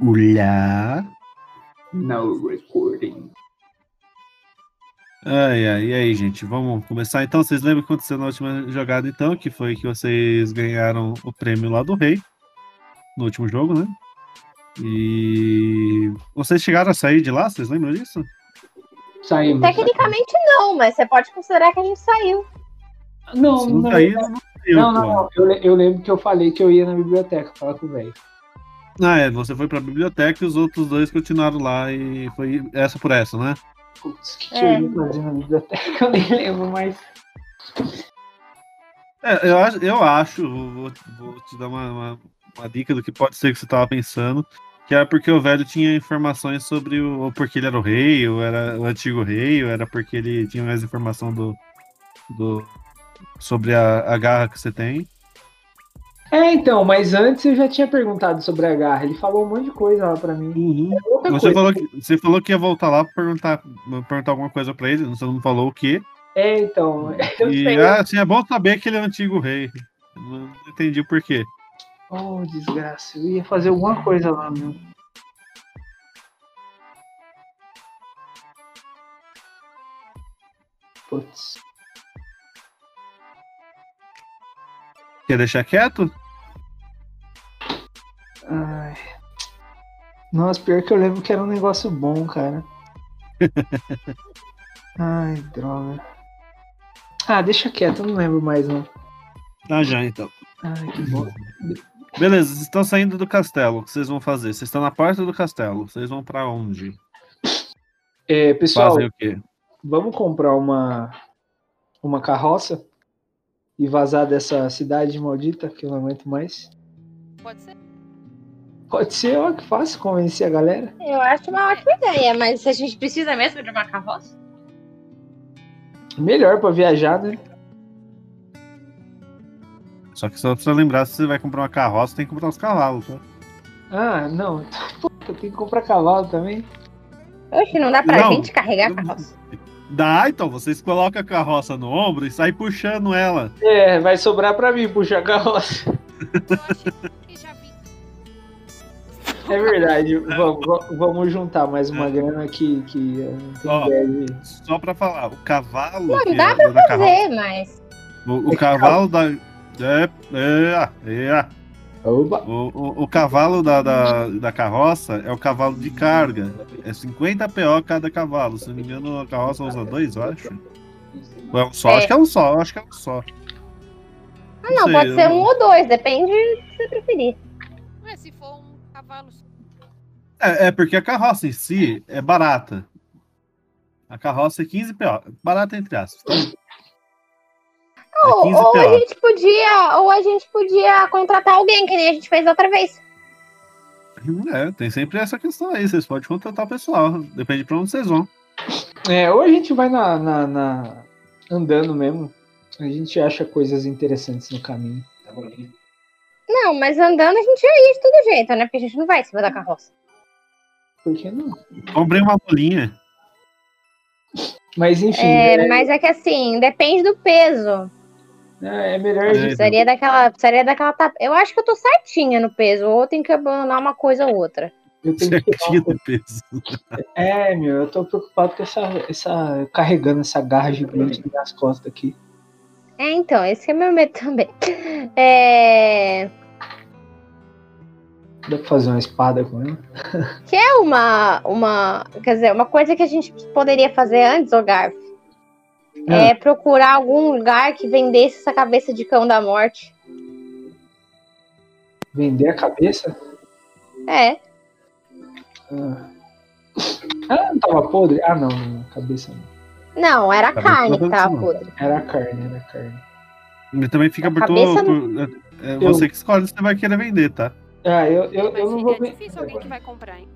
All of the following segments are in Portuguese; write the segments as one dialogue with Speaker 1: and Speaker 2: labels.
Speaker 1: Olhar.
Speaker 2: Now recording.
Speaker 3: Ai, ai, e aí, gente? Vamos começar então. Vocês lembram o que aconteceu na última jogada, então? Que foi que vocês ganharam o prêmio lá do Rei. No último jogo, né? E. Vocês chegaram a sair de lá? Vocês lembram disso?
Speaker 2: Saímos.
Speaker 4: Tecnicamente não, mas você pode considerar que a gente saiu.
Speaker 2: Não,
Speaker 3: Se não
Speaker 2: não,
Speaker 3: saíram, não saiu,
Speaker 2: não, não,
Speaker 3: pô.
Speaker 2: não. Eu, le- eu lembro que eu falei que eu ia na biblioteca falar com o velho.
Speaker 3: Ah, é, você foi pra biblioteca e os outros dois continuaram lá e foi essa por essa, né?
Speaker 2: Putz, o que, que
Speaker 4: É.
Speaker 2: eu ia fazer na biblioteca? Eu nem lembro, mas.
Speaker 3: É, eu acho, eu acho vou, vou te dar uma, uma- uma dica do que pode ser que você tava pensando, que era porque o velho tinha informações sobre o ou porque ele era o rei, ou era o antigo rei, ou era porque ele tinha mais informação do, do sobre a, a garra que você tem.
Speaker 2: É, então, mas antes eu já tinha perguntado sobre a garra. Ele falou um monte de coisa lá pra mim.
Speaker 3: Uhum.
Speaker 2: É outra
Speaker 3: Você
Speaker 2: coisa.
Speaker 3: falou que você falou que ia voltar lá pra perguntar perguntar alguma coisa pra ele, você não falou o quê?
Speaker 2: É, então. Eu
Speaker 3: E
Speaker 2: sei.
Speaker 3: ah, assim, é bom saber que ele é o antigo rei. Não entendi o porquê.
Speaker 2: Oh, desgraça. Eu ia fazer alguma coisa lá, meu. Putz.
Speaker 3: Quer deixar quieto?
Speaker 2: Ai. Nossa, pior que eu lembro que era um negócio bom, cara. Ai, droga. Ah, deixa quieto, eu não lembro mais, não.
Speaker 3: Tá já, então.
Speaker 2: Ai, que bosta.
Speaker 3: Beleza, vocês estão saindo do castelo. O que vocês vão fazer? Vocês estão na porta do castelo. Vocês vão pra onde?
Speaker 2: É, pessoal,
Speaker 3: Fazem o quê?
Speaker 2: vamos comprar uma, uma carroça e vazar dessa cidade maldita que eu não aguento mais.
Speaker 5: Pode ser.
Speaker 2: Pode ser, ó, que fácil convencer a galera.
Speaker 4: Eu acho uma ótima ideia, mas a gente precisa mesmo de uma carroça?
Speaker 2: Melhor pra viajar, né?
Speaker 3: Só que só precisa lembrar: se você vai comprar uma carroça, tem que comprar os cavalos, tá?
Speaker 2: Ah, não. Puta, tem que comprar cavalo também.
Speaker 4: Oxe, não dá pra
Speaker 3: Não.
Speaker 4: gente carregar a carroça?
Speaker 3: Dá, então vocês colocam a carroça no ombro e saem puxando ela.
Speaker 2: É, vai sobrar pra mim puxar carroça.
Speaker 5: Eu acho que já vi.
Speaker 2: É verdade. vamos, va- vamos juntar mais uma grana que, que eu não tenho
Speaker 3: É. Ó.
Speaker 2: ideia. de-
Speaker 3: Só pra falar, o cavalo.
Speaker 4: Não,
Speaker 3: que
Speaker 4: dá
Speaker 3: é da carroça,
Speaker 4: Fazer, mas.
Speaker 3: o, o cavalo da. É, é, é.
Speaker 2: Oba.
Speaker 3: O, o, o cavalo da, da, da carroça é o cavalo de carga. É 50 PO cada cavalo. Se não me engano, a carroça usa dois, eu acho. Ou é um só?
Speaker 4: É.
Speaker 3: Acho que é um só, acho que é um só.
Speaker 4: Ah, não,
Speaker 3: sei,
Speaker 4: pode
Speaker 3: eu
Speaker 4: ser
Speaker 3: não-
Speaker 4: um ou dois, depende do que você preferir.
Speaker 5: Ué, se for um cavalo.
Speaker 3: É, é porque a carroça em si é barata. A carroça é 15 PO. Barata entre aspas. tá? É
Speaker 4: Ou,
Speaker 3: 15
Speaker 4: ou a
Speaker 3: PO.
Speaker 4: gente podia, ou a gente podia contratar alguém, que nem a gente fez outra vez.
Speaker 3: É, tem sempre essa questão aí. Vocês podem contratar o pessoal. Depende pra onde vocês vão.
Speaker 2: É, ou a gente vai na, na- na- andando mesmo. A gente acha coisas interessantes no caminho.
Speaker 4: Não, mas andando a gente ia ir de todo jeito, né? Porque a gente não vai em cima da carroça.
Speaker 2: Por que não?
Speaker 3: Comprei uma bolinha.
Speaker 2: Mas enfim, é,
Speaker 4: É, mas é que assim, depende do peso.
Speaker 2: é melhor a
Speaker 3: É,
Speaker 2: gente.
Speaker 4: Precisaria daquela. Precisaria daquela tap... Eu acho que eu tô certinha no peso, ou tem que abandonar uma coisa ou outra.
Speaker 2: Eu tenho que tirar um
Speaker 3: Certinha do peso.
Speaker 2: É, meu, eu tô preocupado com essa, essa carregando essa garra gigante nas costas aqui.
Speaker 4: É, então, esse é meu medo também. É.
Speaker 2: Dá pra fazer uma espada com ela?
Speaker 4: Que é uma, uma. Quer dizer, uma coisa que a gente poderia fazer antes, ô Garf,
Speaker 2: Ah.
Speaker 4: é procurar algum lugar que vendesse essa cabeça de cão da morte.
Speaker 2: Vender a cabeça?
Speaker 4: É.
Speaker 2: Ah, ah não tava podre? Ah, não, não, a cabeça não.
Speaker 4: Não, era a
Speaker 3: Cabeça
Speaker 4: carne
Speaker 3: não
Speaker 4: que tava
Speaker 3: funciona.
Speaker 4: podre.
Speaker 2: Era a carne, era a carne.
Speaker 3: Ele também fica
Speaker 4: A
Speaker 3: por, tu,
Speaker 4: cabeça
Speaker 3: por- é, é Você que escolhe se você vai querer vender, tá?
Speaker 2: Ah, eu, eu,
Speaker 5: Mas
Speaker 2: eu não vou
Speaker 5: fica
Speaker 2: vender.
Speaker 5: difícil alguém que vai comprar, hein?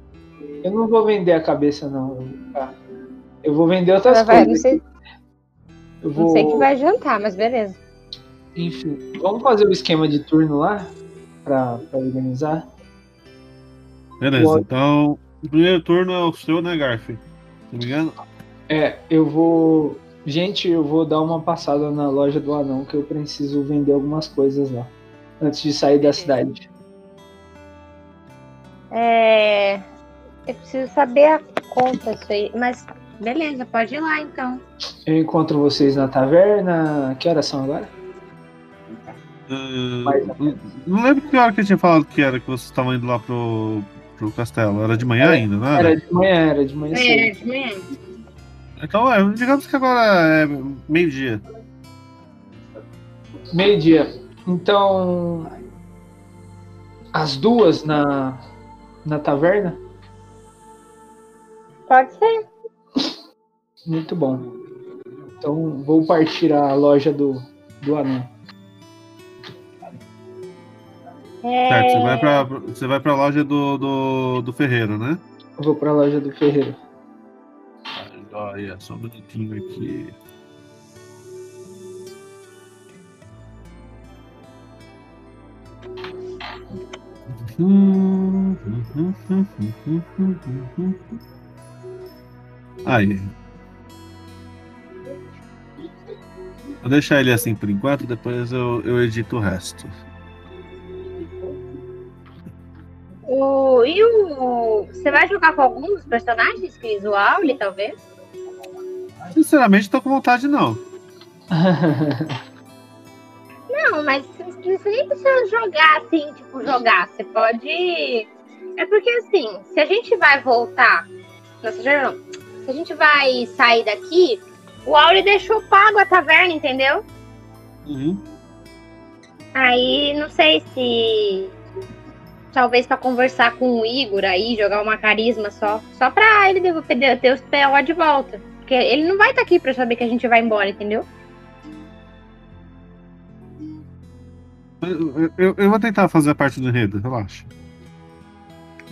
Speaker 2: Eu não vou vender a cabeça, não. Ah, eu vou vender outras
Speaker 4: Ela vai- não,
Speaker 2: coisas.
Speaker 4: sei,
Speaker 2: Eu
Speaker 4: não
Speaker 2: vou.
Speaker 4: sei que vai adiantar, mas beleza.
Speaker 2: Enfim, vamos fazer o esquema de turno lá? Pra, pra organizar?
Speaker 3: Beleza,
Speaker 2: Boa.
Speaker 3: então. O primeiro turno é o seu, né, Garf? Se não me engano?
Speaker 2: É, eu vou. Gente, eu vou dar uma passada na loja do anão que eu preciso vender algumas coisas lá. Antes de sair da cidade.
Speaker 4: É, É, eu preciso saber a conta isso aí. Mas beleza, pode ir lá então.
Speaker 2: Eu encontro vocês na taverna. Que horas são agora?
Speaker 3: Ah,
Speaker 2: Mas-
Speaker 3: não lembro que hora que eu tinha falado que era que vocês estavam indo lá pro, pro castelo. Era de manhã
Speaker 2: Era-
Speaker 3: ainda, né?
Speaker 2: Era de manhã, era de manhã
Speaker 4: É,
Speaker 2: cedo.
Speaker 4: de manhã.
Speaker 3: Então, é, digamos que agora é meio-dia.
Speaker 2: Meio-dia. Então. As duas na, na taverna?
Speaker 4: Pode ser.
Speaker 2: Muito bom. Então vou partir à loja do, do anão.
Speaker 4: É,
Speaker 3: Certo, você vai pra, você vai pra loja do, do, do Ferreiro, né?
Speaker 2: Eu Vou pra loja do Ferreiro.
Speaker 3: Olha, só um minutinho aqui. Aí. Vou deixar ele assim por enquanto, depois eu, eu edito o resto.
Speaker 4: o, e o. Você vai jogar com algum dos personagens? Que o Auli, talvez?
Speaker 3: Sinceramente, tô com vontade não.
Speaker 2: Ah,
Speaker 4: Não, mas você nem precisa jogar assim, tipo, jogar. Você pode. É porque assim, se a gente vai voltar. Nossa, já não. Se a gente vai sair daqui, o Auli deixou pago a taverna, entendeu?
Speaker 3: Uhum.
Speaker 4: Aí não sei se. Talvez pra conversar com o Igor aí, jogar uma carisma só. Só pra ele devolver ter os PO de volta. Porque ele não vai estar aqui pra saber que a gente vai embora, entendeu?
Speaker 3: Eu, eu- eu vou tentar fazer a parte do enredo, relaxa.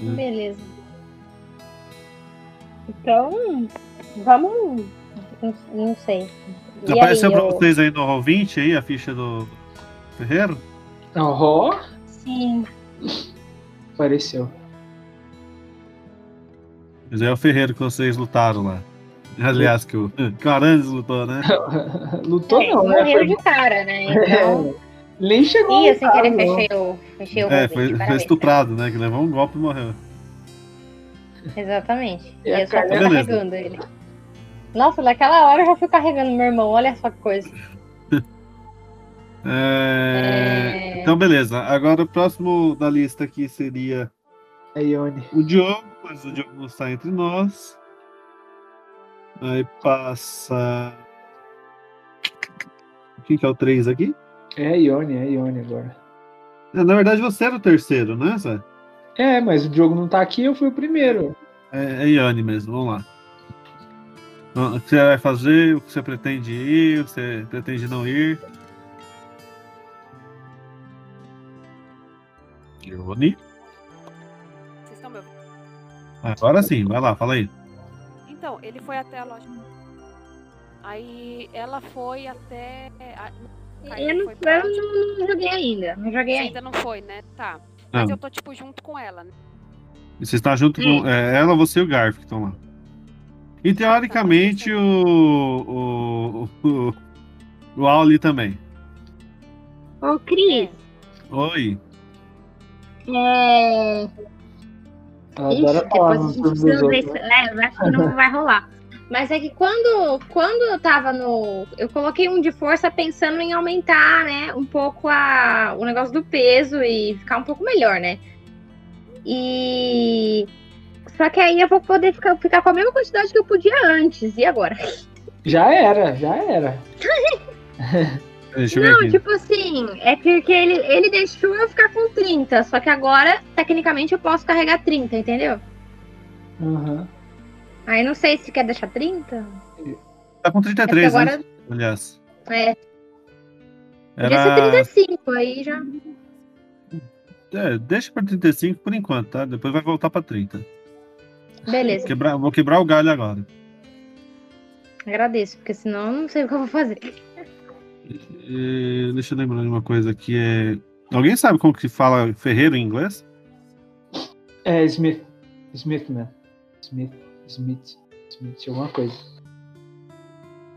Speaker 3: Hum.
Speaker 4: Beleza. Então, vamos. Não, não sei. E
Speaker 3: Apareceu
Speaker 4: aí,
Speaker 3: pra
Speaker 4: eu-
Speaker 3: vocês aí no Roll20 aí, a ficha do Ferreiro?
Speaker 2: Ó,
Speaker 4: Sim.
Speaker 2: apareceu.
Speaker 3: Mas aí é o Ferreiro que vocês lutaram lá. Aliás, que o, que o Arandes lutou, né?
Speaker 2: Lutou
Speaker 4: É,
Speaker 2: não, né?
Speaker 4: morreu
Speaker 2: Foi-
Speaker 4: de cara, né? Então.
Speaker 2: Nem chegou. a
Speaker 4: Ih, eu sem querer
Speaker 2: lutar, não.
Speaker 4: fechei o. Fechei o
Speaker 3: É,
Speaker 4: convite,
Speaker 3: foi, foi
Speaker 4: parabéns.
Speaker 3: estuprado, né? Que levou um golpe e morreu.
Speaker 4: Exatamente.
Speaker 2: E
Speaker 4: E eu
Speaker 2: a
Speaker 4: só fui
Speaker 3: Carla- Beleza.
Speaker 4: carregando ele. Nossa, naquela hora eu já fui carregando meu irmão, olha só que coisa.
Speaker 3: É,
Speaker 4: É,
Speaker 3: Então, beleza. Agora o próximo da lista aqui seria
Speaker 2: É Ione.
Speaker 3: o Diogo, mas o Diogo não está entre nós. Aí passa. Quem que é o 3 aqui?
Speaker 2: É Ione, é Ione agora.
Speaker 3: É, Na verdade, você era o terceiro, né, Zé?
Speaker 2: É, mas o Diogo não tá aqui, eu fui o primeiro.
Speaker 3: É, é Iane mesmo, vamos lá. Ah, O que você vai fazer? O que você pretende ir? O que você pretende não ir? Ione?
Speaker 6: Vocês estão me ouvindo?
Speaker 3: Agora sim, vai lá, fala aí.
Speaker 6: Então, ele foi até a loja. Aí ela foi até. a-
Speaker 4: eu não,
Speaker 6: foi pra
Speaker 4: eu não- não joguei ainda, não joguei
Speaker 6: Você
Speaker 4: ainda.
Speaker 6: ainda não foi, né? Tá.
Speaker 3: Não.
Speaker 6: Mas eu tô, tipo, junto com ela, né?
Speaker 3: E Você está junto
Speaker 4: Hum.
Speaker 3: com é, ela, você e o Garf que estão lá. E teoricamente o. O. O, o Auli também.
Speaker 4: Ô, Cris,
Speaker 3: Oi.
Speaker 4: é...
Speaker 2: Ela
Speaker 4: Ixi,
Speaker 2: adora falar
Speaker 4: depois a
Speaker 2: no
Speaker 4: gente
Speaker 2: turno dos
Speaker 4: precisa ver
Speaker 2: outros.
Speaker 4: isso, né? Eu acho que não vai rolar. Mas é que quando, quando eu tava no. Eu coloquei um de força pensando em aumentar, né? Um pouco a, o negócio do peso e ficar um pouco melhor, né? E. Só que aí eu vou poder ficar, ficar com a mesma quantidade que eu podia antes. E agora?
Speaker 2: Já era, já era.
Speaker 3: Deixa eu ver
Speaker 4: Não,
Speaker 3: aqui.
Speaker 4: tipo assim, é porque ele, ele deixou eu ficar com 30. Só que agora, tecnicamente, eu posso carregar 30, entendeu?
Speaker 2: Aham.
Speaker 4: Aí não sei se quer deixar 30.
Speaker 3: Tá com
Speaker 4: É porque
Speaker 3: 33,
Speaker 4: agora.
Speaker 3: né? Aliás.
Speaker 4: É,
Speaker 3: Era.
Speaker 4: Podia ser 35, aí já.
Speaker 3: É, deixa pra 35 por enquanto, tá? Depois vai voltar pra 30.
Speaker 4: Beleza,
Speaker 3: Quebrar, vou quebrar o galho agora.
Speaker 4: agradeço, porque senão eu não sei o que eu vou fazer.
Speaker 3: E, deixa eu lembrar de uma coisa aqui. É... Alguém sabe como que fala ferreiro em inglês?
Speaker 2: É Smith. Smith, man. Smith, Smith, Smith, alguma coisa.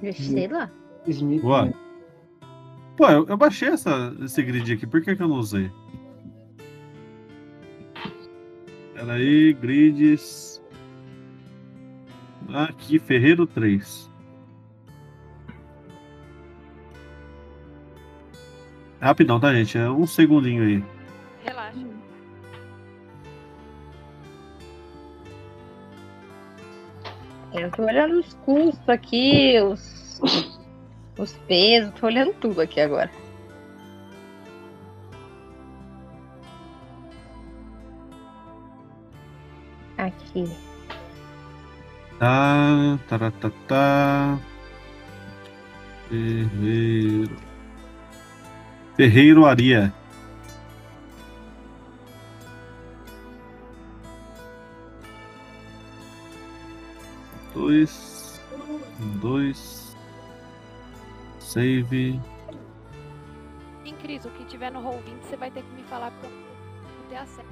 Speaker 4: Vixe, Sei lá.
Speaker 2: Smith.
Speaker 3: Boa.
Speaker 2: man.
Speaker 3: Pô, eu, eu baixei essa, esse grid aqui, por que, que eu não usei? Peraí, grids. Aqui, Ferreiro 3. Rapidão, tá, gente? É um segundinho aí.
Speaker 6: Relaxa.
Speaker 4: Hum. Eu tô olhando os custos aqui, os, os pesos, tô olhando tudo aqui agora. Aqui.
Speaker 3: Tá, taratatá. Ferreiro. Ferreiro Aria. Dois. Dois. Save.
Speaker 6: Sim, Cris, o que tiver no roll 20 você vai ter que me falar pra eu ter acesso.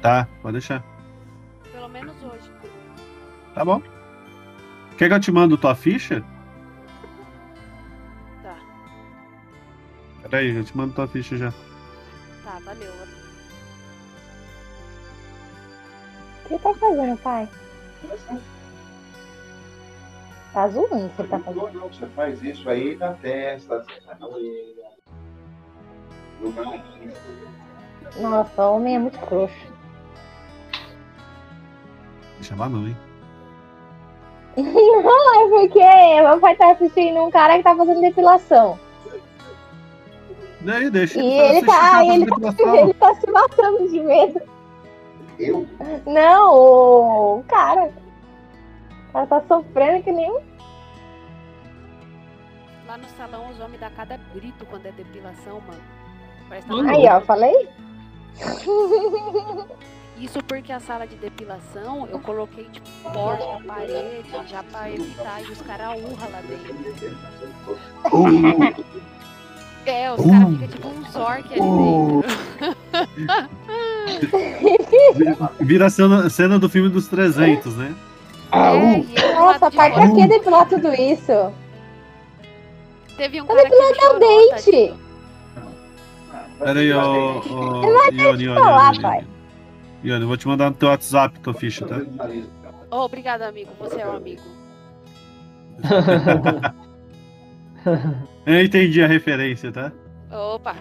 Speaker 3: Tá, pode deixar.
Speaker 6: Pelo menos hoje.
Speaker 3: Tá bom. Quer que eu te mando tua ficha?
Speaker 6: Tá.
Speaker 3: Peraí, eu te mando tua ficha já.
Speaker 6: Tá, valeu.
Speaker 4: O que tá fazendo, pai? Tá zoando o que tá fazendo.
Speaker 7: Não, não, você faz isso aí na testa, na orelha, no nariz.
Speaker 4: Nossa, homem é muito frouxo.
Speaker 3: Deixa lá não, hein?
Speaker 4: Não, é porque meu pai tá assistindo um cara que tá fazendo depilação.
Speaker 3: Daí deixa.
Speaker 4: E ele
Speaker 7: um
Speaker 4: tá-
Speaker 3: assistir
Speaker 4: ele
Speaker 3: a depilação.
Speaker 4: Ele tá se matando de medo.
Speaker 7: Eu?
Speaker 4: Não, o o cara. O cara tá sofrendo que nem um.
Speaker 6: Lá no salão os homens dão cada grito quando é depilação, mano. Parece que tá
Speaker 3: Mano.
Speaker 6: maluco.
Speaker 4: Aí, ó, falei?
Speaker 6: Isso porque a sala de depilação eu coloquei tipo porta, parede, já pra evitar e os caras urra lá dentro.
Speaker 3: Uh!
Speaker 6: É, os caras ficam tipo um zork ali dentro.
Speaker 3: Vira a cena, cena do filme dos 300, né?
Speaker 6: É,
Speaker 3: uh!
Speaker 6: e eu lá
Speaker 4: Nossa, tá
Speaker 6: de
Speaker 4: pai, pra
Speaker 6: fora.
Speaker 4: que depilar tudo isso?
Speaker 6: Teve um cara que me chorou,
Speaker 4: dente.
Speaker 6: tadinho.
Speaker 7: É.
Speaker 3: Peraí, ô. ô, Ione, Ione,
Speaker 4: falar,
Speaker 3: Ione,
Speaker 4: pai.
Speaker 3: Ione, eu vou te mandar no teu WhatsApp tua ficha, tá?
Speaker 6: Ô, obrigado, amigo. Você é um amigo.
Speaker 3: Eu entendi a referência, tá?
Speaker 6: Opa!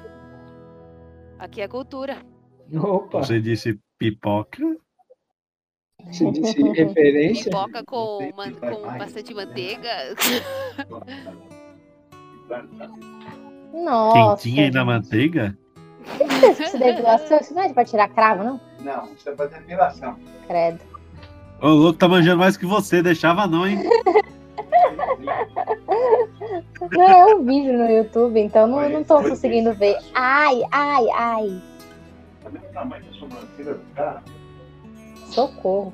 Speaker 6: Aqui é cultura.
Speaker 2: Opa,
Speaker 3: Você disse pipoca.
Speaker 2: você disse referência?
Speaker 6: Pipoca com,
Speaker 7: sei
Speaker 6: man-
Speaker 7: se vai
Speaker 6: com
Speaker 7: mais.
Speaker 6: bastante manteiga.
Speaker 4: Nossa.
Speaker 3: Quentinha e na manteiga?
Speaker 4: Isso daí é depilação, isso não é pra tirar cravo, não?
Speaker 7: Não, isso é pra depilação.
Speaker 4: Credo.
Speaker 3: Ô, louco, tá manjando mais que você, deixava não, hein?
Speaker 4: Não, é um vídeo no YouTube, então não, não tô conseguindo ver. Ai, ai, ai.
Speaker 7: Tá vendo o tamanho da sobrancelha do cara?
Speaker 4: Socorro.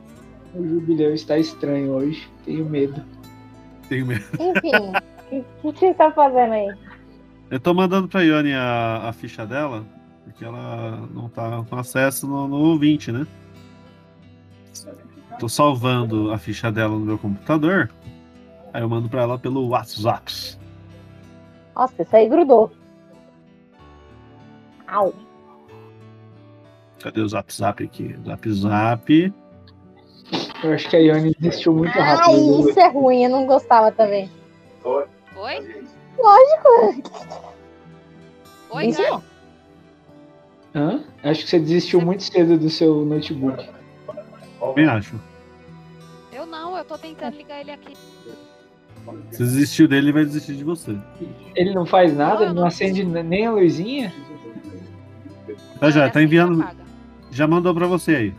Speaker 2: O jubileu está estranho hoje, tenho medo.
Speaker 3: Tenho medo.
Speaker 4: Enfim, o que, que vocês estão fazendo aí?
Speaker 3: Eu tô mandando pra Ione a, a ficha dela, porque ela não tá com acesso no, no ouvinte, né? Tô salvando a ficha dela no meu computador. Aí eu mando pra ela pelo WhatsApp.
Speaker 4: Nossa, isso aí grudou. Au.
Speaker 3: Cadê o Zap Zap aqui? Zap Zap.
Speaker 2: Eu acho que a Ione desistiu muito
Speaker 4: Ai,
Speaker 2: rápido.
Speaker 4: isso é ruim, eu não gostava também.
Speaker 7: Tô-
Speaker 6: Oi? Oi,
Speaker 4: Isso
Speaker 6: cara?
Speaker 4: não.
Speaker 2: Hã? Acho que você desistiu muito cedo do seu notebook.
Speaker 3: Também acho.
Speaker 6: Eu não, eu tô tentando ligar ele aqui.
Speaker 3: Se desistiu dele, ele vai desistir de você.
Speaker 2: Ele não faz nada,
Speaker 6: Não,
Speaker 2: ele
Speaker 6: eu
Speaker 2: não
Speaker 6: não-
Speaker 2: acende nem a luzinha?
Speaker 3: Tá já,
Speaker 6: Olha,
Speaker 3: tá
Speaker 6: assim,
Speaker 3: enviando.
Speaker 6: apaga.
Speaker 3: Já mandou pra você aí.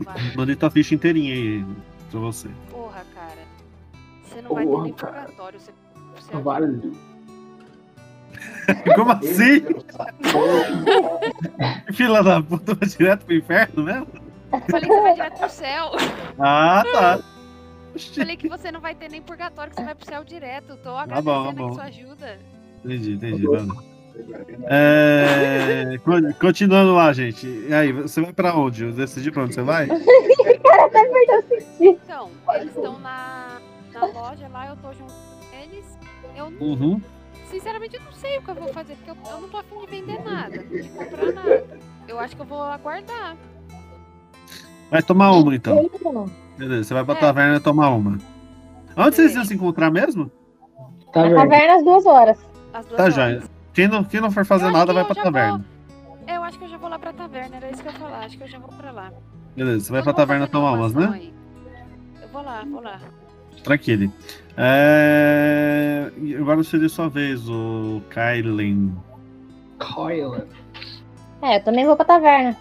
Speaker 6: Vai.
Speaker 3: Mandei tua ficha inteirinha aí pra você.
Speaker 6: Porra, cara. Você não vai ter
Speaker 2: Porra,
Speaker 6: nem
Speaker 2: cara.
Speaker 6: purgatório. Você, você é
Speaker 2: Válido.
Speaker 3: Como assim?
Speaker 2: Tá
Speaker 7: Pô,
Speaker 3: Fila da puta, vai direto pro inferno mesmo?
Speaker 6: Eu falei que você vai direto pro céu.
Speaker 3: Ah, tá.
Speaker 6: Eu
Speaker 3: Oxi.
Speaker 6: falei que você não vai ter nem purgatório, que você vai pro céu direto. Tô
Speaker 3: Tá
Speaker 6: agradecendo
Speaker 3: bom, tá
Speaker 6: aqui
Speaker 3: bom.
Speaker 6: sua ajuda.
Speaker 3: Entendi, entendi. Mano. É, con- continuando lá, gente. E aí, você vai pra onde? Eu decidi pra onde você vai?
Speaker 6: Então, eles estão na, na loja lá, eu tô junto com eles. Eu, não-
Speaker 3: Uhum.
Speaker 6: sinceramente, eu não sei o que eu vou fazer, porque eu, eu não tô afim de vender nada, de comprar nada. Eu acho que eu vou aguardar.
Speaker 3: Vai tomar uma então.
Speaker 4: Não.
Speaker 3: Beleza, você vai
Speaker 6: É.
Speaker 3: pra taverna tomar uma. Onde vocês iam se encontrar mesmo?
Speaker 2: Tá
Speaker 4: Na
Speaker 2: vendo?
Speaker 4: caverna às duas horas.
Speaker 6: As duas
Speaker 3: Tá
Speaker 6: horas.
Speaker 3: já. Quem não, quem não for fazer
Speaker 6: Eu acho
Speaker 3: nada
Speaker 6: que
Speaker 3: vai
Speaker 6: eu
Speaker 3: pra
Speaker 6: já
Speaker 3: taverna.
Speaker 6: Eu acho que eu já vou lá pra taverna, era isso que eu ia falar. Acho que eu já vou pra lá.
Speaker 3: Beleza, você vai
Speaker 6: Eu
Speaker 3: pra
Speaker 6: não vou
Speaker 3: taverna
Speaker 6: fazer
Speaker 3: tomar umas,
Speaker 6: nenhuma
Speaker 3: né?
Speaker 6: ação aí. Eu vou lá, vou lá.
Speaker 3: Tranquilo. É... e Agora seria sua vez, o Kylen.
Speaker 2: Coil.
Speaker 4: É, eu também vou pra taverna.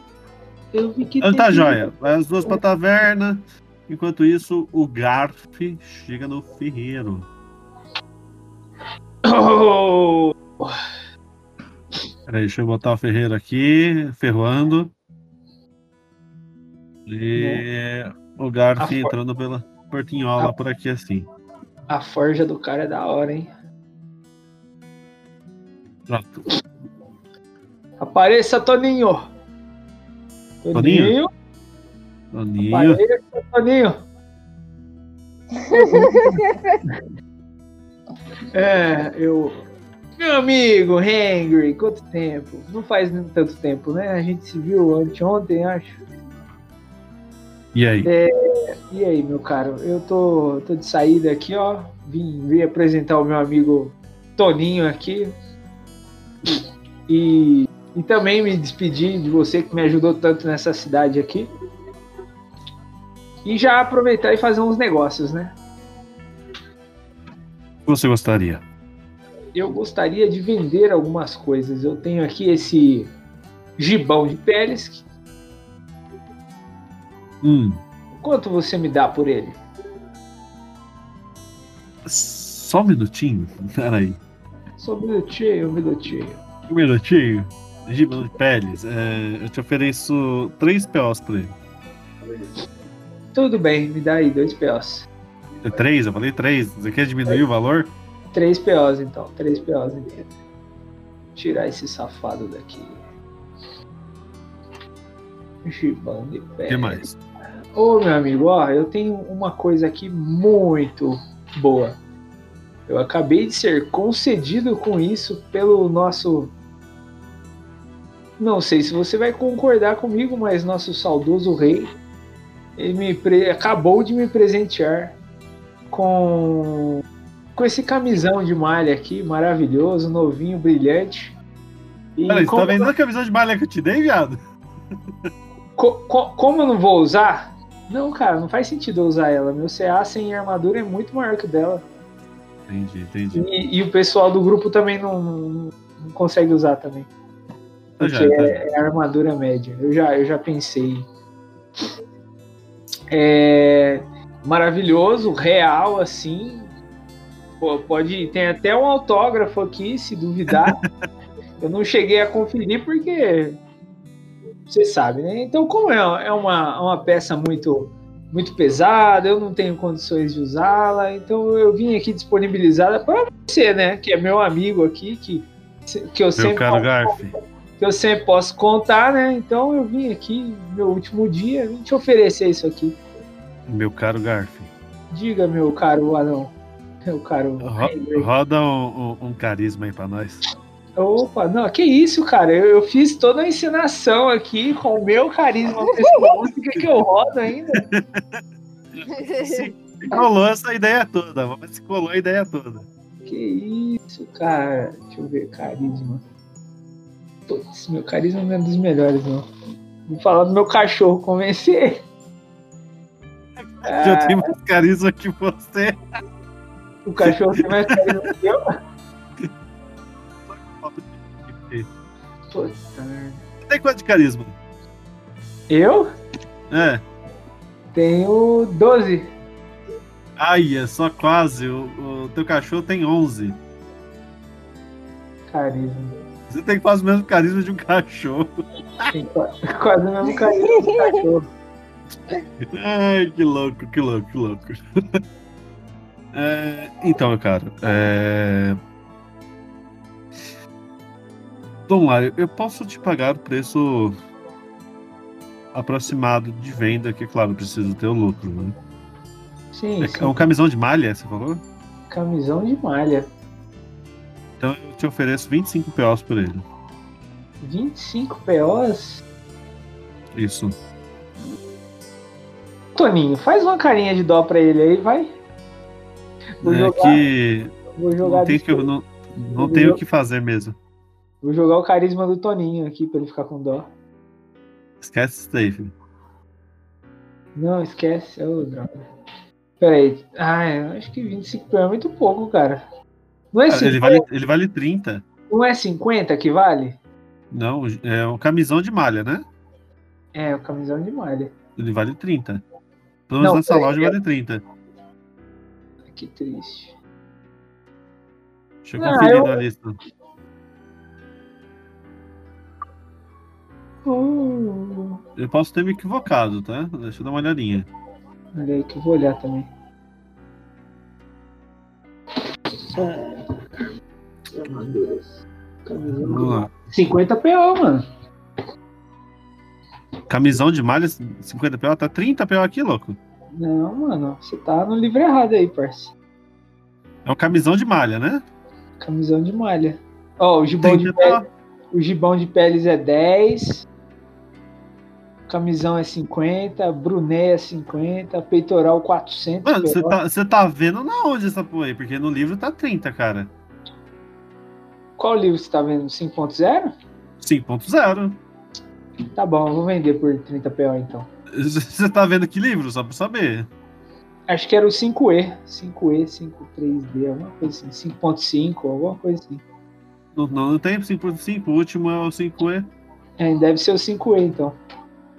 Speaker 2: Eu vi que.
Speaker 3: Então tá
Speaker 2: tem-
Speaker 3: joia. Vai as duas pra taverna. Enquanto isso, o Garf chega no ferreiro.
Speaker 2: Oh!
Speaker 3: Peraí, deixa eu botar o ferreiro aqui, ferroando. E o Garf
Speaker 2: Ah,
Speaker 3: entrando pela portinhola
Speaker 2: Ah.
Speaker 3: por aqui assim.
Speaker 2: A forja do cara é da hora, hein?
Speaker 3: Pronto.
Speaker 2: Apareça, Toninho!
Speaker 3: Toninho? Toninho.
Speaker 2: Apareça, Toninho! é, eu. Meu amigo, Henry, quanto tempo? Não faz nem tanto tempo, né? A gente se viu anteontem, acho.
Speaker 3: E aí?
Speaker 2: E aí, meu caro? Eu tô, tô de saída aqui, ó. Vim, vim apresentar o meu amigo Toninho aqui. E, e também me despedir de você que me ajudou tanto nessa cidade aqui. E já aproveitar e fazer uns negócios, né?
Speaker 3: O que você gostaria?
Speaker 2: eu gostaria de vender algumas coisas. Eu tenho aqui esse gibão de peles.
Speaker 3: Hum.
Speaker 2: Quanto você me dá por ele?
Speaker 3: Só um minutinho? Peraí.
Speaker 2: Só um minutinho, um minutinho.
Speaker 3: Um minutinho. Giba de Peles, é, eu te ofereço três POs pra ele.
Speaker 2: Tudo bem, me dá aí dois POs.
Speaker 3: É Três? Eu falei três. Você quer diminuir o valor?
Speaker 2: Três POs então, três POs então. Tirar esse safado daqui. Gibão de
Speaker 3: O
Speaker 2: peles.
Speaker 3: que mais?
Speaker 2: Ô, meu amigo, ó, eu tenho uma coisa aqui muito boa. Eu acabei de ser concedido com isso pelo nosso. Não sei se você vai concordar comigo, mas nosso saudoso rei. Ele me pre- acabou de me presentear com com esse camisão de malha aqui, maravilhoso, novinho, brilhante. E
Speaker 3: Peraí, você
Speaker 2: como,
Speaker 3: tá vendendo a camisa de malha que eu te dei, viado?
Speaker 2: Co- co- como eu não vou usar? Não, cara, não faz sentido eu usar ela. Meu CA sem armadura é muito maior que o dela.
Speaker 3: Entendi, entendi.
Speaker 2: E, e o pessoal do grupo também não, não- não consegue usar também.
Speaker 3: Tá
Speaker 2: Porque
Speaker 3: já, tá já.
Speaker 2: é, é armadura média. Eu já, eu já pensei. É maravilhoso, real, assim. Pô, pode. Tem até um autógrafo aqui, se duvidar. eu não cheguei a conferir porque você sabe, né? Então, como é, é uma, uma peça muito muito pesada, eu não tenho condições de usá-la, então eu vim aqui disponibilizada para você, né? Que é meu amigo aqui, que, que eu
Speaker 3: Meu
Speaker 2: sempre
Speaker 3: caro Garf,
Speaker 2: que eu sempre posso contar, né? Então eu vim aqui, meu último dia, vim te oferecer isso aqui.
Speaker 3: meu caro Garf,
Speaker 2: Diga, meu caro anão. Meu caro.
Speaker 3: ro- roda um, um- um carisma aí pra nós.
Speaker 2: Opa, não, que isso, cara? Eu, eu fiz toda a encenação aqui com o meu carisma pessoal. Por que, que eu rodo ainda?
Speaker 3: Se colou essa ideia toda, mas se colou a ideia toda.
Speaker 2: Que isso, cara? Deixa eu ver, carisma. Putz, meu carisma não é dos melhores, não. Vou falar do meu cachorro, convencer.
Speaker 3: Eu tenho mais carisma que você.
Speaker 2: O cachorro tem mais carisma que eu. Puta merda.
Speaker 3: Tem quanto de carisma?
Speaker 2: Eu?
Speaker 3: É.
Speaker 2: Tenho 12.
Speaker 3: Ai, é só quase. O, o teu cachorro tem 11.
Speaker 2: Carisma.
Speaker 3: Você tem quase o mesmo carisma de um cachorro.
Speaker 2: Tem qua- quase o mesmo carisma do cachorro.
Speaker 3: Ai, que louco, que louco, que louco. É, então, meu caro. É... Vamos lá, eu- eu posso te pagar o preço aproximado de venda, que claro, eu preciso ter o lucro, né?
Speaker 2: Sim,
Speaker 3: É
Speaker 2: sim.
Speaker 3: um camisão de malha, você falou?
Speaker 2: Camisão de malha.
Speaker 3: Então eu te ofereço 25 POs por ele.
Speaker 2: 25 POs?
Speaker 3: Isso.
Speaker 2: Toninho, faz uma carinha de dó pra ele aí, vai. Vou
Speaker 3: É
Speaker 2: jogar,
Speaker 3: que
Speaker 2: vou jogar,
Speaker 3: não tem,
Speaker 2: de-
Speaker 3: que, não, não tem o que fazer mesmo.
Speaker 2: vou jogar o carisma do Toninho aqui pra ele ficar com dó.
Speaker 3: Esquece isso daí, filho.
Speaker 2: Não, esquece. Ô, droga. Peraí. Ah, eu acho que 25 é muito pouco, cara. Não é,
Speaker 3: Cara,
Speaker 2: 50,
Speaker 3: Ele vale, ele vale 30.
Speaker 2: não é 50 que vale?
Speaker 3: Não, é um camisão de malha, né?
Speaker 2: É, o camisão de malha.
Speaker 3: Ele vale 30. Pelo
Speaker 2: Não,
Speaker 3: menos nessa
Speaker 2: peraí,
Speaker 3: loja
Speaker 2: eu-
Speaker 3: vale 30.
Speaker 2: Que triste.
Speaker 3: Deixa eu
Speaker 2: Ah,
Speaker 3: conferir
Speaker 2: eu-
Speaker 3: na lista.
Speaker 2: Uh,
Speaker 3: Eu posso ter me equivocado, tá? Deixa eu dar uma olhadinha.
Speaker 2: olha aí que eu vou olhar também.
Speaker 3: Vamos lá.
Speaker 2: 50 PO, mano.
Speaker 3: Camisão de malha, 50 PO, tá 30 PO aqui, louco.
Speaker 2: Não, mano, você tá no livro errado aí, parça.
Speaker 3: É um camisão de malha, né? Então,
Speaker 2: Camisão de malha. Ó, o gibão de
Speaker 3: 30
Speaker 2: pele,
Speaker 3: PO.
Speaker 2: o gibão de peles é 10. Camisão é 50, bruné é 50, peitoral 400.
Speaker 3: Mano,
Speaker 2: PO.
Speaker 3: você tá, você tá vendo na onde essa porra aí? Porque no livro tá 30, cara.
Speaker 2: Qual livro você tá vendo? 5.0?
Speaker 3: 5.0.
Speaker 2: Tá bom, eu vou vender por 30 PO então.
Speaker 3: Você tá vendo que livro? Só pra saber.
Speaker 2: Acho que era o 5E, 5E, 5.3D, alguma coisa assim, 5.5, alguma coisa assim.
Speaker 3: Não, não, não tem 5.5, o último é o 5E.
Speaker 2: É, deve ser o 5E então.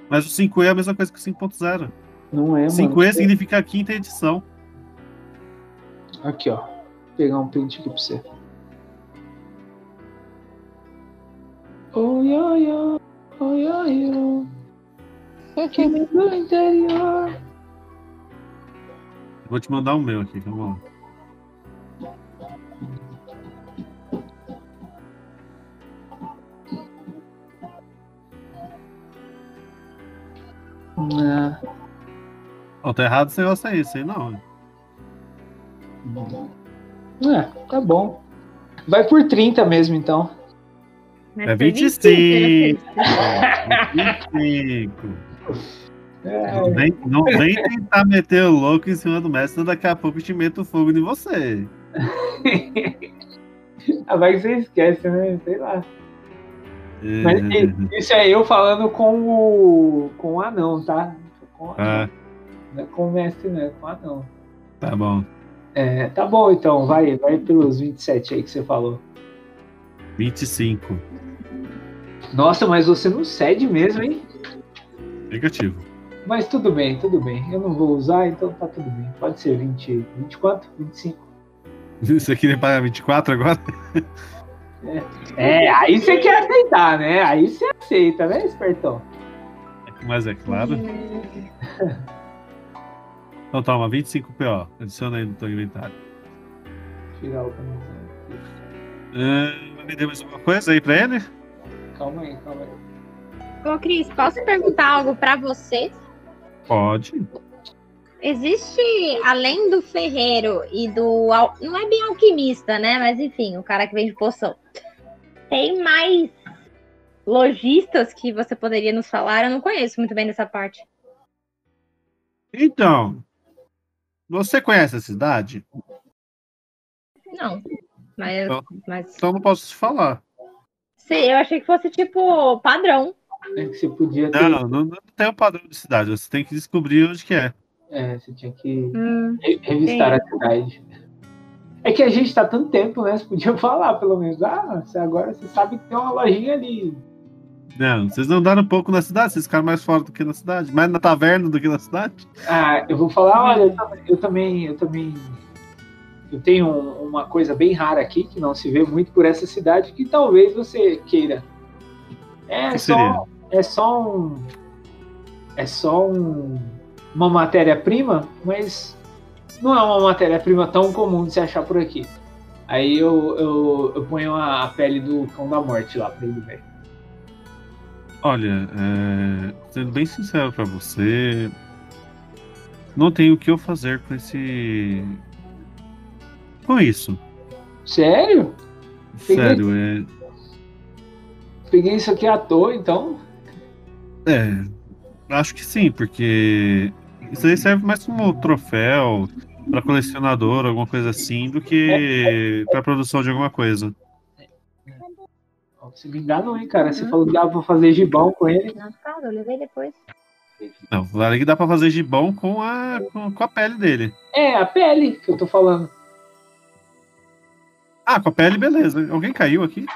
Speaker 3: Mas o 5E é a mesma coisa que o 5.0.
Speaker 2: Não é, mano.
Speaker 3: 5E significa a quinta edição.
Speaker 2: Aqui, ó. Vou pegar um print aqui pra você. Oi, oi, oi, oi, oi, oi. Que lindo interior.
Speaker 3: Vou te mandar o meu aqui, vamos lá.
Speaker 2: Ah,
Speaker 3: Ó, tá errado esse negócio aí, isso aí não.
Speaker 2: ah, tá bom. Vai por 30 mesmo, então.
Speaker 3: É 25. 25. Não vem, não vem tentar meter o louco em cima do mestre, senão daqui a pouco eu te meto fogo em você.
Speaker 2: Ah, vai que você esquece, né? Sei lá.
Speaker 3: É,
Speaker 2: Mas e- isso é eu falando com o, com o anão, tá? Com o anão.
Speaker 3: ah,
Speaker 2: Não é com o mestre, né? Com o anão.
Speaker 3: tá bom.
Speaker 2: É, tá bom, então. Vai, vai pelos 27 aí que você falou.
Speaker 3: 25.
Speaker 2: Nossa, mas você não cede mesmo, hein?
Speaker 3: Negativo.
Speaker 2: Mas tudo bem, tudo bem. Eu não vou usar, então tá tudo bem. Pode ser 20, 24, 25.
Speaker 3: Você queria pagar 24 agora?
Speaker 2: É, aí você quer aceitar, né? Aí você aceita, né, espertão?
Speaker 3: Mas é claro. Então toma, 25 PO. Adiciona aí no teu inventário.
Speaker 2: Tirar o camisão.
Speaker 3: Ah, vai vender mais alguma coisa aí pra ele?
Speaker 2: Calma aí, calma aí.
Speaker 8: Ô, Cris, posso perguntar algo pra você?
Speaker 3: Pode.
Speaker 8: Existe, além do ferreiro e do. al- Não é bem alquimista, né? Mas enfim, o cara que vende poção. Tem mais lojistas que você poderia nos falar? Eu não conheço muito bem dessa parte.
Speaker 3: Então, você conhece a cidade?
Speaker 8: Não. Mas,
Speaker 3: Não.
Speaker 8: mas
Speaker 3: Então não posso te falar.
Speaker 8: sei, eu achei que fosse tipo padrão.
Speaker 2: É que você podia ter.
Speaker 3: Não, não, não tem um padrão de cidade. Você tem que descobrir onde que é.
Speaker 2: É, você tinha que
Speaker 8: Hum,
Speaker 2: re- revistar a cidade. É que a gente tá há tanto tempo, né? Você podia falar, pelo menos. Ah, você agora você sabe que tem uma lojinha ali.
Speaker 3: Não, vocês andaram um pouco na cidade, vocês ficaram mais fora do que na cidade, mais na taverna do que na cidade.
Speaker 2: Ah, eu vou falar, olha, eu
Speaker 3: Hum.
Speaker 2: tam- eu também, eu também, eu tenho um- uma coisa bem rara aqui que não se vê muito por essa cidade que talvez você queira. É
Speaker 3: Que
Speaker 2: só,
Speaker 3: seria?
Speaker 2: é só um, é só um, uma matéria-prima, mas não é uma matéria-prima tão comum de se achar por aqui. Aí eu, eu, eu ponho a, a pele do cão da morte lá pra ele ver.
Speaker 3: Olha, é, sendo bem sincero pra você, não tenho o que eu fazer com esse. com isso.
Speaker 2: Sério?
Speaker 3: Sério, é.
Speaker 2: Peguei isso aqui à toa, então.
Speaker 3: É, Acho que sim, porque isso aí serve mais como troféu pra colecionador, alguma coisa assim, do que pra produção de alguma coisa.
Speaker 2: Ó, Você me enganou, hein, cara? Você falou que dava pra fazer gibão com ele.
Speaker 4: Não, cara, eu levei depois.
Speaker 3: Não, vale que dá pra fazer gibão com a, com, com a pele dele.
Speaker 2: É, a pele que eu tô falando.
Speaker 3: Ah, com a pele, beleza. Alguém caiu aqui?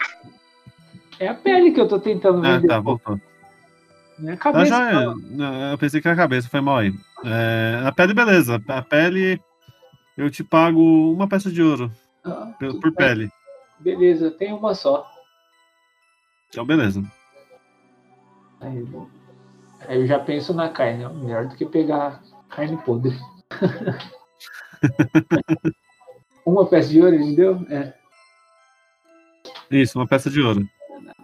Speaker 2: É a pele que eu tô tentando
Speaker 3: Ah,
Speaker 2: vender.
Speaker 3: tá, voltou.
Speaker 2: Minha
Speaker 3: Tá,
Speaker 2: cabeça.
Speaker 3: já, né, eu pensei que era a cabeça, foi mal aí. É, a pele, beleza. A pele, eu te pago uma peça de ouro
Speaker 2: Ah,
Speaker 3: pe- é. por pele.
Speaker 2: Beleza, tem uma só.
Speaker 3: Então, beleza.
Speaker 2: Aí, eu- aí eu já penso na carne. ó, Melhor do que pegar carne podre. uma peça de ouro, ele deu? É.
Speaker 3: Isso, uma peça de ouro.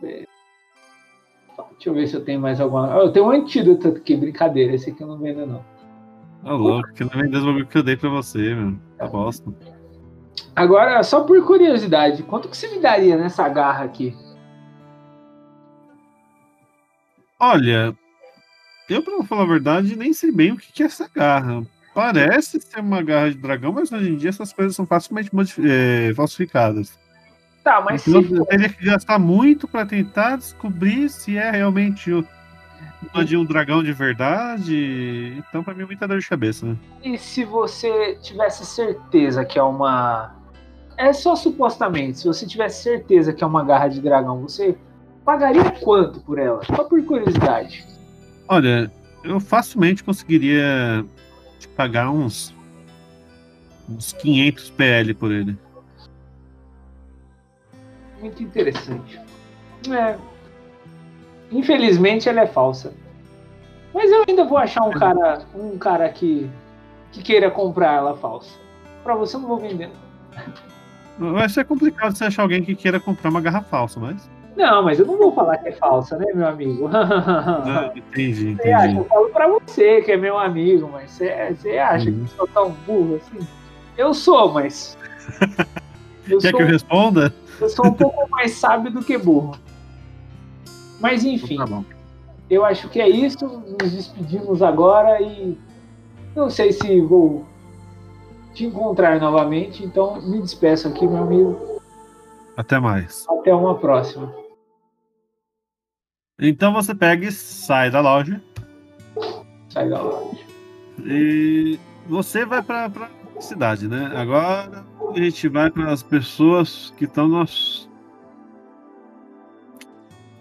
Speaker 2: Deixa eu ver se eu tenho mais alguma. Ah, eu tenho um antídoto aqui, brincadeira. Esse aqui eu não vendo, não.
Speaker 3: Tá louco, que não é mesmo bagulho que eu dei pra você, meu. Tá bosta.
Speaker 2: Agora, só por curiosidade, quanto que você me daria nessa garra aqui?
Speaker 3: Olha, eu, pra falar a verdade, nem sei bem o que que é essa garra. Parece ser uma garra de dragão, mas hoje em dia essas coisas são facilmente modifi- eh, falsificadas.
Speaker 2: Tá, mas
Speaker 3: Então,
Speaker 2: se
Speaker 3: eu teria que gastar muito para tentar descobrir se é realmente o uma de um dragão de verdade. Então, para mim, é muita dor de cabeça, né?
Speaker 2: E se você tivesse certeza que é uma. É só supostamente, se você tivesse certeza que é uma garra de dragão, você pagaria quanto por ela? Só por curiosidade.
Speaker 3: Olha, eu facilmente conseguiria te pagar uns, uns 500 PL por ele.
Speaker 2: Muito interessante. É. Infelizmente ela é falsa. Mas eu ainda vou achar um cara, um cara que, que queira comprar ela falsa. Pra você eu não vou vender. não.
Speaker 3: Vai ser complicado você achar alguém que queira comprar uma garra falsa, mas.
Speaker 2: Não, mas eu não vou falar que é falsa, né, meu amigo?
Speaker 3: Ah, entendi,
Speaker 2: Você acha?
Speaker 3: entendi.
Speaker 2: É, Eu falo pra você que é meu amigo, mas você, você acha
Speaker 3: Uhum.
Speaker 2: que eu sou tão burro assim? Eu sou, mas. Eu,
Speaker 3: Quer
Speaker 2: sou,
Speaker 3: que eu responda?
Speaker 2: eu sou um pouco mais sábio do que burro. Mas enfim,
Speaker 3: Tá bom.
Speaker 2: eu acho que é isso. Nos despedimos agora e não sei se vou te encontrar novamente, então me despeço aqui, meu amigo.
Speaker 3: Até mais.
Speaker 2: Até uma próxima.
Speaker 3: Então você pega e sai da loja.
Speaker 2: Sai da loja.
Speaker 3: E você vai para a cidade, né? Agora a gente vai para as pessoas que estão nas.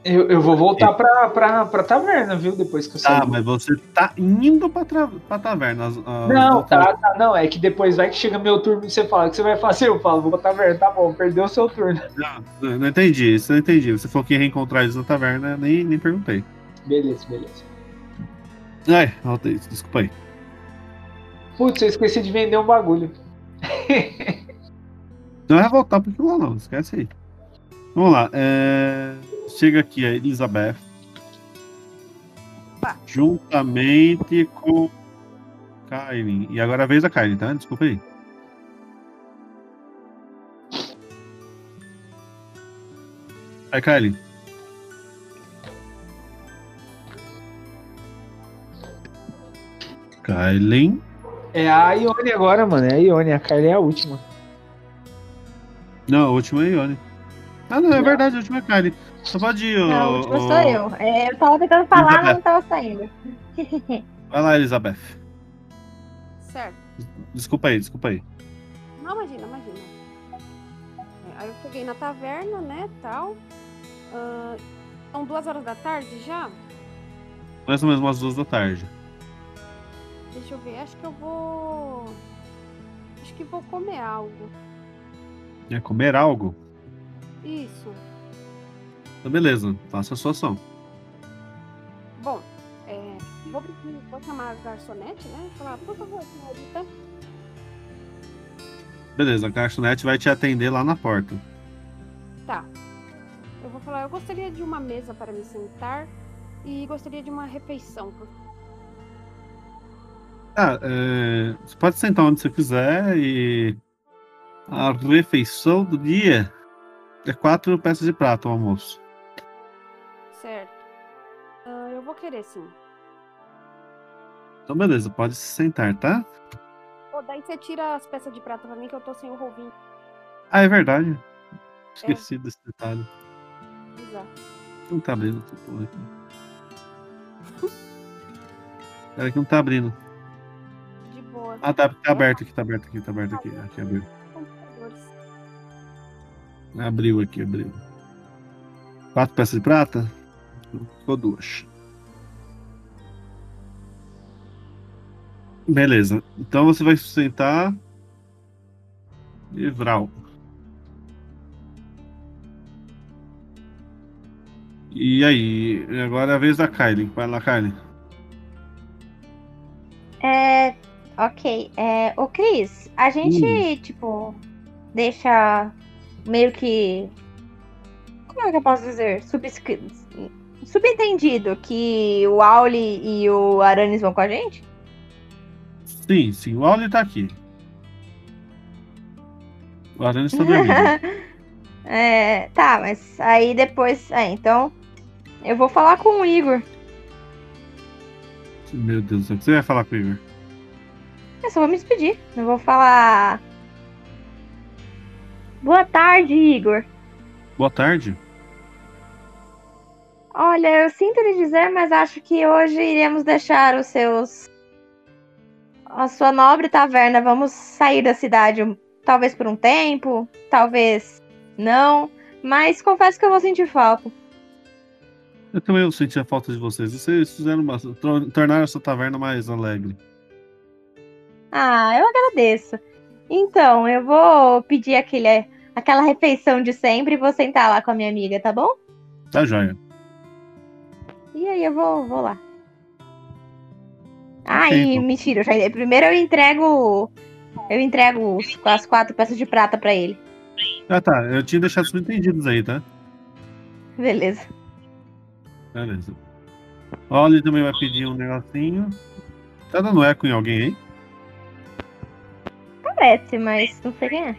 Speaker 2: Eu, eu vou voltar pra, pra, pra taverna, viu? Depois que eu sair.
Speaker 3: É. Tá, mas você tá indo para a taverna. as- as-
Speaker 2: Não,
Speaker 3: as-
Speaker 2: tá, tá, não. É que depois vai que chega meu turno e você fala o que você vai fazer. Eu falo, vou pra taverna, tá bom, perdeu o seu turno.
Speaker 3: Ah, Não, não entendi, isso eu não entendi. Você falou que ia reencontrar eles na taverna, nem, nem perguntei.
Speaker 2: Beleza, beleza.
Speaker 3: Ai, falta isso, desculpa aí.
Speaker 2: Putz, eu esqueci de vender um bagulho.
Speaker 3: Não vai voltar para aquilo lá, não, esquece aí. Vamos lá, é, chega aqui a Elizabeth.
Speaker 6: Opa.
Speaker 3: Juntamente com Kylie. E agora é a vez da Kylie, tá? Desculpa aí. Aí, Kylie. Kylie.
Speaker 2: É a Ione agora, mano. É a Ione, a Carla é a última.
Speaker 3: Não, a última é a Ione. Ah, não, é
Speaker 2: Não.
Speaker 3: verdade, a última é a Kylie. Só pode ir,
Speaker 4: Não,
Speaker 3: ô-
Speaker 4: o último
Speaker 3: ô-
Speaker 4: sou eu. É, eu tava tentando falar, mas não tava saindo.
Speaker 3: Vai lá, Elizabeth.
Speaker 6: Certo.
Speaker 3: Desculpa aí, desculpa aí.
Speaker 6: Não, imagina, imagina. É, Aí eu cheguei na taverna, né, tal. Ah, são duas horas da tarde já?
Speaker 3: Mais ou menos umas duas da tarde.
Speaker 6: Deixa eu ver, acho que eu vou... Acho que vou comer algo.
Speaker 3: Quer comer algo?
Speaker 6: Isso.
Speaker 3: Então, beleza, faça a sua ação.
Speaker 6: Bom, é, vou, pedir- vou chamar a garçonete, né? Falar, por favor, senhorita,
Speaker 3: Beleza, a garçonete vai te atender lá na porta.
Speaker 6: Eu vou falar, eu gostaria de uma mesa para me sentar e gostaria de uma refeição. por-
Speaker 3: Ah, é, você pode sentar onde você quiser e a refeição do dia é quatro peças de prata, o almoço.
Speaker 6: Certo. Ah, eu vou querer, sim.
Speaker 3: Então, beleza, pode se sentar, tá?
Speaker 6: Pô, daí você tira as peças de prata pra mim que eu tô sem o rovinho.
Speaker 3: Ah, é verdade.
Speaker 4: É.
Speaker 3: Esqueci desse detalhe.
Speaker 6: Bizarro.
Speaker 3: Não tá abrindo essa porra aqui. Cara, aqui não tá abrindo.
Speaker 6: De boa.
Speaker 3: Ah, tá, tá aberto aqui, tá aberto aqui, tá aberto aqui. Aqui abriu.
Speaker 6: Computadores.
Speaker 3: Abriu aqui, abriu. Quatro peças de prata? Ficou duas. Beleza. Então você vai sustentar. E Vral. E aí? Agora é a vez da Kylie. Vai lá, Kylie.
Speaker 4: É, ok. É, ô, Cris, a gente, tipo, deixa meio que. Como é que eu posso dizer? Subscri- Subentendido que o Auli e o Aranis vão com a gente?
Speaker 3: Sim, sim. O Auli tá aqui. O Aranha está dormindo.
Speaker 4: É, tá, mas aí depois. É, então. Eu vou falar com o Igor.
Speaker 3: Meu Deus do céu. O que você vai falar com o Igor?
Speaker 4: Eu só vou me despedir. Não vou falar. Boa tarde, Igor.
Speaker 3: Boa tarde.
Speaker 4: Olha, eu sinto lhe dizer, mas acho que hoje iremos deixar os seus. A sua nobre taverna. Vamos sair da cidade, um- talvez por um tempo, talvez não. Mas confesso que eu vou sentir falta.
Speaker 3: Eu também senti a falta de vocês. Vocês fizeram uma... tro- tornaram essa taverna mais alegre.
Speaker 4: Ah, eu agradeço. Então, eu vou pedir aquele, aquela refeição de sempre e vou sentar lá com a minha amiga, tá bom?
Speaker 3: Tá joia.
Speaker 4: E aí eu vou, vou lá. Ai,
Speaker 3: então.
Speaker 4: mentira, eu já- primeiro eu entrego. Eu entrego os- as quatro peças de prata pra ele.
Speaker 3: Ah, tá. Eu tinha deixado subentendidos aí, tá?
Speaker 4: Beleza.
Speaker 3: Beleza. Ó, ele também vai pedir um negocinho. Tá dando eco em alguém aí?
Speaker 4: Parece, mas não sei quem é.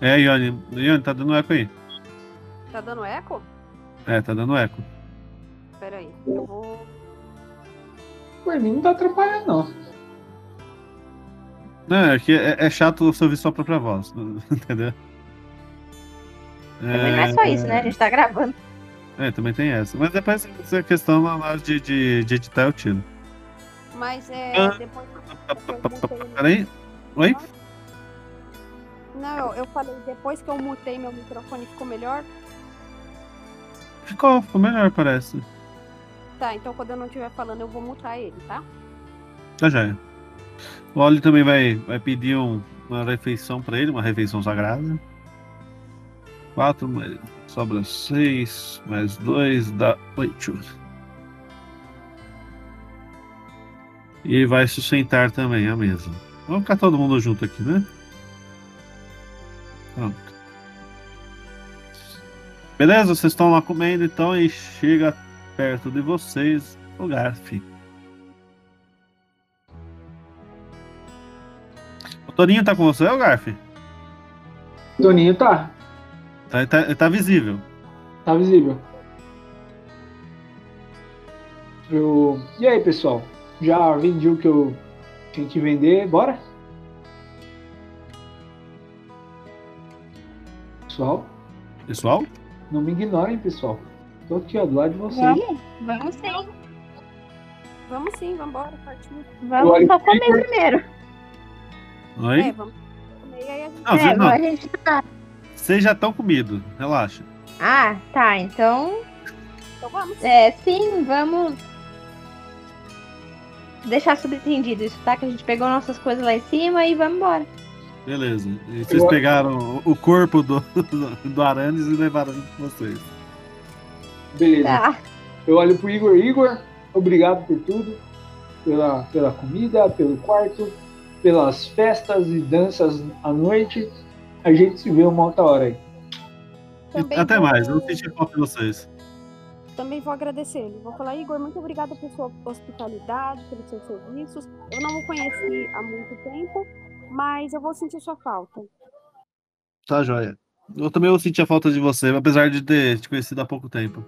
Speaker 3: É, Ione. Ione, tá dando eco aí.
Speaker 6: Tá dando eco?
Speaker 3: É, tá dando eco.
Speaker 6: Pera aí. Eu vou.
Speaker 2: Por mim não tá atrapalhando, não.
Speaker 3: Não, é que é, é chato você ouvir sua própria voz, entendeu?
Speaker 4: Também não é só isso, né? A gente tá gravando.
Speaker 3: É, também tem essa. Mas depois essa questão na hora de, de, de editar eu tiro.
Speaker 6: Mas é.
Speaker 3: Ah.
Speaker 6: Depois.
Speaker 3: Peraí. Oi?
Speaker 6: Não, eu falei, depois que eu mutei meu microfone ficou melhor.
Speaker 3: Ficou, ficou melhor, parece.
Speaker 6: Tá, então quando eu não estiver falando, eu vou mutar ele, tá?
Speaker 3: Tá já. O Oli também vai, vai pedir um- uma refeição pra ele, uma refeição sagrada. Quatro, mais, sobra seis, mais dois, dá oito. E vai sustentar também a mesa. Vamos ficar todo mundo junto aqui, né? Pronto. Beleza, vocês estão lá comendo então e chega perto de vocês o Garf. O Toninho tá com você, ô Garf?
Speaker 2: Toninho tá.
Speaker 3: Tá, tá, tá visível.
Speaker 2: Tá visível. Eu... E aí, pessoal? Já vendi o que eu tinha que vender, bora? Pessoal,
Speaker 3: Pessoal?
Speaker 2: não me ignorem, pessoal. Tô aqui, ó, do lado de vocês.
Speaker 4: Vamos, vamos sim.
Speaker 6: Vamos sim, vambora, um. partimos.
Speaker 2: Olha,
Speaker 4: Vamos só comer primeiro.
Speaker 3: Oi?
Speaker 6: É, vamos comer. Aí a gente...
Speaker 3: Não,
Speaker 4: É,
Speaker 3: vocês, não,
Speaker 4: a gente tá.
Speaker 3: vocês já estão comido, relaxa.
Speaker 4: Ah, tá. Então,
Speaker 6: Então vamos.
Speaker 4: é, sim, vamos. Deixar subentendido isso, tá? Que a gente pegou nossas coisas lá em cima e vamos embora.
Speaker 3: Beleza. E vocês pegaram o- o corpo do, do, Aranes e levaram com vocês.
Speaker 2: Beleza.
Speaker 4: Tá.
Speaker 2: Eu olho pro Igor. Igor, obrigado por tudo. Pela, pela comida, pelo quarto, pelas festas e danças à noite. A gente se vê uma outra hora aí.
Speaker 6: Também
Speaker 3: Até
Speaker 6: vou-
Speaker 3: mais, eu não senti falta de vocês.
Speaker 6: Também vou agradecer ele. Vou falar, Igor, muito obrigada por sua hospitalidade, pelos seus serviços. Eu não o conheci há muito tempo, mas eu vou sentir sua falta.
Speaker 3: Tá, joia. Eu também vou sentir a falta de você, apesar de ter te conhecido há pouco tempo.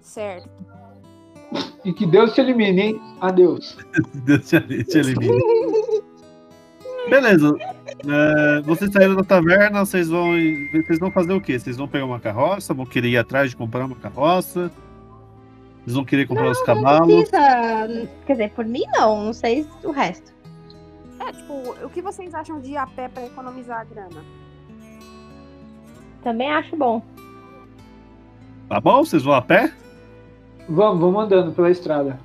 Speaker 6: Certo.
Speaker 2: E que Deus te elimine, hein? Adeus.
Speaker 3: Deus te, te elimine. Beleza. É, vocês saíram da taverna, vocês vão. Vocês vão fazer o quê? Vocês vão pegar uma carroça, vão querer ir atrás de comprar uma carroça. Vocês vão querer comprar os
Speaker 4: Não
Speaker 3: cavalos.
Speaker 4: Ah, precisa. Quer dizer, por mim não, não sei o resto.
Speaker 6: É, tipo, o que vocês acham de ir a pé pra economizar a grana?
Speaker 4: Também acho bom.
Speaker 3: Tá bom? Vocês vão a pé?
Speaker 2: Vamos, vamos andando pela estrada.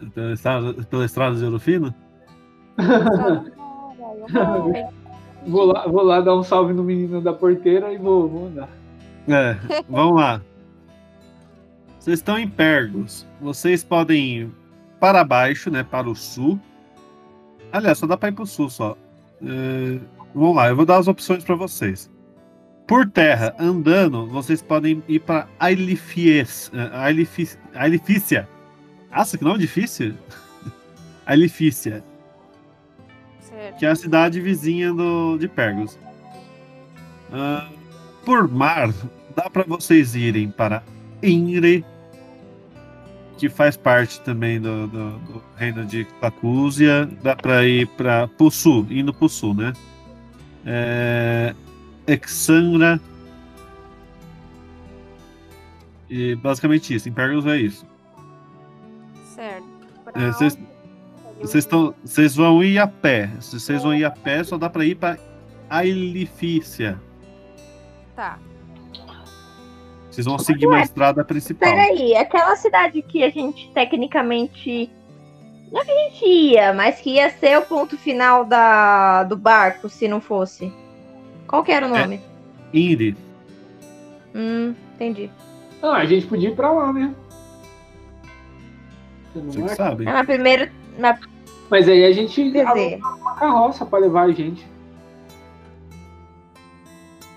Speaker 3: Pela estrada, pela estrada de Eurofino?
Speaker 2: Vou lá, vou lá dar um salve no menino da porteira e vou, vou andar.
Speaker 3: É, vamos lá. Vocês estão em Pergos. Vocês podem ir para baixo, né? Para o sul. Aliás, só dá para ir para o sul só. É, vamos lá, eu vou dar as opções para vocês. Por terra, andando, vocês podem ir para Ailifies, eh, Ailifi- Ailifícia. Nossa, que nome difícil! Ailifícia,
Speaker 6: Certo.
Speaker 3: que é a cidade vizinha do, de Pergos. Ah, por mar, dá para vocês irem para Inre, que faz parte também do, do- do reino de Tacúzia. Dá para ir para o sul, indo para o sul, né? É, Exangra. E basicamente isso, em Pergos é isso.
Speaker 6: Certo.
Speaker 3: É, vocês- Vocês estão, vocês vão ir a pé. Se vocês vão ir a pé, só dá para ir para Ailifícia.
Speaker 6: Tá.
Speaker 3: Vocês vão seguir uma
Speaker 4: Ué,
Speaker 3: estrada principal.
Speaker 4: Peraí, aquela cidade que a gente tecnicamente. Não é que a gente ia, mas que ia ser o ponto final da, do barco, se não fosse. Qual que era o nome?
Speaker 3: Indy.
Speaker 4: Hum, entendi.
Speaker 2: Ah, a gente podia ir pra lá, né? Você não
Speaker 3: Vocês
Speaker 2: é?
Speaker 3: que sabem.
Speaker 4: Ah, mas primeiro,
Speaker 2: Mas aí a gente
Speaker 4: quer
Speaker 2: aluga
Speaker 4: dizer,
Speaker 2: uma carroça pra levar a gente.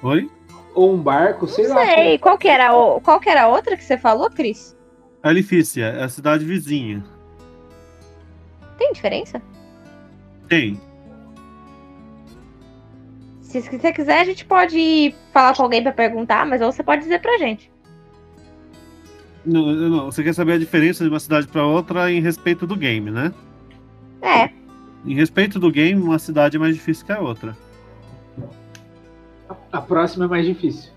Speaker 3: Oi?
Speaker 2: Ou um barco, sei
Speaker 4: não
Speaker 2: lá.
Speaker 4: sei, qual que, era, o- qual que era a outra que você falou, Cris?
Speaker 3: Alifícia, é a cidade vizinha.
Speaker 4: Tem diferença?
Speaker 3: Tem.
Speaker 4: Se você quiser, a gente pode falar com alguém pra perguntar, mas ou você pode dizer pra gente.
Speaker 3: Não, não, você quer saber a diferença de uma cidade para outra em respeito do game, né?
Speaker 4: É,
Speaker 3: Em respeito do game, uma cidade é mais difícil que a outra.
Speaker 2: A próxima é mais difícil.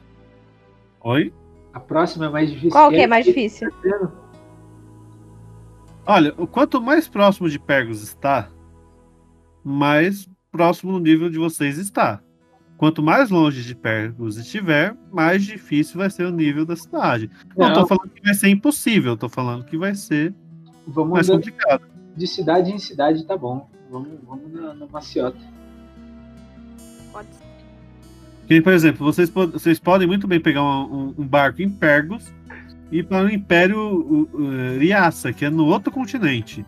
Speaker 3: Oi?
Speaker 2: A próxima é mais difícil. né?
Speaker 4: qual que é mais
Speaker 2: esse-
Speaker 4: difícil?
Speaker 3: Olha, o quanto mais próximo de Pergos está, mais próximo do nível de vocês está. Quanto mais longe de Pergos estiver, mais difícil vai ser o nível da cidade. Não,
Speaker 2: Não,
Speaker 3: tô falando que vai ser impossível, tô falando que vai ser
Speaker 2: vamos
Speaker 3: mais
Speaker 2: andando
Speaker 3: complicado.
Speaker 2: de cidade em cidade, tá bom. Vamos, vamos na, na maciota.
Speaker 6: Pode
Speaker 3: Que, por exemplo, vocês, po- vocês podem muito bem pegar um, um- um barco em Pergos e ir para o Império uh, uh, Riaça, que é no outro continente.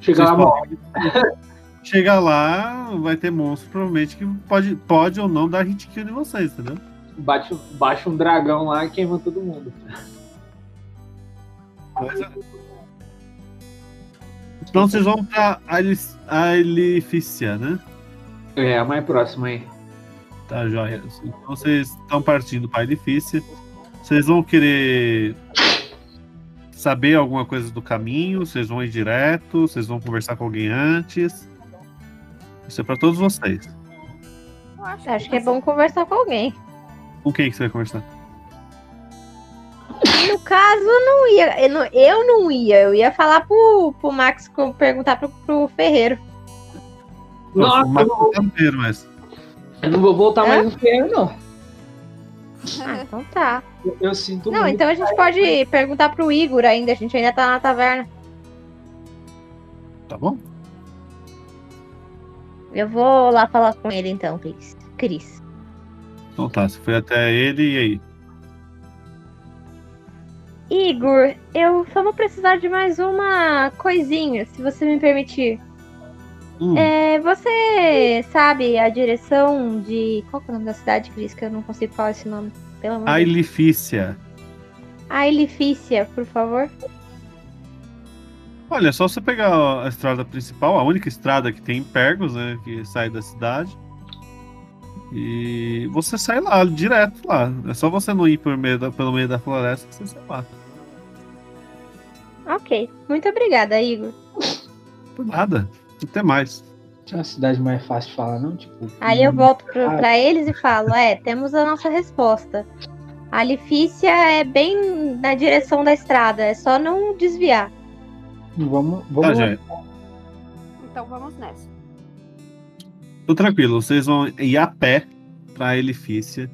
Speaker 2: Chega
Speaker 3: Vocês
Speaker 2: lá, morre.
Speaker 3: podem- Chega lá, vai ter monstro, provavelmente, que pode, pode ou não dar hit kill em vocês, entendeu?
Speaker 2: bate, bate um dragão lá e queima todo mundo.
Speaker 3: Mas, é. Então vocês vão pra Alis- Alifícia, né?
Speaker 2: É, a mais próxima aí.
Speaker 3: Tá, joia. Então vocês estão partindo pra Alifícia. Vocês vão querer saber alguma coisa do caminho, vocês vão ir direto, vocês vão conversar com alguém antes. Isso é pra todos vocês.
Speaker 6: Eu acho,
Speaker 4: Acho que é bom conversar com alguém.
Speaker 3: Com quem que você vai conversar?
Speaker 4: No caso, eu não ia. Eu não, eu não ia. Eu ia falar pro, pro Max co- perguntar pro, pro Ferreiro.
Speaker 2: Nossa,
Speaker 3: Mas-
Speaker 2: eu não,
Speaker 3: mas...
Speaker 2: eu não vou voltar
Speaker 4: É?
Speaker 2: mais no ferro, não.
Speaker 4: Ah, então tá.
Speaker 2: Eu, eu sinto
Speaker 4: Não,
Speaker 2: muito.
Speaker 4: então a gente pode perguntar pro Igor ainda. A gente ainda tá na taverna.
Speaker 3: Tá bom?
Speaker 4: Eu vou lá falar com ele então, Cris. Cris.
Speaker 3: Então tá, você foi até ele e aí?
Speaker 4: Igor, eu só vou precisar de mais uma coisinha, se você me permitir.
Speaker 3: Hum,
Speaker 4: É, você sabe a direção de. Qual que é o nome da cidade, Cris? Que eu não consigo falar esse nome. Pelo amor de Deus.
Speaker 3: Ailifícia.
Speaker 4: A Elifícia, por favor.
Speaker 3: Olha, é só você pegar a estrada principal, a única estrada que tem em Pergos, né? Que sai da cidade. E você sai lá, direto lá. É só você não ir por meio da- pelo meio da floresta que você sai lá.
Speaker 4: Ok. Muito obrigada, Igor.
Speaker 3: Por nada. Até mais.
Speaker 4: então-
Speaker 2: Tinha uma cidade mais fácil de falar, não? Tipo.
Speaker 4: Aí eu
Speaker 2: hum,
Speaker 4: volto pro,
Speaker 3: Ah.
Speaker 4: pra eles e falo: é, temos a nossa resposta. A Lifícia é bem na direção da estrada, é só não desviar.
Speaker 2: Vamos,
Speaker 3: Tá,
Speaker 2: vamos
Speaker 3: joia.
Speaker 6: Então vamos nessa.
Speaker 3: Tô tranquilo, vocês vão ir a pé pra Elifícia.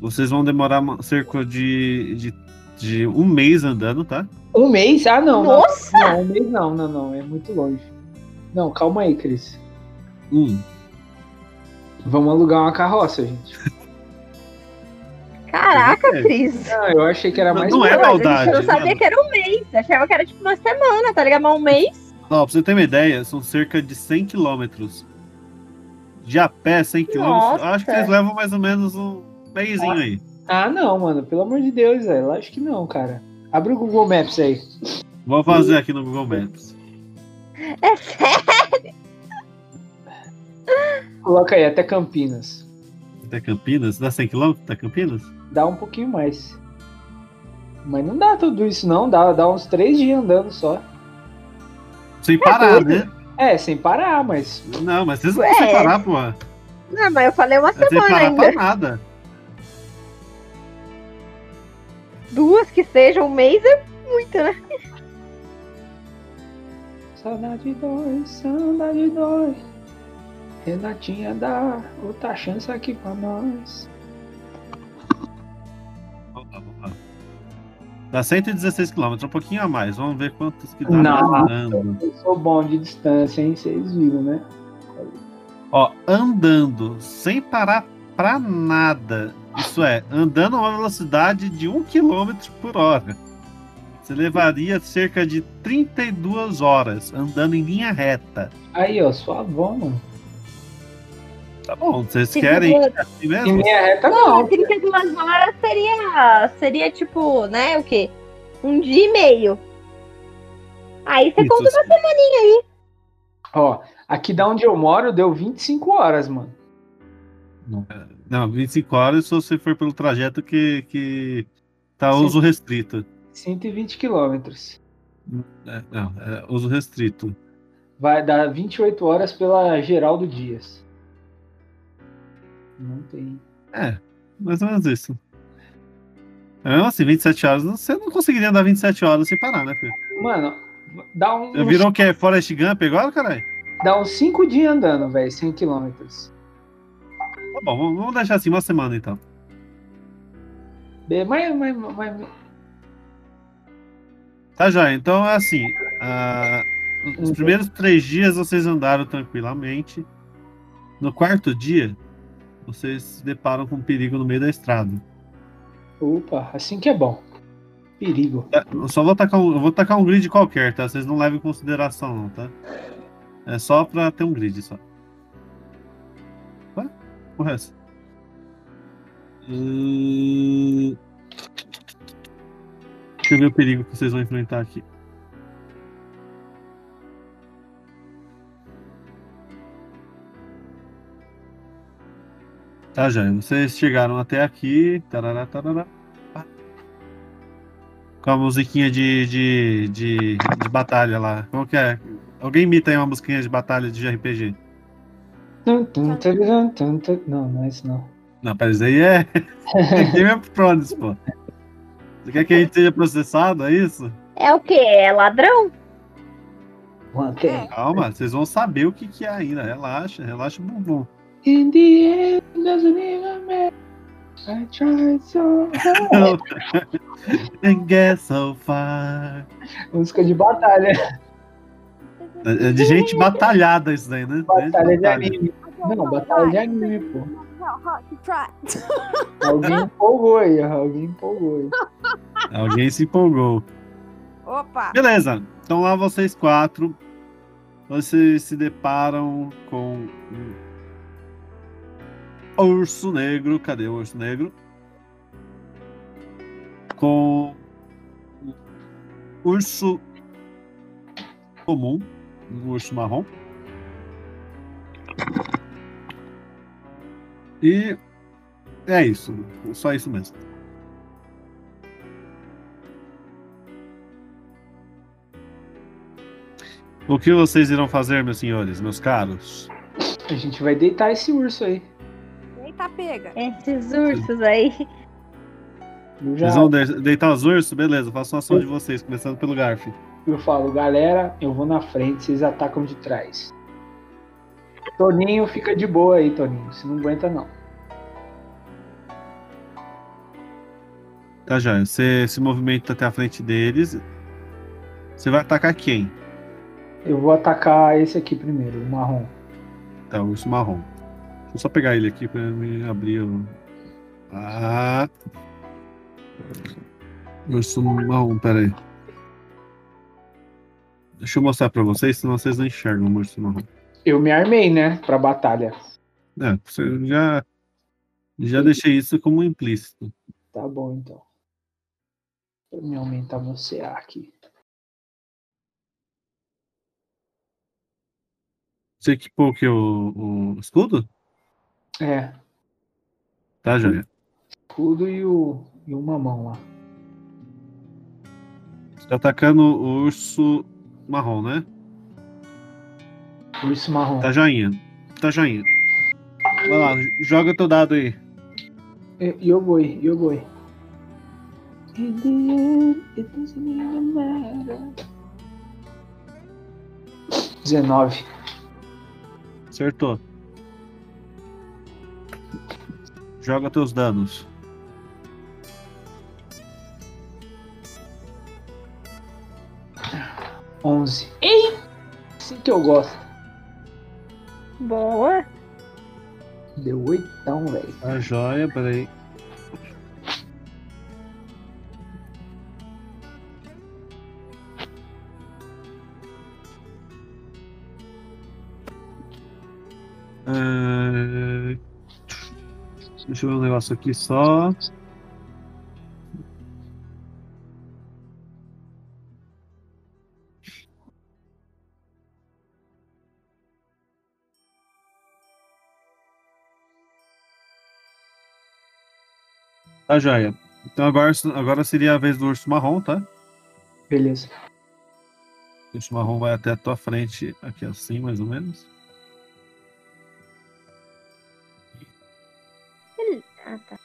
Speaker 3: Vocês vão demorar uma- cerca de, de, de um mês andando, tá?
Speaker 2: Um mês? Ah, não. não.
Speaker 4: Nossa!
Speaker 2: Não, um mês não, não, não. É muito longe. Não, calma aí, Cris.
Speaker 3: Hum.
Speaker 2: Vamos alugar uma carroça, gente.
Speaker 4: Caraca,
Speaker 3: É.
Speaker 4: Cris!
Speaker 2: Não, Ah, eu achei que era mais. um.
Speaker 3: Não é
Speaker 4: Pô,
Speaker 3: maldade,
Speaker 4: Eu não sabia
Speaker 3: né?
Speaker 4: que era um mês, eu achava que era tipo uma semana, tá ligado? Mas um mês?
Speaker 3: Ó, pra você ter uma ideia, são cerca de 100 quilômetros. De a pé, 100 quilômetros. Acho que vocês levam mais ou menos um mêsinho aí.
Speaker 2: Ah, não, mano. Pelo amor de Deus, velho. Acho que não, cara. Abre o Google Maps aí.
Speaker 3: Vou fazer aqui no Google Maps.
Speaker 4: É sério?
Speaker 2: Coloca aí até Campinas.
Speaker 3: Até Campinas? Dá 100 quilômetros até Campinas?
Speaker 2: Dá um pouquinho mais. Mas não dá tudo isso, não. Dá, dá uns três dias andando só.
Speaker 3: Sem parar,
Speaker 4: doido.
Speaker 3: né?
Speaker 2: É, sem parar, mas.
Speaker 3: Não, mas vocês não vão
Speaker 4: Ué.
Speaker 3: separar, porra.
Speaker 4: Não, né, mas eu falei uma
Speaker 3: É sem
Speaker 4: semana
Speaker 3: parar pra
Speaker 4: ainda.
Speaker 3: nada.
Speaker 4: Duas que sejam, um mês é muito, né?
Speaker 2: Saudade dói, saudade dói. Renatinha dá outra chance aqui pra nós.
Speaker 3: Vamos lá, vamos lá. Dá 116 quilômetros, um pouquinho a mais. Vamos ver quantos que dá
Speaker 2: Não.
Speaker 3: andando.
Speaker 2: Eu sou bom de distância, hein? Vocês viram, né?
Speaker 3: Ó, andando, sem parar pra nada. Isso é, andando a uma velocidade de 1 km por hora. Você levaria cerca de 32 horas andando em linha reta.
Speaker 2: Aí, ó, sua avó, mano.
Speaker 3: Tá bom, vocês querem ir assim
Speaker 2: Em
Speaker 3: mesmo?
Speaker 2: linha reta,
Speaker 4: Não,
Speaker 2: não.
Speaker 4: 32 horas seria. Seria tipo, né, o quê? Um dia e meio. Aí você
Speaker 3: Isso,
Speaker 4: conta
Speaker 3: assim.
Speaker 2: Ó, aqui da onde eu moro deu 25 horas, mano.
Speaker 3: Não, 25 horas se você for pelo trajeto que, que tá
Speaker 2: Sim.
Speaker 3: uso restrito.
Speaker 2: 120 quilômetros.
Speaker 3: É, não, é uso restrito.
Speaker 2: Vai dar 28 horas pela Geraldo Dias. Não tem.
Speaker 3: É, mais ou menos isso. Mas Mesmo assim, 27 horas, não- você não conseguiria andar 27 horas sem parar, né, filho?
Speaker 2: Mano, dá um.
Speaker 3: Virou o que? Forest Gump agora, caralho?
Speaker 2: Dá uns 5 dias andando, velho, 100 quilômetros.
Speaker 3: Tá bom, vamos- vamos deixar assim uma semana então.
Speaker 2: Be- Mas, mas, mas,
Speaker 3: Tá já, então é assim. ah, os
Speaker 2: Uhum.
Speaker 3: primeiros três dias vocês andaram tranquilamente. No quarto dia, vocês se deparam com um perigo no meio da estrada.
Speaker 2: Opa, assim que é bom. Perigo.
Speaker 3: Tá, Eu só vou tacar um, eu vou tacar um grid qualquer, tá? Vocês não levem em consideração, não, tá? É só pra ter um grid só. Ué? O resto. Hum... Deixa eu ver o perigo que vocês vão enfrentar aqui. Tá, já. Vocês chegaram até aqui. Tarará, tarará com a musiquinha de, de, de, de batalha lá. Como que é? Alguém imita aí uma musiquinha de batalha de RPG?
Speaker 2: Tum, tum, tararam, tum, tum. Não, não é isso não.
Speaker 3: Não, pera, isso aí é Game of Thrones, pô. Você quer que a gente seja processado, é isso?
Speaker 4: É o quê? É ladrão?
Speaker 6: É,
Speaker 2: One
Speaker 3: Calma, vocês vão saber o que, que é ainda. Relaxa, relaxa o bumbum.
Speaker 2: In the end, doesn't even matter. I tried so hard.
Speaker 3: And get so far.
Speaker 2: Música de batalha.
Speaker 3: É de gente batalhada isso daí, né?
Speaker 2: Batalha de
Speaker 3: Batalha.
Speaker 2: anime. Não,
Speaker 4: é
Speaker 2: batalha de anime, pô.
Speaker 6: Não, Rock, try.
Speaker 2: Alguém empolgou aí, ó, alguém empolgou aí.
Speaker 3: Alguém se empolgou.
Speaker 6: Opa!
Speaker 3: Beleza, então lá vocês quatro, vocês se deparam com um urso negro, cadê o urso negro? Com um urso comum, um urso marrom. E é isso, só isso mesmo. O que vocês irão fazer, meus senhores, meus caros?
Speaker 2: A gente vai deitar esse urso aí.
Speaker 6: Eita, pega.
Speaker 4: Esses ursos aí.
Speaker 2: Eu já é
Speaker 3: Vocês vão de- deitar os ursos? Beleza, faço uma ação de vocês, começando pelo Garf.
Speaker 2: eu falo, galera, eu vou na frente, vocês atacam de trás. Toninho fica de boa aí, Toninho. Você não aguenta, não.
Speaker 3: Tá já, você se movimenta até a frente deles. Você vai atacar quem?
Speaker 2: Eu vou atacar esse aqui primeiro, o marrom.
Speaker 3: Tá, o urso marrom. Deixa eu só pegar ele aqui pra me abrir o. Ah! Urso marrom, pera aí. Deixa eu mostrar pra vocês, senão vocês não enxergam o urso marrom.
Speaker 2: Eu me armei, né, pra batalha.
Speaker 3: É, você já. Já deixei isso como implícito.
Speaker 2: Tá bom, então. Deixa eu me aumentar meu CA aqui.
Speaker 3: Você equipou o que? O, o escudo?
Speaker 2: É,
Speaker 3: Tá, joia.
Speaker 2: escudo e o, e o mamão lá.
Speaker 3: Você tá atacando o urso marrom, né?
Speaker 2: Urso marrom.
Speaker 3: Tá joinha. Tá joinha. Vai lá, joga teu dado aí.
Speaker 2: É, E eu vou, eu vou. Dezenove.
Speaker 3: Acertou. Joga teus danos.
Speaker 2: Onze. Ei! Assim que eu gosto.
Speaker 4: Boa.
Speaker 2: Deu oitão, velho.
Speaker 3: A Tá joia, peraí. É, Deixa eu ver um negócio aqui só. Tá joia. Então agora, agora seria a vez do urso marrom, tá?
Speaker 2: Beleza.
Speaker 3: O urso marrom vai até a tua frente, aqui assim, mais ou menos.
Speaker 4: Ah, tá.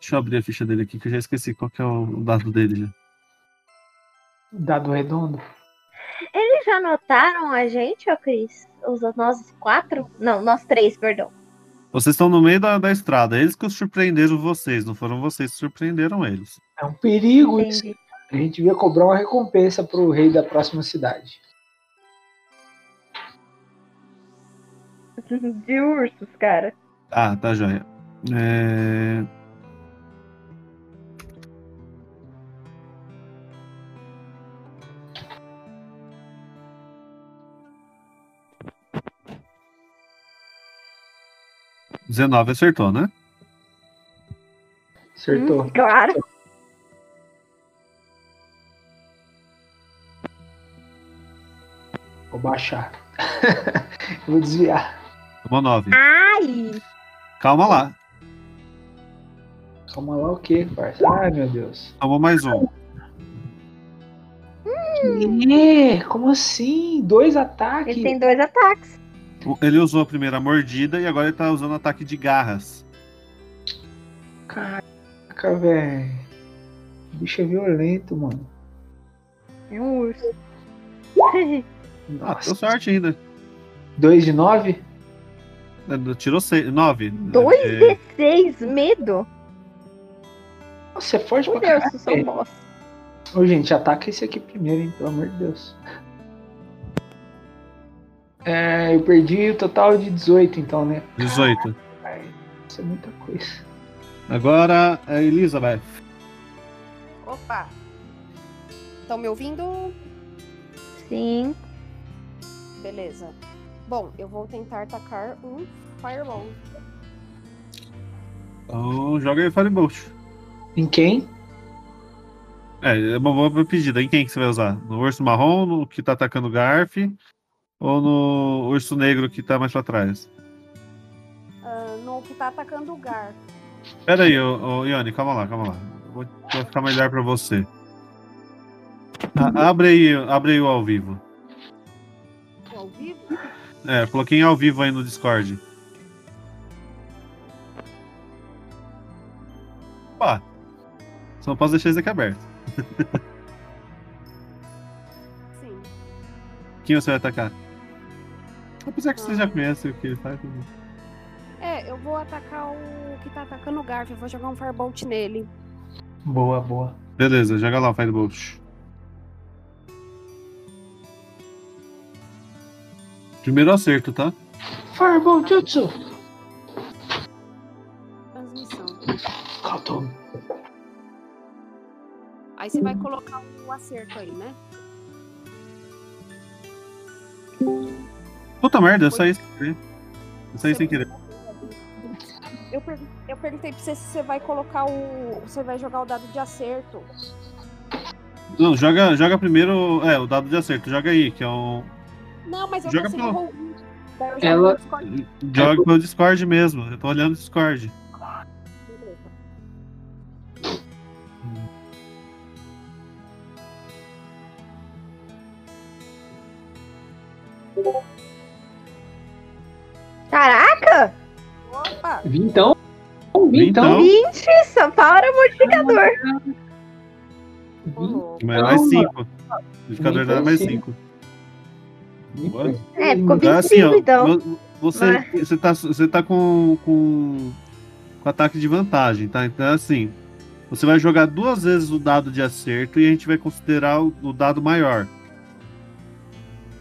Speaker 3: Deixa eu abrir a ficha dele aqui, que eu já esqueci qual que é o dado dele já.
Speaker 2: Dado redondo.
Speaker 4: Eles já notaram a gente, ô Cris? Os, nós quatro? Não, nós três, perdão.
Speaker 3: Vocês estão no meio da, da estrada. Eles que surpreenderam vocês, não foram vocês que surpreenderam eles.
Speaker 2: É um perigo isso.
Speaker 4: Entendi.
Speaker 2: A gente devia cobrar uma recompensa pro rei da próxima cidade.
Speaker 4: De ursos, cara.
Speaker 3: Ah, tá joia. É... Dezenove acertou, né?
Speaker 4: Hum?
Speaker 2: Acertou.
Speaker 4: Claro.
Speaker 2: Vou baixar. Vou desviar.
Speaker 3: Tomou nove.
Speaker 4: Ai!
Speaker 3: Calma lá.
Speaker 2: Calma lá o quê, parça? Ai, meu Deus.
Speaker 3: Tomou mais um.
Speaker 2: Ih, como assim? Dois ataques?
Speaker 4: Hum. Ele tem dois ataques.
Speaker 3: Ele usou a primeira mordida e agora ele tá usando ataque de garras.
Speaker 2: Caraca, velho. O bicho é violento, mano.
Speaker 4: É um urso.
Speaker 3: Ah,
Speaker 2: Nossa.
Speaker 3: deu sorte ainda.
Speaker 2: 2 de 9?
Speaker 3: Eh, Tirou seis, nove.
Speaker 4: Dois
Speaker 3: É,
Speaker 4: D6, medo?
Speaker 2: Nossa, é forte
Speaker 4: Meu
Speaker 2: pra
Speaker 4: Deus,
Speaker 2: caralho.
Speaker 4: vocês são bosta.
Speaker 2: Ô, gente, ataca esse aqui primeiro, hein? Pelo amor de Deus. É, eu perdi o total de 18, então, né?
Speaker 3: 18.
Speaker 2: Isso é muita coisa.
Speaker 3: Agora a Elizabeth.
Speaker 6: Opa. Estão me ouvindo?
Speaker 4: Sim.
Speaker 6: Beleza. Bom, eu vou tentar atacar um Fireball.
Speaker 3: Então joga aí o Firebolt.
Speaker 2: Em quem?
Speaker 3: É, é uma boa pedida. Em quem que você vai usar? No urso marrom, no que tá atacando o Garf? Ou no urso negro que tá mais pra trás?
Speaker 6: Ah, no que tá atacando o Gar.
Speaker 3: Pera aí, ô, ô, Ione, calma lá, calma lá. Vou, vou ficar melhor pra você. A- Ah, abre aí, abre aí o ao vivo.
Speaker 6: Tô ao vivo?
Speaker 3: É, coloquei em ao vivo aí no Discord. Ó, só não posso deixar isso aqui aberto.
Speaker 6: Sim.
Speaker 3: Quem você vai atacar? Apesar que você já conhece o que ele faz. né? tudo bem.
Speaker 6: É, eu vou atacar o que tá atacando o Garf. Eu vou jogar um Firebolt nele.
Speaker 2: Boa, boa.
Speaker 3: Beleza, joga lá o Firebolt. Primeiro acerto, tá?
Speaker 2: Fireball Jutsu.
Speaker 6: Transmissão.
Speaker 2: Calton.
Speaker 6: Aí você vai colocar o acerto aí, né?
Speaker 3: Puta merda, eu saí sem querer. Eu saí sem querer.
Speaker 6: Eu, pergun- eu perguntei pra você se você vai colocar o. Você vai jogar o dado de acerto.
Speaker 3: Não, joga, joga primeiro. É, o dado de acerto, joga aí, que é um.
Speaker 6: Não, mas eu
Speaker 3: Joga
Speaker 6: consigo
Speaker 3: pelo-
Speaker 6: ouvir. Daí eu jogo
Speaker 2: Ela-
Speaker 6: no Discord.
Speaker 3: Joga pelo Discord mesmo. Eu tô olhando o Discord.
Speaker 6: Beleza.
Speaker 4: Caraca,
Speaker 6: Opa!
Speaker 2: Vintão? Um Vintão?
Speaker 3: Não. Vintão.
Speaker 4: 20, só para o modificador.
Speaker 6: Ô,
Speaker 3: então.
Speaker 6: louco.
Speaker 3: Mas é mais
Speaker 2: Calma.
Speaker 3: 5. O indicador dá mais
Speaker 2: Sim.
Speaker 3: 5. Boa.
Speaker 4: É, ficou
Speaker 3: Dá
Speaker 4: 25,
Speaker 3: assim, ó.
Speaker 4: então.
Speaker 3: vo- Você,
Speaker 6: né?
Speaker 3: você tá, você tá com, com, com ataque de vantagem, tá? Então é assim. Você vai jogar duas vezes o dado de acerto e a gente vai considerar o, o dado maior.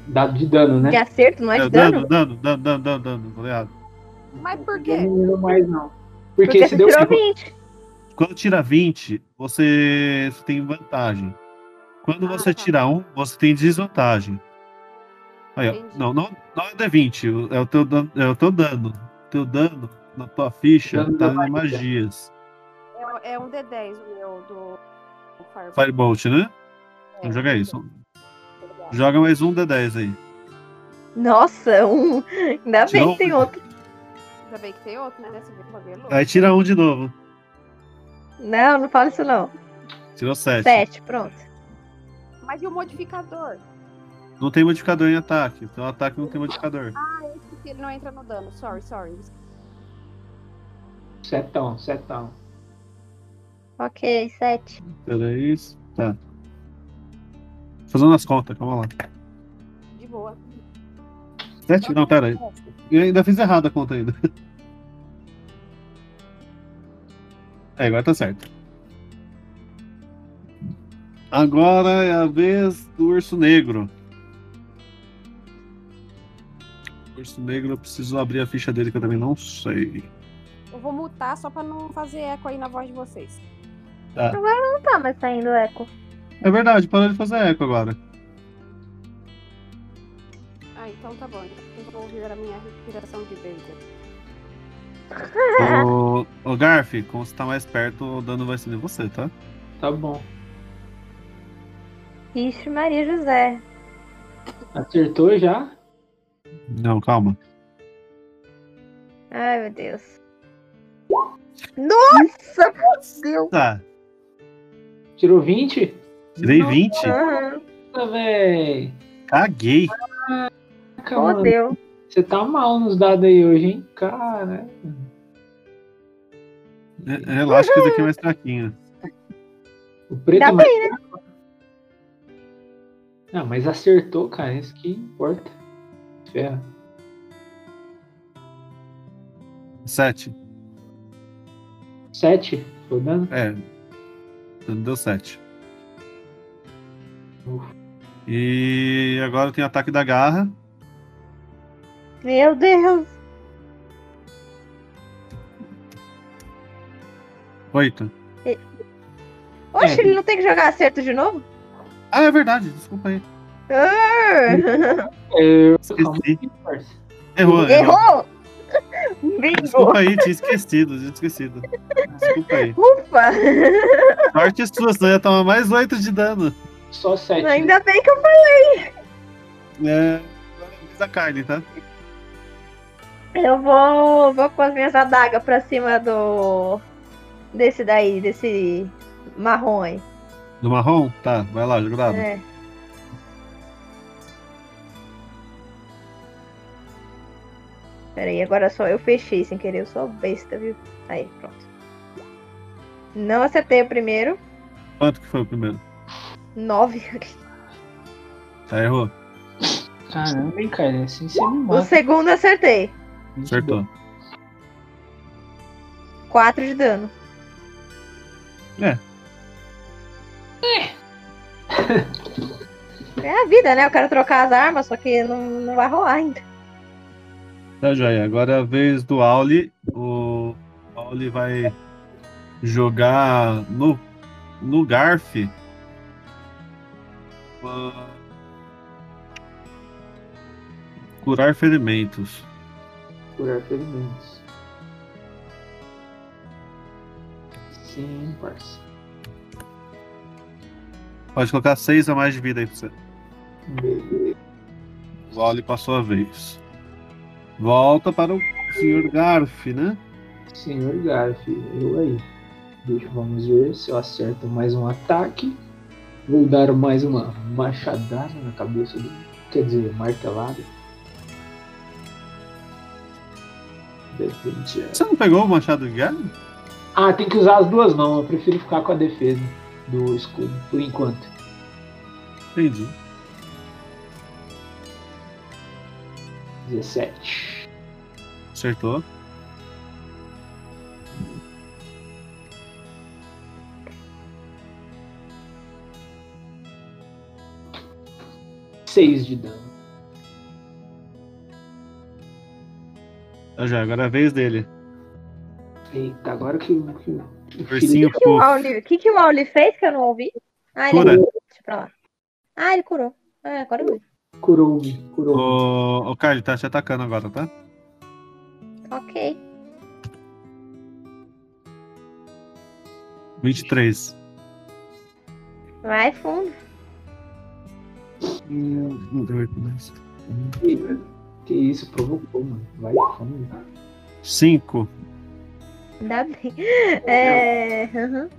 Speaker 2: Dado de dano, né?
Speaker 4: De acerto, não é
Speaker 3: É,
Speaker 4: de dano?
Speaker 3: dano, dano, dano, dano, dano, dano, falei errado.
Speaker 6: Mas por
Speaker 2: Eu
Speaker 6: quê?
Speaker 2: não lembro mais, não. Porque,
Speaker 4: Porque
Speaker 2: se
Speaker 4: você
Speaker 2: deu
Speaker 4: tirou 20.
Speaker 3: Quando tira 20, você você tem vantagem. Quando
Speaker 6: Ah,
Speaker 3: você
Speaker 6: tá.
Speaker 3: tira 1, você tem desvantagem. Aí, ó,
Speaker 6: Entendi.
Speaker 3: não, não, não é D20, é o teu, dan- é o teu dano. Teu dano na tua ficha
Speaker 2: Dano
Speaker 3: tá
Speaker 2: da
Speaker 3: em
Speaker 2: magia.
Speaker 3: magias.
Speaker 6: É, é um D10 o meu do. É, do Firebolt.
Speaker 3: Firebolt, né? Então joga isso.
Speaker 6: tá
Speaker 3: Joga mais um D10 aí.
Speaker 4: Nossa, um. Ainda bem
Speaker 3: Tirou
Speaker 4: que tem
Speaker 3: um.
Speaker 4: outro.
Speaker 6: Ainda bem que tem outro, né? Dessa vez eu vou ver louco.
Speaker 3: Aí tira um de novo.
Speaker 4: Não, não fala isso não.
Speaker 3: Tirou
Speaker 2: É,
Speaker 3: 7.
Speaker 4: 7, pronto.
Speaker 6: Mas e o modificador?
Speaker 3: Não tem modificador em ataque. Então ataque não tem modificador.
Speaker 6: Porque ele não entra no dano. Sorry, sorry.
Speaker 2: Setão, setão.
Speaker 4: Ok, 7.
Speaker 3: Peraí. Tá. Fazendo as contas, calma lá.
Speaker 6: De boa. É,
Speaker 3: 7? Não, pera aí. Eu ainda fiz errado a conta ainda. É, agora tá certo. Agora é a vez do urso negro. Urso negro, eu preciso abrir a ficha dele que eu também não sei.
Speaker 6: Eu vou mutar só pra não fazer eco aí na voz de vocês.
Speaker 4: Não tá mais saindo eco.
Speaker 3: É verdade, parou de fazer eco agora.
Speaker 6: Ah, então tá bom. Eu vou ouvir a minha respiração de vento.
Speaker 3: Ô, ô Garf, como você tá mais perto, o dano vai ser de você, tá?
Speaker 2: Tá bom.
Speaker 4: Ixi, Maria José.
Speaker 2: Acertou já?
Speaker 3: Não, calma.
Speaker 4: Ai, meu Deus. Nossa, meu Deus.
Speaker 3: Tá,
Speaker 2: Tirou 20?
Speaker 3: tirei
Speaker 2: Nossa.
Speaker 3: 20.
Speaker 4: Aham,
Speaker 2: Nossa, véi.
Speaker 3: Caguei.
Speaker 2: Caraca, mano.
Speaker 4: Fodeu.
Speaker 2: Você tá mal nos dados aí hoje, hein? Cara.
Speaker 3: Re- Relaxa que esse aqui é mais fraquinho.
Speaker 2: O preto
Speaker 4: Dá
Speaker 2: é mais fraco. Não, mas acertou, cara. Isso que importa. Ferra.
Speaker 3: 7.
Speaker 2: 7? Tô dando?
Speaker 3: É. Dano deu 7. E agora tem o ataque da garra.
Speaker 4: Meu Deus.
Speaker 3: 8.
Speaker 4: Oxe,
Speaker 2: É.
Speaker 4: ele não tem que jogar acerto de novo?
Speaker 3: Ah, é verdade, desculpa aí.
Speaker 4: Ah,
Speaker 3: Esqueci.
Speaker 2: parça.
Speaker 3: Errou, errou.
Speaker 4: Errou! Bingo!
Speaker 3: Desculpa aí, tinha esquecido, tinha esquecido. Desculpa aí.
Speaker 4: Ufa!
Speaker 3: Sorte sua, senão ia tomar mais 8 de dano.
Speaker 2: Só 7.
Speaker 4: Ainda bem que eu
Speaker 3: É. Agora é a vez da Kylie, tá?
Speaker 4: Eu vou, vou com as minhas adagas pra cima do. Desse daí, desse marrom aí.
Speaker 3: Do marrom? Tá, vai lá, jogo dado.
Speaker 4: É. Peraí, agora só eu fechei sem querer, eu sou besta, viu? Aí, pronto. Não acertei o primeiro.
Speaker 3: Quanto que foi o primeiro?
Speaker 4: Nove.
Speaker 3: Tá, errou.
Speaker 2: né? Caramba, hein, cara? Assim você me
Speaker 4: O
Speaker 2: mata.
Speaker 4: segundo eu acertei.
Speaker 2: Muito
Speaker 3: Acertou.
Speaker 4: Quatro de dano.
Speaker 3: É.
Speaker 4: É a vida, né? Eu quero trocar as armas, só que não, não vai rolar então. ainda.
Speaker 3: Tá, joia. Agora é a vez do Auli. O Auli vai jogar no, no Garf. Ah, Curar ferimentos.
Speaker 2: bom. Curar ferimentos. Sim, parça.
Speaker 3: Pode colocar seis a mais de vida aí pra você.
Speaker 2: Um
Speaker 1: Beleza.
Speaker 3: Vale pra sua vez. Volta para o Sr. Garf, né?
Speaker 2: Senhor Garf, eu aí. Deixa, vamos ver se eu acerto mais um ataque. Vou dar mais uma machadada na cabeça dele. Quer dizer, martelada. Defende.
Speaker 3: Você não pegou o machado de guerra?
Speaker 2: Ah, tem que usar as duas mãos. Eu prefiro ficar com a defesa do escudo, por enquanto.
Speaker 3: Entendi.
Speaker 2: 17.
Speaker 3: Acertou.
Speaker 2: seis de dano.
Speaker 3: Tá, joia. Agora é a vez dele.
Speaker 2: Eita, agora que, que o
Speaker 3: Ursinho
Speaker 4: O que o
Speaker 3: Puff.
Speaker 4: Auli, o que que o Auli fez que eu não ouvi? Ah, ele
Speaker 3: Cura.
Speaker 4: curou. Deixa pra lá. Ah, ele curou. Ah, agora eu vi.
Speaker 2: curou, curou.
Speaker 3: Ô, ô Carly, tá te atacando agora, tá?
Speaker 4: Ok.
Speaker 3: 23.
Speaker 4: Vai fundo.
Speaker 2: Que isso, provocou, mano. Vai fome.
Speaker 3: 5.
Speaker 4: Ainda bem. É. aham.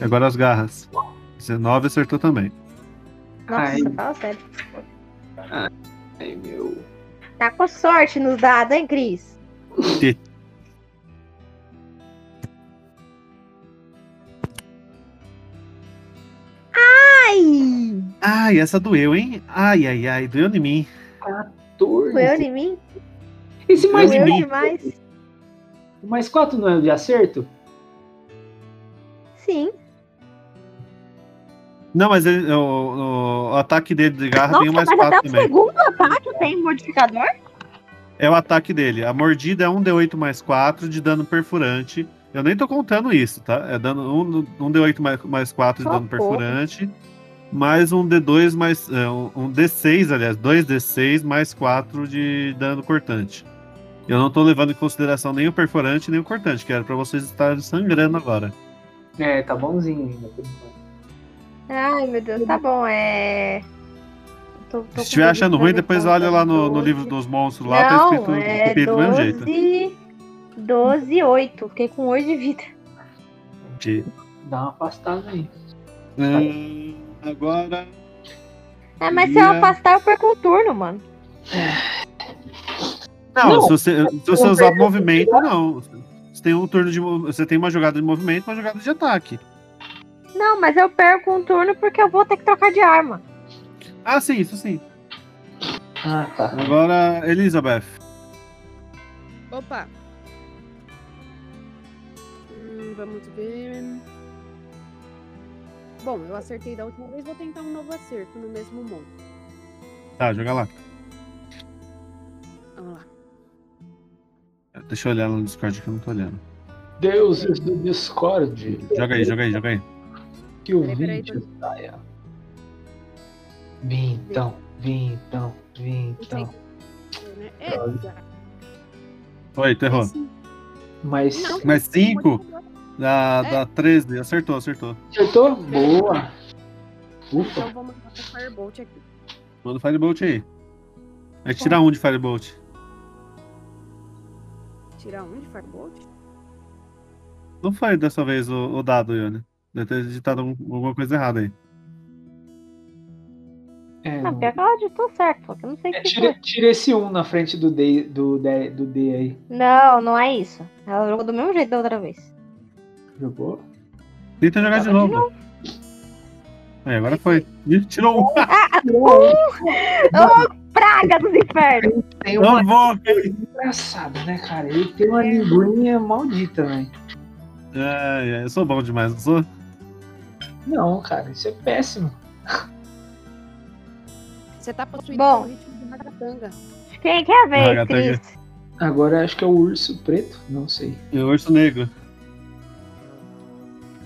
Speaker 3: Agora as garras. 19 acertou também.
Speaker 2: Ai.
Speaker 4: Nossa, fala sério.
Speaker 2: Ai, meu.
Speaker 4: Tá com sorte nos dados, hein, Cris? Ai!
Speaker 3: Ai, essa doeu, hein? Ai, ai, ai, doeu em mim.
Speaker 2: 14.
Speaker 4: Doeu
Speaker 6: É.
Speaker 4: em mim?
Speaker 2: Esse mais,
Speaker 4: Doeu
Speaker 3: Doeu em
Speaker 4: demais?
Speaker 2: mais 4 não é o de acerto?
Speaker 4: Sim.
Speaker 3: Não, mas ele- o, o ataque dele de garra tem
Speaker 4: Nossa,
Speaker 3: um
Speaker 4: mas
Speaker 3: mais
Speaker 4: até
Speaker 3: 4
Speaker 4: o
Speaker 3: também.
Speaker 4: segundo ataque tem modificador?
Speaker 3: É o ataque dele. A mordida é 1 D8 mais 4 de dano perfurante. Eu nem tô contando isso, tá? É dano 1, um D8 mais, mais 4 de dano
Speaker 4: Socorro.
Speaker 3: perfurante. Mais um D2 mais. é, um um D6, aliás, 2 D6 mais 4 de dano cortante. Eu não tô levando em consideração nem o perfurante nem o cortante, que era pra vocês estarem sangrando agora.
Speaker 2: É, tá bonzinho ainda. por enquanto.
Speaker 4: Ai, meu Deus, tá bom, é. Tô- tô com
Speaker 3: Se estiver
Speaker 4: preguiça
Speaker 3: achando
Speaker 4: de
Speaker 3: ruim,
Speaker 4: fazer
Speaker 3: depois
Speaker 4: conta.
Speaker 3: olha lá no, no
Speaker 4: 12.
Speaker 3: livro dos monstros lá, tá
Speaker 4: Não,
Speaker 3: escrito,
Speaker 4: é
Speaker 3: escrito do mesmo jeito.
Speaker 4: 12, 12, 8. Fiquei com 8 de vida.
Speaker 3: Ok.
Speaker 2: Dá uma afastada aí.
Speaker 3: Hum, agora.
Speaker 4: É, mas se eu
Speaker 3: Ia.
Speaker 4: afastar, eu perco um turno, mano.
Speaker 3: Não, é
Speaker 2: Não.
Speaker 3: se você, se você
Speaker 2: Não
Speaker 3: usar
Speaker 2: perdeu
Speaker 3: movimento, não. Você tem um turno de mov- você tem uma jogada de movimento, uma jogada de ataque.
Speaker 4: Não, mas eu perco um turno porque eu vou ter que trocar de arma.
Speaker 3: Ah, sim, isso sim.
Speaker 2: Ah, tá.
Speaker 3: Agora, Elizabeth.
Speaker 6: Opa! Hum, vamos ver. Bom, eu acertei da última vez, vou tentar um novo acerto no mesmo monte.
Speaker 3: Tá, joga lá.
Speaker 6: Vamos lá.
Speaker 3: Deixa eu olhar lá no Discord que eu não tô olhando.
Speaker 2: Deuses do Discord.
Speaker 3: Joga aí, joga aí, joga aí.
Speaker 2: Que o
Speaker 6: Peraí, peraí,
Speaker 2: vídeo saia. Vintão, vintão, vintão.
Speaker 6: Né? Eita!
Speaker 3: Oi, terror.
Speaker 6: Esse-
Speaker 2: Mas
Speaker 6: Não.
Speaker 3: Mais 5
Speaker 6: Então
Speaker 3: dá,
Speaker 6: É.
Speaker 3: dá 13. Acertou, acertou.
Speaker 2: acertou? Boa. Ufa.
Speaker 6: então eu vou mandar o Firebolt aqui.
Speaker 3: Manda o Firebolt aí. É que tirar um de Firebolt.
Speaker 6: Tirar um de Firebolt?
Speaker 3: Não foi dessa vez o, o dado, Ione. Deve ter digitado algum- alguma coisa errada aí.
Speaker 2: É,
Speaker 6: Tá
Speaker 4: Não,
Speaker 3: Uhum.
Speaker 4: pior que ela digitou certo, só que eu não sei o
Speaker 2: é,
Speaker 4: que
Speaker 2: tira,
Speaker 4: foi.
Speaker 2: tira esse 1 na frente do D, do, D, do D aí.
Speaker 4: Não, não é isso. Ela jogou do mesmo jeito da outra vez.
Speaker 2: Jogou?
Speaker 3: Tenta jogar de
Speaker 4: Joga de
Speaker 3: novo. Aí, agora foi. Ih, Tirou um.
Speaker 4: Praga dos infernos!
Speaker 2: Tem uma
Speaker 3: Não vou.
Speaker 2: engraçada, né, cara? Ele tem
Speaker 6: É.
Speaker 2: uma linguinha maldita, né? velho.
Speaker 3: Ai, ai, É, eu sou bom demais, não sou?
Speaker 2: Não, cara, isso é péssimo.
Speaker 6: Você tá possuído
Speaker 4: Bom.
Speaker 6: pelo ritmo de ragatanga.
Speaker 4: Quem é quer ver,
Speaker 3: Ragatanga.
Speaker 4: Cris?
Speaker 2: Agora acho que é o urso preto, não sei.
Speaker 3: É o urso negro.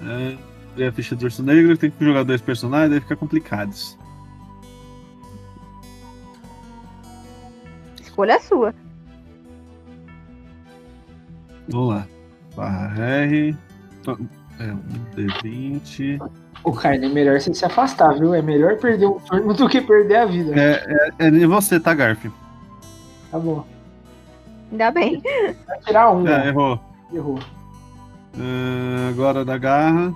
Speaker 3: É, abri a ficha do urso negro, tem que jogar dois personagens, aí fica complicado. isso.
Speaker 4: Escolha a sua.
Speaker 3: Vamos lá. Barra R. É, um D20.
Speaker 2: O Carne, é melhor você se afastar, viu? É melhor perder o turno do que perder a vida.
Speaker 3: É, é, é você, tá, Garf?
Speaker 2: Tá bom.
Speaker 4: Ainda bem.
Speaker 2: Vai tirar um,
Speaker 3: É,
Speaker 2: né?
Speaker 3: errou.
Speaker 2: Errou.
Speaker 3: Ah, agora da garra.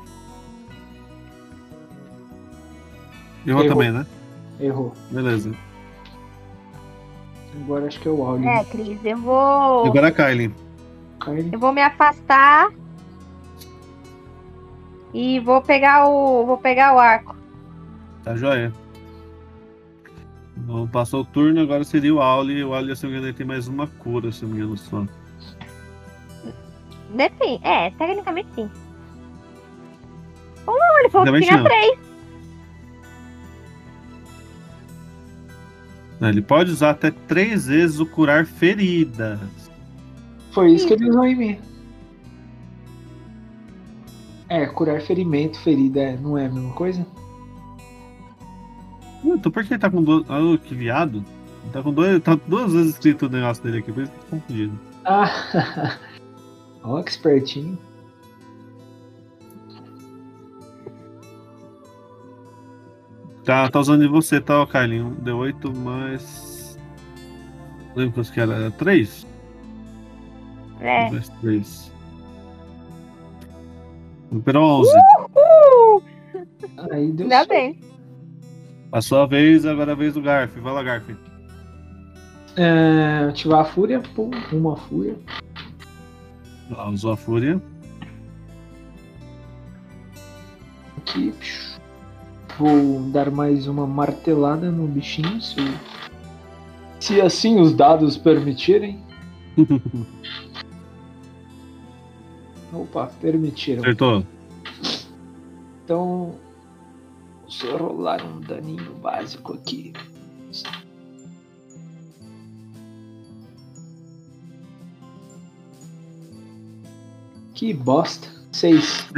Speaker 3: Errou,
Speaker 2: Errou.
Speaker 3: também, né?
Speaker 2: Errou.
Speaker 3: Beleza.
Speaker 2: Agora acho que é o
Speaker 3: Uhum.
Speaker 2: Auli.
Speaker 4: É, Cris, eu vou.
Speaker 3: Agora a Kylie.
Speaker 2: Carne.
Speaker 4: Eu vou me afastar. E vou pegar o. Vou pegar o arco.
Speaker 3: Tá joia. Bom, passou o turno, agora seria o Auli. O Auli, se eu me engano, ele tem mais uma cura, se eu não me engano, só.
Speaker 4: Depende. É, tecnicamente sim. Ou não, ele falou que
Speaker 3: Tecnicamente
Speaker 4: tinha
Speaker 3: não.
Speaker 4: três.
Speaker 3: Não, ele pode usar até três vezes o curar feridas.
Speaker 2: Foi isso que ele usou em mim. É, curar ferimento, ferida, é, não é a mesma coisa?
Speaker 3: Puta, por que ele tá com duas. Ah, que viado. Ele tá com dois. Tá duas vezes escrito o negócio dele aqui, por isso que eu tô confundido.
Speaker 2: Ah, ó, que espertinho.
Speaker 3: Tá, tá usando de você, tá, ó, Kylie? Um D8 mais. Lembra quantos que era? Era três?
Speaker 4: É.
Speaker 3: Um, dois, três. Superou 11.
Speaker 4: Uh!
Speaker 2: Aí deu
Speaker 4: Ainda
Speaker 2: certo.
Speaker 4: bem.
Speaker 3: Passou a vez, agora é a vez do Garf. Vai lá, Garf.
Speaker 2: É, ativar a fúria, pum, uma fúria.
Speaker 3: Lá, usou a fúria.
Speaker 2: Aqui. psh. Vou dar mais uma martelada no bichinho, se, se assim os dados permitirem. Opa, permitiram.
Speaker 3: Acertou.
Speaker 2: Então, se eu rolar um daninho básico aqui. Que bosta. Seis.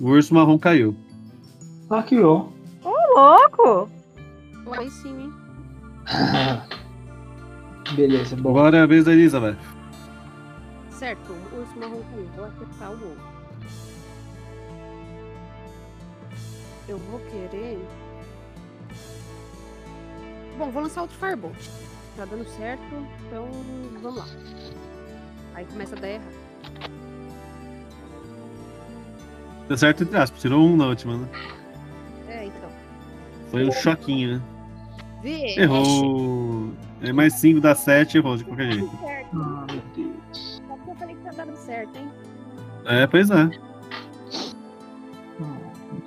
Speaker 3: O urso marrom caiu.
Speaker 2: Ah, que bom.
Speaker 4: Ô, louco!
Speaker 6: Então, Aí sim, hein?
Speaker 2: Ah. Beleza, bom.
Speaker 3: Agora é a vez da Elizabeth.
Speaker 6: Certo, o urso marrom caiu. Vou acertar o outro. Eu vou querer. Bom, vou lançar outro Firebolt. Tá dando certo, então vamos lá. Aí começa a dar errado.
Speaker 3: Deu Tá certo entre aspas. Tirou um na última, né?
Speaker 6: É, então.
Speaker 3: Foi um choquinho, né?
Speaker 6: Vê!
Speaker 3: Errou. É mais 5 dá 7, errou de qualquer jeito.
Speaker 6: Certo,
Speaker 2: Ah, meu Deus.
Speaker 6: só que eu falei que tá dando certo, hein?
Speaker 3: É, pois é.
Speaker 2: Ah, meu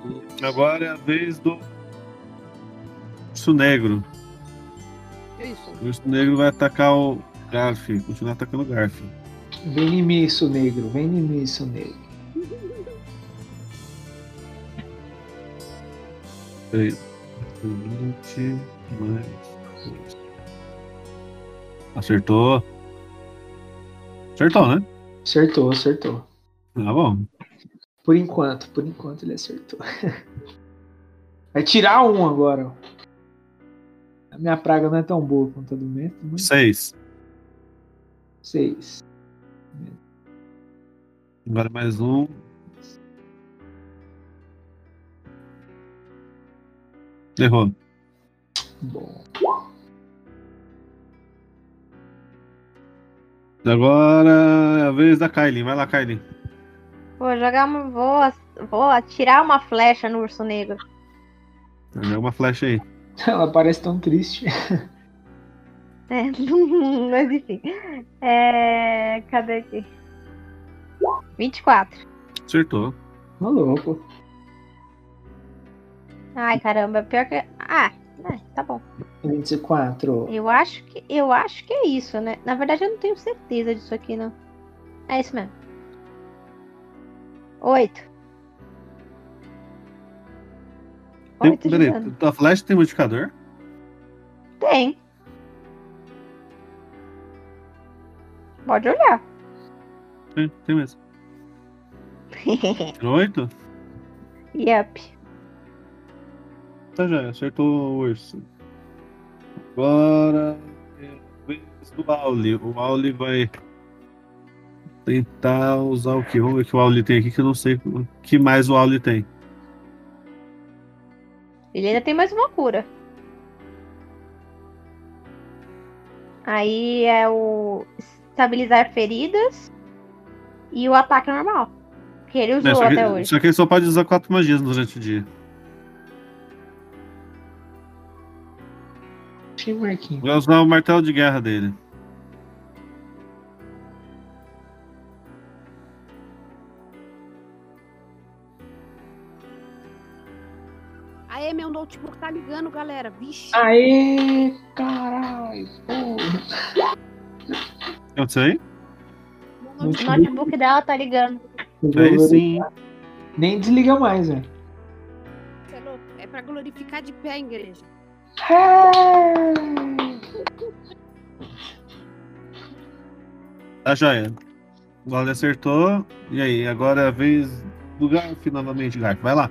Speaker 2: Deus.
Speaker 3: Agora é a vez do urso negro.
Speaker 6: Isso.
Speaker 3: O urso negro vai atacar o Garf. Continuar atacando o Garf.
Speaker 2: Vem em mim, isso negro. Vem em mim, isso negro.
Speaker 3: Peraí. 20 mais. dois. Acertou. Acertou, né?
Speaker 2: Acertou, acertou.
Speaker 3: Tá bom.
Speaker 2: Por enquanto, por enquanto ele acertou. Vai tirar um agora. ó. A minha praga não é tão boa quanto a do Mento, mas...
Speaker 3: 6.
Speaker 2: Seis.
Speaker 3: Agora mais um. Errou.
Speaker 2: Bom.
Speaker 3: Agora é a vez da Kylie. Vai lá, Kylie.
Speaker 4: Vou jogar uma. Vou Vou atirar uma flecha no urso negro.
Speaker 3: Dá uma flecha aí.
Speaker 2: Ela parece tão triste.
Speaker 4: É, mas enfim. É, cadê aqui? 24.
Speaker 3: Acertou.
Speaker 2: Ô, louco.
Speaker 4: Ai, caramba, pior que. Ah, é, tá bom.
Speaker 2: 24.
Speaker 4: Eu acho que eu acho que é isso, né? Na verdade, eu não tenho certeza disso aqui, não. É isso mesmo. Oito.
Speaker 3: Tem,
Speaker 4: Oito de
Speaker 3: peraí,
Speaker 4: dano.
Speaker 3: a flecha tem modificador?
Speaker 4: Tem. Pode olhar.
Speaker 3: Tem, tem mesmo. Tirou oito?
Speaker 4: Yup.
Speaker 3: Tá já, acertou o urso. Agora é a vez do Auli. O Auli vai tentar usar o que? Vamos ver o que o Auli tem aqui, que eu não sei o que mais o Auli tem.
Speaker 4: Ele ainda tem mais uma cura. Aí é o estabilizar feridas e o ataque normal. Que ele usou
Speaker 3: É, só,
Speaker 4: até
Speaker 3: que,
Speaker 4: hoje.
Speaker 3: só que ele só pode usar quatro magias durante o dia.
Speaker 2: Achei o Marquinhos.
Speaker 3: Vai usar o martelo de guerra dele.
Speaker 6: Aê, meu notebook tá ligando, galera. Vixe.
Speaker 2: Ah, Aê, caralho. porra.
Speaker 3: Eu sei.
Speaker 6: meu
Speaker 2: não
Speaker 6: notebook-
Speaker 4: O notebook dela tá ligando.
Speaker 3: Aí sim.
Speaker 2: Nem desliga mais, velho.
Speaker 6: Você é louco? É pra glorificar de pé a igreja.
Speaker 3: Tá joia. O Auli acertou. E aí, agora é a vez do Garf novamente, Garf. Vai lá.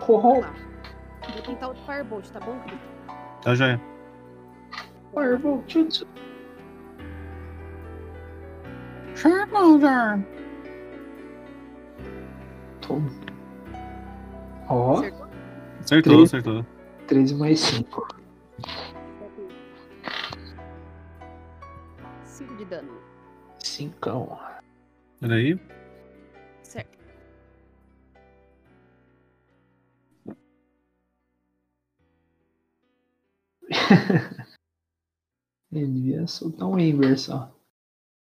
Speaker 2: Corrom.
Speaker 6: Vou tentar o Firebolt, tá bom, Cris?
Speaker 3: Tá joia.
Speaker 2: Fireball Jutsu. Toma. Ó,
Speaker 6: Acertou?
Speaker 3: Acertou,
Speaker 2: Três.
Speaker 3: acertou.
Speaker 2: 13 mais 5.
Speaker 6: 5 de dano.
Speaker 2: 5.
Speaker 3: Peraí.
Speaker 6: Certo.
Speaker 2: Ele devia soltar um Ember só.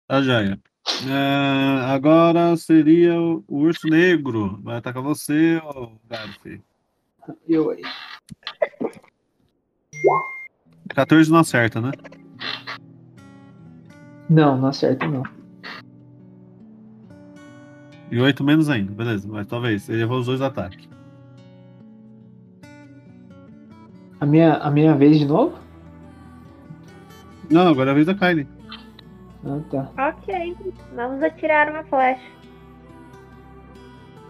Speaker 3: Tá joia. É, agora seria o o urso negro. Vai atacar você, ô Garf.
Speaker 2: Eu aí.
Speaker 3: 14 não acerta, né?
Speaker 2: Não, não acerta não.
Speaker 3: E 8 menos ainda, beleza. Mas talvez. Ele errou os dois ataques.
Speaker 2: A minha, a minha vez de novo?
Speaker 3: Não, agora é a vez da Kylie.
Speaker 2: Ah, tá.
Speaker 4: Ok. Vamos atirar uma flecha.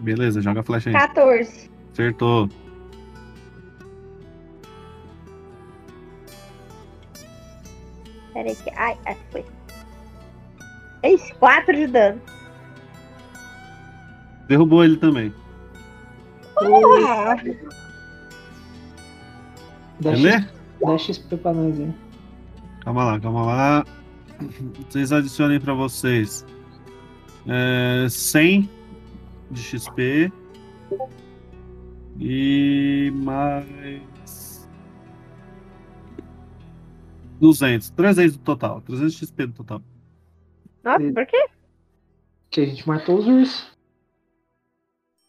Speaker 3: Beleza, joga a flecha aí.
Speaker 4: 14.
Speaker 3: Acertou.
Speaker 4: Pera aí que. Ai, ai, foi. Eis, 4 de dano.
Speaker 3: Derrubou ele também.
Speaker 2: Dá,
Speaker 3: Beleza?
Speaker 2: X, dá XP pra nós aí.
Speaker 3: Calma lá, calma lá. Vocês adicionem pra vocês é, 100 de XP e mais 200, 300 do total, 300 XP do total.
Speaker 4: Nossa, por quê?
Speaker 2: Que a gente matou os ursos.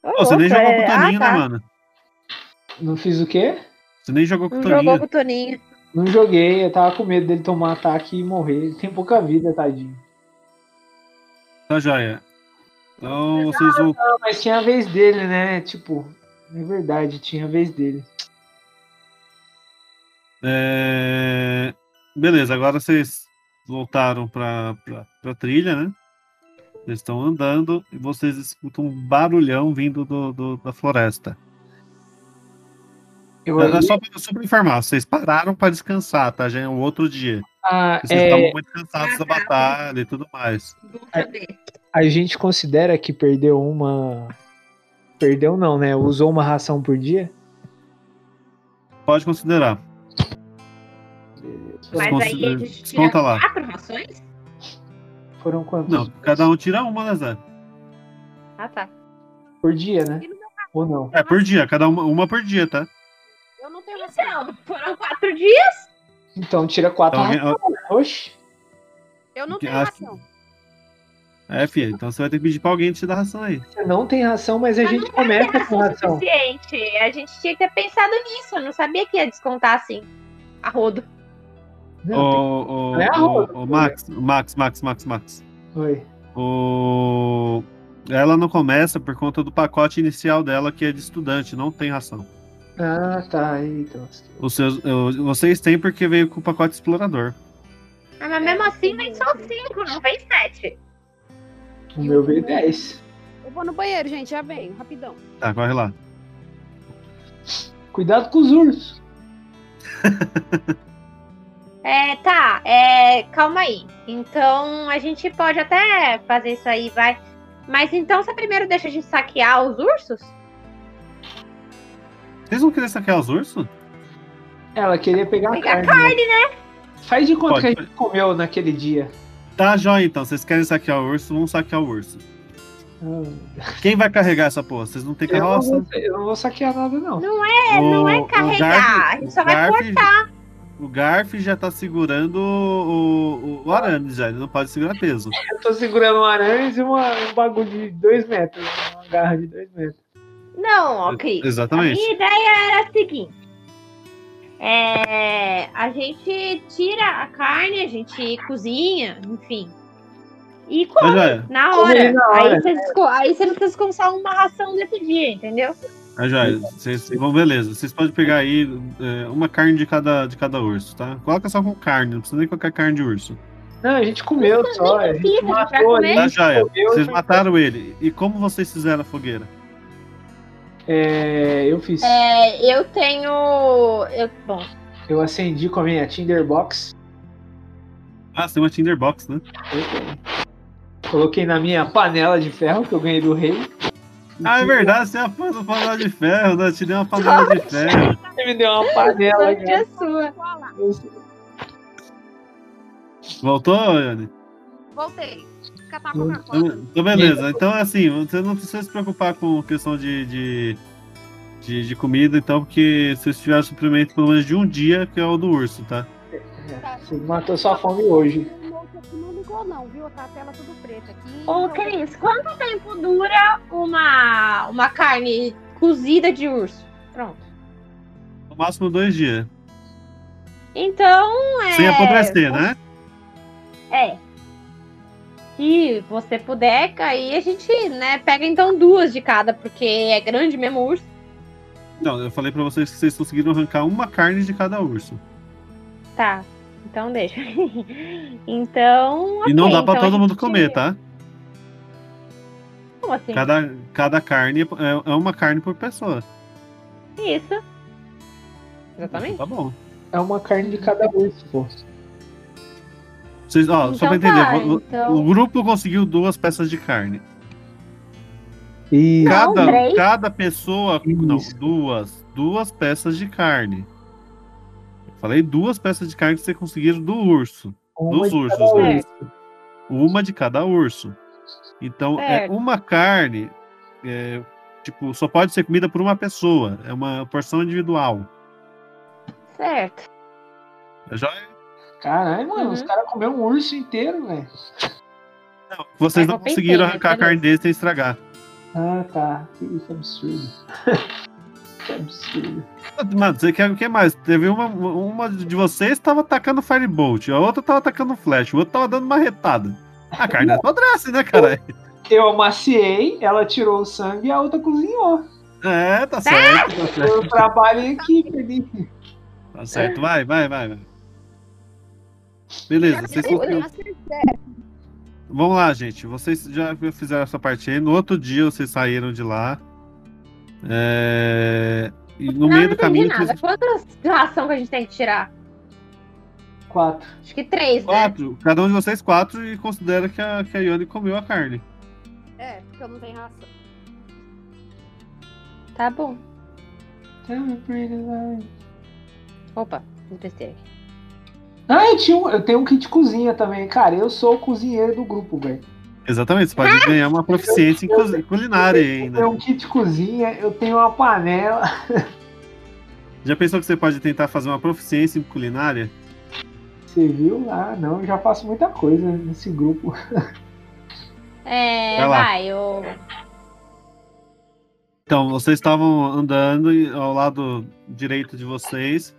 Speaker 4: Ô,
Speaker 3: Ô, você nem
Speaker 4: louco,
Speaker 3: jogou com
Speaker 4: é-
Speaker 3: o Toninho, né,
Speaker 4: ah, tá.
Speaker 3: mano?
Speaker 2: Não fiz o quê?
Speaker 3: Você nem jogou com o
Speaker 4: Não Um jogou
Speaker 3: Toninho.
Speaker 4: com o Toninho.
Speaker 2: Não joguei, eu tava com medo dele tomar ataque e morrer. Ele tem pouca vida, tadinho.
Speaker 3: Tá joia. Então vocês vão.
Speaker 2: Não, mas tinha a vez dele, né? Tipo, é verdade, tinha a vez dele.
Speaker 3: é, Beleza, agora vocês voltaram pra, pra, pra trilha, né? Vocês estão andando e vocês escutam um barulhão vindo do, do- da floresta.
Speaker 2: Eu,
Speaker 3: Mas é só, pra- só pra informar, vocês pararam pra descansar, tá? Já é o outro dia.
Speaker 2: Ah,
Speaker 3: Vocês estavam
Speaker 2: é,
Speaker 3: muito cansados da
Speaker 4: Ah, tá.
Speaker 3: batalha e tudo mais.
Speaker 9: Deixa eu ver.
Speaker 2: a gente considera que perdeu uma. Perdeu não, né? Usou uma ração por dia?
Speaker 3: Pode considerar.
Speaker 4: Mas aí
Speaker 3: Desconsidera-
Speaker 4: a gente tira
Speaker 3: Desconta lá.
Speaker 4: quatro rações?
Speaker 2: Foram quantos?
Speaker 3: Não, cada um tira uma, né, Zé?
Speaker 9: Ah, tá.
Speaker 3: um-
Speaker 2: Por dia, né?
Speaker 6: E no
Speaker 2: Ou não?
Speaker 3: É, por dia, cada uma, uma por dia, tá?
Speaker 6: Eu não tenho noção.
Speaker 4: Então, foram quatro dias?
Speaker 2: Então tira quatro.
Speaker 3: Então, alguém-
Speaker 2: rações. Oxi.
Speaker 6: Eu não
Speaker 3: Que
Speaker 6: tenho
Speaker 3: acho-
Speaker 6: noção.
Speaker 3: É, filha, então você vai ter que pedir pra alguém te dar ração aí.
Speaker 2: Você não tem ração, mas a
Speaker 4: Mas
Speaker 2: gente começa com ração.
Speaker 4: né? Suficiente. A gente tinha que ter pensado nisso. Eu não sabia que ia descontar assim. A rodo.
Speaker 3: Ô,
Speaker 2: Não,
Speaker 3: ô,
Speaker 2: Não é
Speaker 3: ô,
Speaker 2: arroz.
Speaker 3: ô, Max, Max, Max, Max, Max.
Speaker 2: tem- Oi.
Speaker 3: O... Ela não começa por conta do pacote inicial dela, que é de estudante, não tem ração.
Speaker 2: Ah, tá. Eita, lasqueira.
Speaker 3: Os seus, o- vocês têm porque veio com o pacote explorador.
Speaker 4: Ah, Mas mesmo assim, vem só cinco, não vem sete.
Speaker 2: o meu veio 10.
Speaker 6: Eu vou no banheiro, gente, já venho, rapidão.
Speaker 3: Tá, corre lá.
Speaker 2: Cuidado com os ursos.
Speaker 4: É, tá. É, calma aí. Então, a gente pode até fazer isso aí, vai. Mas então você primeiro deixa a gente saquear os ursos?
Speaker 3: Vocês vão querer saquear os ursos?
Speaker 2: Ela queria pegar a
Speaker 4: Pegar
Speaker 2: carne. né? Faz de conta
Speaker 3: Pode,
Speaker 2: que a gente comeu naquele dia.
Speaker 3: Tá, joia então. Vocês querem saquear o urso, vão saquear o urso.
Speaker 2: Ah,
Speaker 3: Quem vai carregar essa porra? Vocês não têm
Speaker 2: Eu não,
Speaker 3: carroça?
Speaker 2: vou, eu não vou saquear nada, não.
Speaker 4: É, não é
Speaker 3: O- o
Speaker 4: carregar. A gente só vai
Speaker 3: cortar. O Garf já tá segurando o, o, o arame já, ele não pode segurar peso.
Speaker 2: Eu tô segurando um aranha e uma, um bagulho de 2 metros. Uma garra de 2 metros.
Speaker 4: Não, ó, Cris.
Speaker 3: Exatamente.
Speaker 4: A minha ideia era a seguinte. É, a gente tira a carne, a gente cozinha, enfim. E
Speaker 3: Mas
Speaker 4: come
Speaker 3: olha,
Speaker 4: na
Speaker 2: Come
Speaker 4: hora.
Speaker 2: na hora.
Speaker 4: Aí, você, esco- aí você não precisa descansar uma ração desse dia, entendeu?
Speaker 3: mas olha, É, vocês vão, beleza. Vocês podem pegar aí é, uma carne de cada, de cada urso, tá? Coloca só com carne, não precisa nem colocar carne de urso.
Speaker 2: Não, a gente comeu só. A
Speaker 4: precisa, a
Speaker 2: gente
Speaker 4: gente vai
Speaker 2: matou
Speaker 4: comer.
Speaker 2: ali.
Speaker 3: Tá, joia.
Speaker 2: comeu,
Speaker 3: Vocês
Speaker 2: tá.
Speaker 3: mataram ele. E como vocês fizeram a fogueira?
Speaker 2: É, eu fiz.
Speaker 4: É, eu tenho. Eu, bom,
Speaker 2: Eu acendi com a minha Tinderbox.
Speaker 3: Ah, você tem uma Tinderbox, né?
Speaker 2: Eu Coloquei na minha panela de ferro que eu ganhei do rei.
Speaker 3: Ah, é verdade, você é a fã do panela de ferro, né? Eu Te dei uma panela de ferro.
Speaker 2: Você me deu uma panela.
Speaker 4: sorte é sua.
Speaker 6: Fala.
Speaker 3: Voltou, Yane?
Speaker 6: Voltei. Catar
Speaker 2: Hum,
Speaker 6: a Coca-Cola.
Speaker 3: Então, beleza. Então, assim, você não precisa se preocupar com questão de, de, de, de comida, então, porque vocês tiveram suprimento pelo menos de um dia, que é o do urso, tá?
Speaker 2: É, Você matou sua fome hoje.
Speaker 6: O moço aqui não ligou, não, viu? Tá a tela tudo preta aqui. então
Speaker 4: Ô, Cris, quanto tempo dura uma, uma carne cozida de urso? Pronto.
Speaker 3: No máximo dois dias.
Speaker 4: Então, é.
Speaker 3: Sem apodrecer, né?
Speaker 4: É. Se você puder, aí a gente, né, pega então duas de cada, porque é grande mesmo o urso.
Speaker 3: Não, Então, eu falei pra vocês que vocês conseguiram arrancar uma carne de cada urso.
Speaker 4: Tá, então deixa. então.
Speaker 3: e não
Speaker 4: ok,
Speaker 3: dá pra
Speaker 4: então a
Speaker 3: todo mundo
Speaker 4: gente-
Speaker 3: comer, tá?
Speaker 4: Como assim?
Speaker 3: Cada, cada carne é, é uma carne por pessoa.
Speaker 4: Isso. Exatamente.
Speaker 3: Tá bom.
Speaker 2: É uma carne de cada urso, pô.
Speaker 3: Vocês, ó, só pra entender,
Speaker 4: tá,
Speaker 3: vo- vo-
Speaker 4: então-
Speaker 3: o grupo conseguiu duas peças de carne.
Speaker 2: E
Speaker 4: Não,
Speaker 3: Cada,
Speaker 4: três.
Speaker 3: cada pessoa. Não,
Speaker 2: Isso.
Speaker 3: duas. Duas peças de carne. Falei duas peças de carne que vocês conseguiram do urso.
Speaker 2: uma
Speaker 3: dos
Speaker 2: de cada
Speaker 3: ursos, né?
Speaker 2: um urso.
Speaker 3: Uma de cada urso. Então, é
Speaker 4: Certo.
Speaker 3: uma carne. é, tipo, só pode ser comida por uma pessoa. É uma porção individual.
Speaker 4: Certo.
Speaker 3: É joia?
Speaker 2: Caralho, mano, os
Speaker 4: Uhum.
Speaker 2: caras comeram um urso inteiro, velho.
Speaker 3: Não, vocês
Speaker 4: Mas
Speaker 3: não
Speaker 4: eu pensei,
Speaker 3: conseguiram
Speaker 4: né?
Speaker 3: arrancar a
Speaker 4: Beleza.
Speaker 3: carne dele sem estragar.
Speaker 2: Ah, tá. Que isso absurdo. que absurdo.
Speaker 3: Mano, você quer o que mais? Teve uma, uma de vocês tava atacando Firebolt, a outra tava atacando Flash, o outro tava dando uma retada. A carne é podrasse, né, cara?
Speaker 2: Eu amaciei, ela tirou o sangue e a outra cozinhou.
Speaker 3: É, tá certo, tá certo.
Speaker 2: Foi o trabalho em equipe ali.
Speaker 3: Tá certo, vai, vai, vai. vai. Beleza, vocês conseguiram. Vamos lá, gente. Vocês já fizeram essa parte aí. No outro dia vocês saíram de lá. É, E no
Speaker 8: Não, não
Speaker 3: meio do
Speaker 8: entendi
Speaker 3: caminho.
Speaker 8: nada.
Speaker 3: Vocês...
Speaker 8: Quantas ração que a gente tem que tirar?
Speaker 2: Quatro.
Speaker 8: Acho que três, né?
Speaker 3: Quatro. Cada um de vocês quatro e considera que a, que a Yone comeu a carne.
Speaker 6: É, porque eu não tenho raça.
Speaker 4: Tá bom. Opa, fiz besteira aqui.
Speaker 2: Ah, eu, tinha um- eu tenho um kit cozinha também. Cara, eu sou o cozinheiro do grupo, velho.
Speaker 3: Exatamente, você
Speaker 8: Ah,
Speaker 3: pode ganhar uma proficiência em cozi- culinária aí
Speaker 2: Eu tenho
Speaker 3: ainda.
Speaker 2: um kit cozinha, eu tenho uma panela.
Speaker 3: Já pensou que você pode tentar fazer uma proficiência em culinária?
Speaker 2: Você viu? Ah, não, eu já faço muita coisa nesse grupo.
Speaker 4: É,
Speaker 3: Vai lá.
Speaker 4: vai, eu.
Speaker 3: Então, vocês estavam andando e ao lado direito de vocês,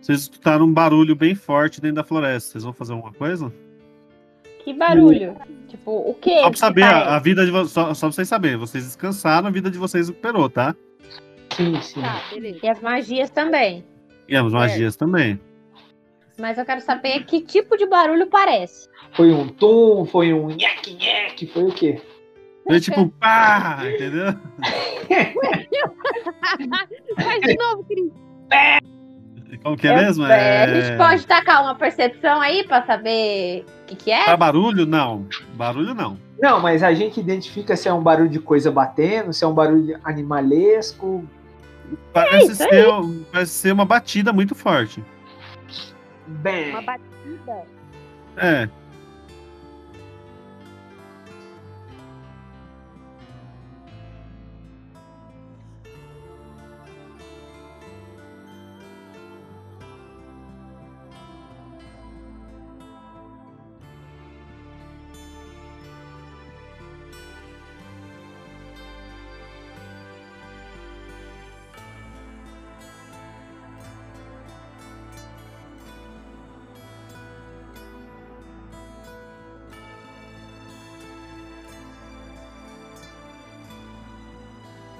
Speaker 3: vocês escutaram um barulho bem forte dentro da floresta. Vocês vão fazer alguma coisa?
Speaker 8: Que barulho. Tipo, o quê?
Speaker 3: Só pra
Speaker 8: que
Speaker 3: saber, ah,
Speaker 8: parece?
Speaker 3: a, a vida de vocês. Só, só pra vocês saberem, vocês descansaram, a vida de vocês recuperou, tá?
Speaker 2: Sim, sim.
Speaker 6: Tá, beleza.
Speaker 4: E as magias também.
Speaker 3: E as
Speaker 8: É.
Speaker 3: magias também.
Speaker 4: Mas eu quero saber que tipo de barulho parece.
Speaker 2: Foi um tum, foi um nhaque-nhaque, foi o quê?
Speaker 3: Foi tipo, pá! Entendeu?
Speaker 6: Faz de novo, Cris.
Speaker 3: Como que é, mesmo?
Speaker 8: É,
Speaker 3: É...
Speaker 8: A gente pode tacar uma percepção aí pra saber o que, que é?
Speaker 3: Pra barulho? Não. Barulho não.
Speaker 2: Não, mas a gente identifica se é um barulho de coisa batendo, se é um barulho animalesco.
Speaker 3: Parece,
Speaker 8: É isso aí.
Speaker 3: ser, um- parece ser uma batida muito forte.
Speaker 2: Bem,
Speaker 6: Uma batida.
Speaker 3: É.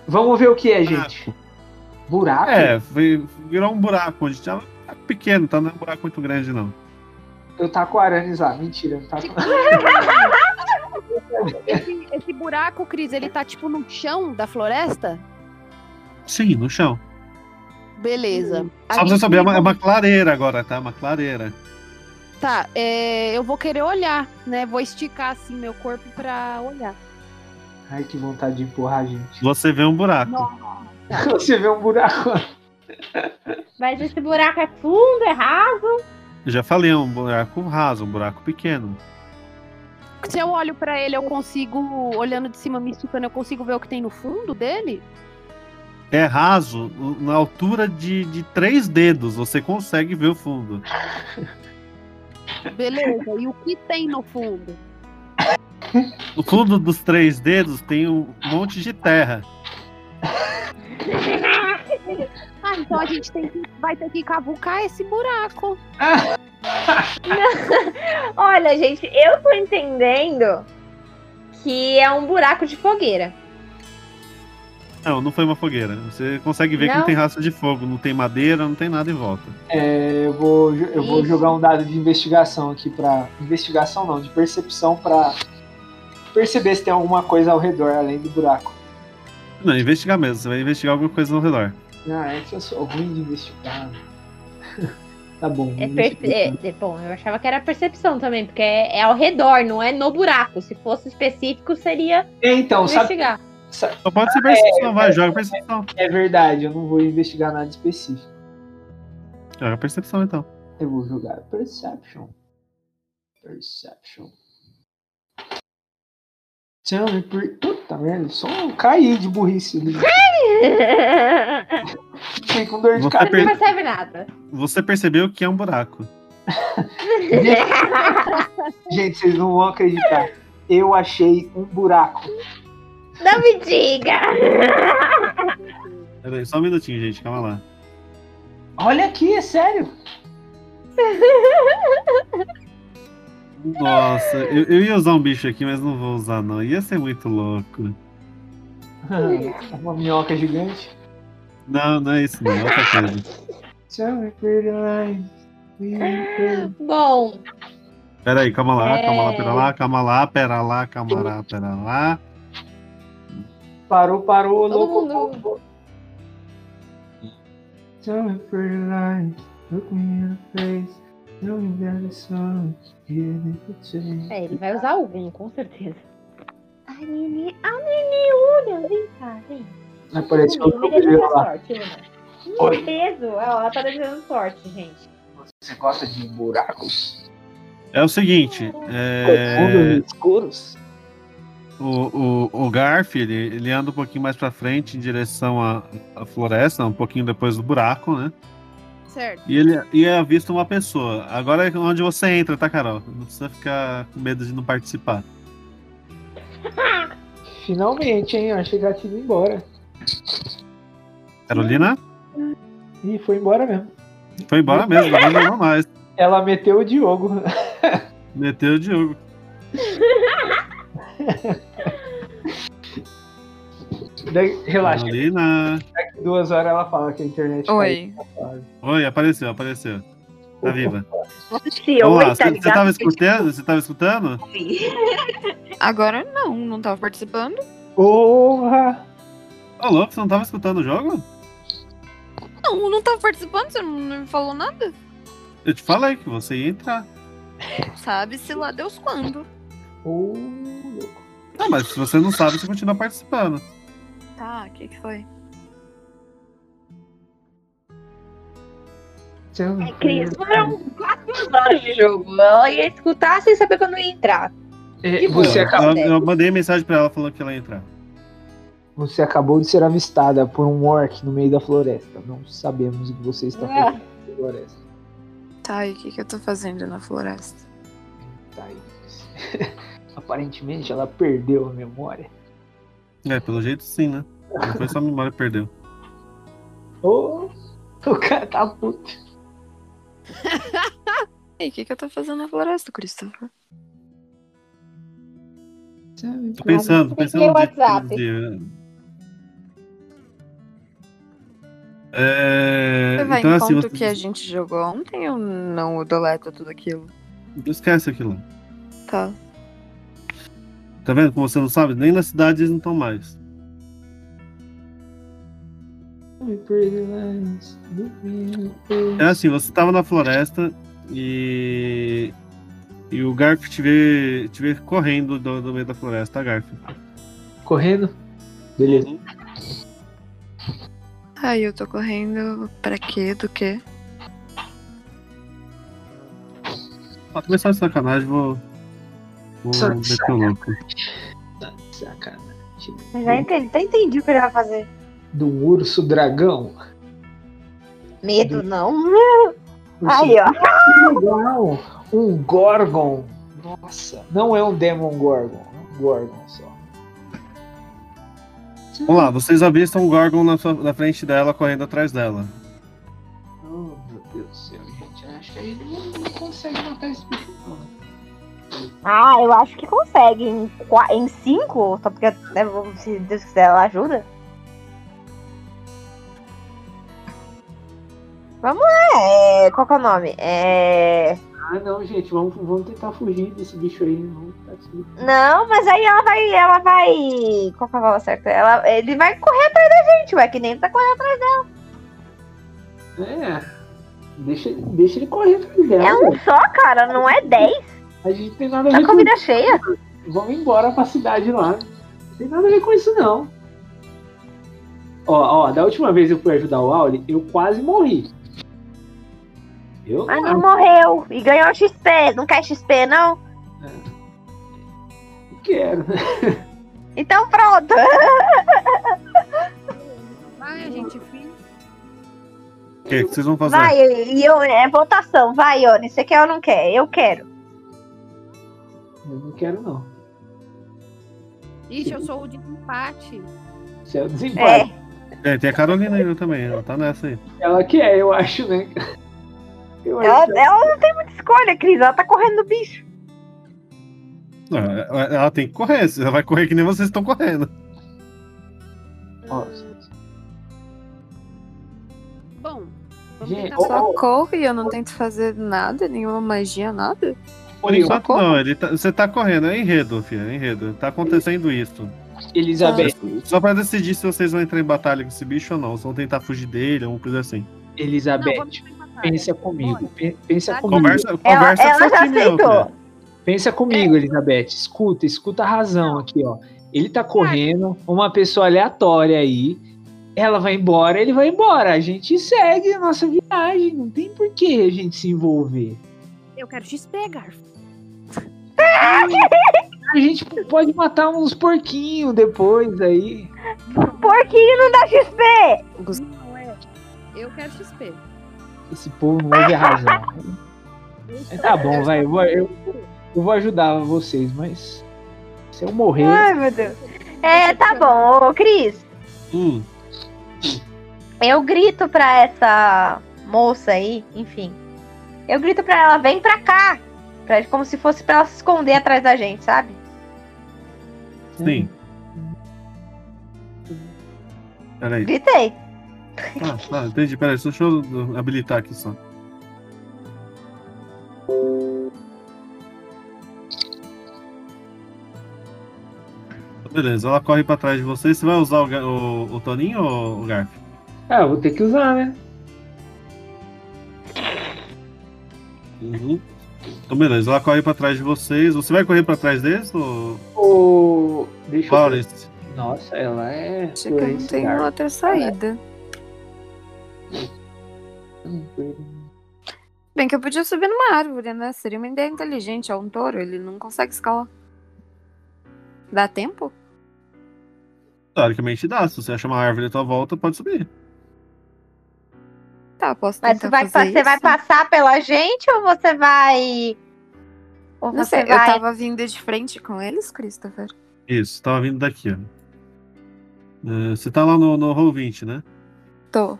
Speaker 2: vamos ver o que é, gente. Buraco?
Speaker 3: É, vi- virou um buraco onde tinha. Tá pequeno, tá não é um buraco muito grande, não.
Speaker 2: Eu taco aranes lá. Mentira, eu não taco
Speaker 6: Tipo, Esse, esse buraco, Cris, ele tá tipo no chão da floresta?
Speaker 3: Sim, no chão.
Speaker 6: Beleza. A
Speaker 3: Só pra você
Speaker 6: gente-
Speaker 3: saber, é uma, é uma clareira agora, tá? Uma clareira.
Speaker 6: Tá, é, eu vou querer olhar, né? Vou esticar assim meu corpo pra olhar.
Speaker 2: Ai, que vontade de empurrar, gente.
Speaker 3: Você vê um buraco.
Speaker 2: Você vê um buraco.
Speaker 4: Mas esse buraco é fundo, é raso.
Speaker 3: Eu já falei, é um buraco raso, um buraco pequeno.
Speaker 6: Se eu olho pra ele, eu consigo, olhando de cima, me esticando, eu consigo ver o que tem no fundo dele?
Speaker 3: É raso, o- na altura de, de três dedos, você consegue ver o fundo.
Speaker 6: Beleza. E o que tem no fundo?
Speaker 3: No fundo dos três dedos tem um monte de terra.
Speaker 6: Ah, então a gente tem que, vai ter que cavucar esse buraco.
Speaker 4: Olha, gente, eu tô entendendo que é um buraco de fogueira.
Speaker 3: Não, não foi uma fogueira. Você consegue ver que
Speaker 4: Não?
Speaker 3: não tem raça de fogo, não tem madeira, não tem nada em volta.
Speaker 2: É, eu vou, jo- eu vou
Speaker 4: Isso.
Speaker 2: jogar um dado de investigação aqui pra. Investigação não, de percepção pra perceber se tem alguma coisa ao redor além do buraco.
Speaker 3: Não, investigar mesmo. Você vai investigar alguma coisa ao redor.
Speaker 2: Ah, é que eu sou ruim de investigar. tá bom.
Speaker 4: É
Speaker 3: Hum,
Speaker 2: vamos
Speaker 4: per-
Speaker 2: investigar.
Speaker 4: é- é- bom, eu achava que era percepção também, porque é, é ao redor, não é no buraco. Se fosse específico, seria
Speaker 2: É, então, sabe?
Speaker 4: investigar.
Speaker 3: Só pode ser percepção, vai. Joga percepção.
Speaker 2: É verdade, eu não vou investigar nada específico.
Speaker 3: Joga percepção então.
Speaker 2: Eu vou jogar Perception. Perception. Tell me per... Puta merda, só eu caí de burrice. ali. Fiquei com dor de
Speaker 3: Você
Speaker 2: cabeça.
Speaker 4: Não percebe nada.
Speaker 3: Você percebeu que é um buraco.
Speaker 2: Gente, vocês não vão acreditar. Eu achei um buraco.
Speaker 4: Não me diga!
Speaker 3: Pera aí, só um minutinho, gente. Calma lá.
Speaker 2: Olha aqui, é sério.
Speaker 3: Nossa, eu, eu ia usar um bicho aqui, mas não vou usar, não. Ia ser muito louco.
Speaker 2: Uma minhoca gigante.
Speaker 3: Não, não é isso, não. É outra coisa.
Speaker 2: Sorry for the line.
Speaker 4: Bom,
Speaker 3: Peraí, calma lá, calma lá,
Speaker 4: É.
Speaker 3: pera lá, calma lá, pera lá, calma lá, pera lá.
Speaker 2: Parou, parou,
Speaker 10: Todo
Speaker 2: louco.
Speaker 10: mundo.
Speaker 2: Tell me pretty lies, look me in the face. Tell me that it's all here to change.
Speaker 4: É, ele vai usar algum, com certeza.
Speaker 8: Ai, Nini. Ah, Nini, olha, vem cá, vem.
Speaker 2: Apareceu o
Speaker 4: Ele
Speaker 2: meu
Speaker 4: deseja
Speaker 2: lá.
Speaker 4: sorte, Luna.
Speaker 2: Oi.
Speaker 4: Hum, peso. Ó, Ela tá desejando sorte, gente.
Speaker 2: Você gosta de buracos?
Speaker 3: É o seguinte, é,
Speaker 2: Profundos e escuros?
Speaker 3: o, o, o Garf, ele, ele anda um pouquinho mais pra frente em direção à, à floresta, um pouquinho depois do buraco, né?
Speaker 10: Certo.
Speaker 3: E ele e é visto uma pessoa. Agora é onde você entra, tá, Carol? Não precisa ficar com medo de não participar.
Speaker 2: Finalmente, hein? Eu achei que ela tinha ido embora.
Speaker 3: Carolina?
Speaker 2: E foi embora mesmo.
Speaker 3: Foi embora mesmo, não não mais.
Speaker 2: Ela meteu o Diogo.
Speaker 3: Meteu o Diogo.
Speaker 2: Daí, Relaxa,
Speaker 3: Carolina.
Speaker 2: daqui duas horas ela fala que a internet tá
Speaker 10: Oi.
Speaker 3: Oi, apareceu, apareceu. Tá viva.
Speaker 8: Se
Speaker 3: Vamos lá,
Speaker 8: oi, tá
Speaker 3: você você
Speaker 8: ligado?
Speaker 3: tava escutando? Você tava escutando?
Speaker 10: Agora não, não tava participando.
Speaker 2: Porra!
Speaker 3: Ô, louco, você não tava escutando o jogo?
Speaker 10: Não, não tava participando, você não não me falou nada.
Speaker 3: Eu te falei que você ia entrar.
Speaker 10: Sabe-se lá Deus quando.
Speaker 2: Ô,
Speaker 3: Não, mas se você não sabe, você continua participando.
Speaker 10: Tá, o que que foi?
Speaker 2: tell me
Speaker 10: É
Speaker 8: Ai, Cris,
Speaker 2: pretty
Speaker 8: foram quase duas horas de jogo. Ela ia escutar sem saber quando ia entrar.
Speaker 2: É,
Speaker 8: Que
Speaker 2: você,
Speaker 8: bom.
Speaker 2: acabou,
Speaker 3: eu, eu mandei mensagem pra ela falando que ela ia entrar.
Speaker 2: você acabou de ser avistada por um orc no meio da floresta. Não sabemos o que você está
Speaker 8: Ah.
Speaker 2: fazendo na floresta.
Speaker 10: Tá, e o que que eu tô fazendo na floresta?
Speaker 2: Tá aí. Aparentemente ela perdeu a memória.
Speaker 3: É, pelo jeito sim, né? Não foi só a memória que perdeu.
Speaker 2: Ô, o cara tá puto.
Speaker 10: E o que que eu tô fazendo na floresta, Christopher?
Speaker 3: Tô pensando, tô
Speaker 4: Tem
Speaker 3: pensando.
Speaker 4: meu
Speaker 3: de-
Speaker 4: WhatsApp.
Speaker 3: de- É,
Speaker 10: Você vai
Speaker 3: então
Speaker 10: em
Speaker 3: assim,
Speaker 10: conta
Speaker 3: você,
Speaker 10: o que a gente jogou ontem ou não? Eu deleto tudo aquilo.
Speaker 3: esquece aquilo.
Speaker 10: Tá.
Speaker 3: Tá vendo como você não sabe? Nem na cidade eles não estão mais. É assim, você tava na floresta e. E o Garf te vê, te vê correndo do, do meio da floresta, tá, Garf?
Speaker 2: Correndo? Beleza.
Speaker 10: Aí eu tô correndo pra quê? Do quê?
Speaker 3: Pra começar de sacanagem, vou. Vou
Speaker 2: Só-
Speaker 3: meter o louco.
Speaker 2: Sacanagem.
Speaker 4: Eu Já entendi, já entendi o que ele vai fazer.
Speaker 2: Do urso dragão.
Speaker 4: Medo, não.
Speaker 2: Um Urso
Speaker 4: Aí, ó.
Speaker 2: Legal! Um Gorgon! Nossa, não é um Demon Gorgon, é um Gorgon só.
Speaker 3: Vamos lá, vocês avistam o Gorgon na, sua- na frente dela, correndo atrás dela.
Speaker 2: Oh, meu Deus do céu, gente. Eu acho que ele não, não consegue matar esse bicho, não.
Speaker 4: Ah, eu acho que consegue. Em, qua- em cinco, só porque né, vou- se Deus quiser, ela ajuda. Vamos lá, é, qual que é o nome? É,
Speaker 2: Ah, não, gente, vamos, vamos tentar fugir desse bicho aí. Vamos tentar fugir.
Speaker 4: Não, mas aí ela vai. Ela vai. Qual que é a palavra certa? Ela, ele vai correr atrás da gente, ué, que nem ele tá correndo atrás
Speaker 2: É. Deixa, deixa ele correr atrás dela.
Speaker 4: É um
Speaker 2: velho.
Speaker 4: só, cara, não é dez.
Speaker 2: A gente tem nada a
Speaker 4: Tá
Speaker 2: ver
Speaker 4: com a vida cheia.
Speaker 2: isso. Vamos embora pra cidade lá. Não tem nada a ver com isso, não. Ó, ó, da última vez eu fui ajudar o Auli, eu quase morri. Eu
Speaker 4: Mas Ah, não morreu. E ganhou XP. Não quer XP, não?
Speaker 2: não quero.
Speaker 4: Então pronto.
Speaker 10: Vai, gente, fim.
Speaker 3: O que, que vocês vão fazer?
Speaker 4: Vai, Ione, é votação. Vai, Ione. Você quer ou não quer? Eu quero.
Speaker 2: Eu não quero, não.
Speaker 10: Ixi, eu sou o de empate.
Speaker 2: Isso é o
Speaker 4: É.
Speaker 2: desempate.
Speaker 3: É, tem a Carolina ainda também, ela tá nessa aí.
Speaker 2: Ela que é, eu acho, né? Eu
Speaker 4: Ela,
Speaker 2: acho.
Speaker 4: ela não tem muita escolha, Cris. Ela tá correndo do bicho.
Speaker 3: Não, ela, ela tem que correr, ela vai correr que nem vocês estão correndo.
Speaker 2: Ó,
Speaker 10: Bom,
Speaker 2: Gente,
Speaker 10: só
Speaker 2: ó,
Speaker 10: corro e eu não tento fazer nada, nenhuma magia, nada.
Speaker 2: ó,
Speaker 3: Por enquanto
Speaker 10: Socorro.
Speaker 3: não, ele tá- você tá correndo, é enredo, filho, é enredo. Tá acontecendo isso.
Speaker 2: Elizabeth,
Speaker 3: Só pra decidir se vocês vão entrar em batalha com esse bicho ou não. Se vão tentar fugir dele, alguma coisa assim.
Speaker 2: Elizabeth,
Speaker 6: vamos pra batalha.
Speaker 2: pensa comigo.
Speaker 6: Bora.
Speaker 2: pe- Pensa
Speaker 6: Tá
Speaker 2: comigo.
Speaker 3: Conversa,
Speaker 4: Ela,
Speaker 3: conversa
Speaker 4: ela
Speaker 3: com seu
Speaker 4: já
Speaker 10: né,
Speaker 3: time, meu
Speaker 4: aceitou.
Speaker 3: filho.
Speaker 2: Pensa comigo, Elizabeth. Escuta, escuta a razão aqui, ó. Ele tá correndo, uma pessoa aleatória aí. Ela vai embora, ele vai embora. A gente segue a nossa viagem. Não tem por que a gente se envolver.
Speaker 6: Eu quero te pegar.
Speaker 2: A gente pode matar uns porquinhos depois aí.
Speaker 4: Porquinho não dá XP.
Speaker 6: Não é.
Speaker 10: Eu quero XP.
Speaker 2: Esse povo não vai ver a razão. Mas tá bom, vai. Eu, vou- eu- eu vou ajudar vocês, mas se eu morrer,
Speaker 4: Ai, meu Deus. É, tá bom. Ô, Cris,
Speaker 3: Hum,
Speaker 4: eu grito pra essa moça aí, enfim. Eu grito pra ela, vem pra cá. Pra, como se fosse pra ela se esconder atrás da gente, sabe?
Speaker 3: sim. Peraí.
Speaker 4: Gritei.
Speaker 3: Ah, ah, entendi. Peraí, só deixa eu uh, habilitar aqui só. Beleza, ela corre pra trás de você. Você vai usar o, ga- o, o Toninho ou o Garf?
Speaker 2: ah, eu vou ter que usar, né?
Speaker 3: Uhum. Então, beleza, ela corre pra trás de vocês. Você vai correr pra trás deles ou.
Speaker 2: Ô, deixa eu ver.
Speaker 3: Lawrence?
Speaker 2: Nossa, ela é.
Speaker 10: Acho que não tem
Speaker 2: Florence
Speaker 10: outra saída.
Speaker 2: Dark.
Speaker 10: Bem que eu podia subir numa árvore, né? Seria uma ideia inteligente. É um touro, ele não consegue escalar. Dá tempo?
Speaker 3: Teoricamente dá. Se você achar uma árvore à tua volta, pode subir.
Speaker 10: Tá, posso
Speaker 4: Mas
Speaker 10: tentar
Speaker 4: tu vai,
Speaker 10: fazer
Speaker 4: você vai
Speaker 10: isso.
Speaker 4: passar pela gente ou você vai. Ou
Speaker 10: Não
Speaker 4: você
Speaker 10: sei,
Speaker 4: vai.
Speaker 10: eu tava vindo de frente com eles, Christopher.
Speaker 3: Isso, tava vindo daqui, ó. É, Você tá lá no, no Roll 20, né?
Speaker 10: Tô.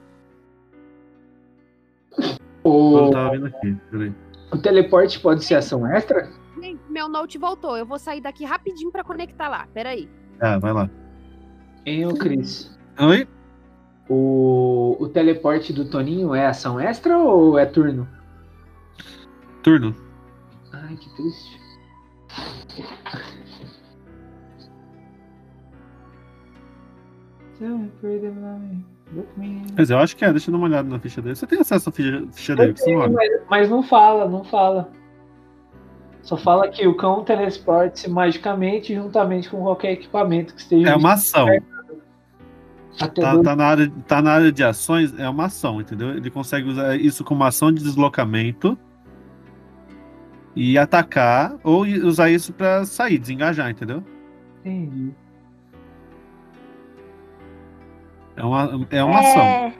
Speaker 3: Eu
Speaker 2: O,
Speaker 3: tava vindo aqui, peraí.
Speaker 2: o teleporte pode ser ação extra?
Speaker 6: Gente, meu note voltou. Eu vou sair daqui rapidinho pra conectar lá. Peraí.
Speaker 3: Ah, vai lá.
Speaker 2: Hein, ô Cris?
Speaker 3: Oi?
Speaker 2: O, o teleporte do Toninho é ação extra ou é turno?
Speaker 3: Turno.
Speaker 2: Ai, que triste.
Speaker 3: Mas eu acho que é, deixa eu dar uma olhada na ficha dele. Você tem acesso à ficha, ficha dele? que Você não olha.
Speaker 2: Mas, mas não fala, não fala. Só fala que o cão teleporte-se magicamente juntamente com qualquer equipamento que esteja
Speaker 3: É uma ação.
Speaker 2: até
Speaker 3: Tá,
Speaker 2: dois-
Speaker 3: tá na área, tá na área de ações, é uma ação, entendeu? Ele consegue usar isso como ação de deslocamento e atacar, ou i- usar isso pra sair, desengajar, entendeu?
Speaker 2: Entendi.
Speaker 3: É uma, é uma ação.
Speaker 4: É.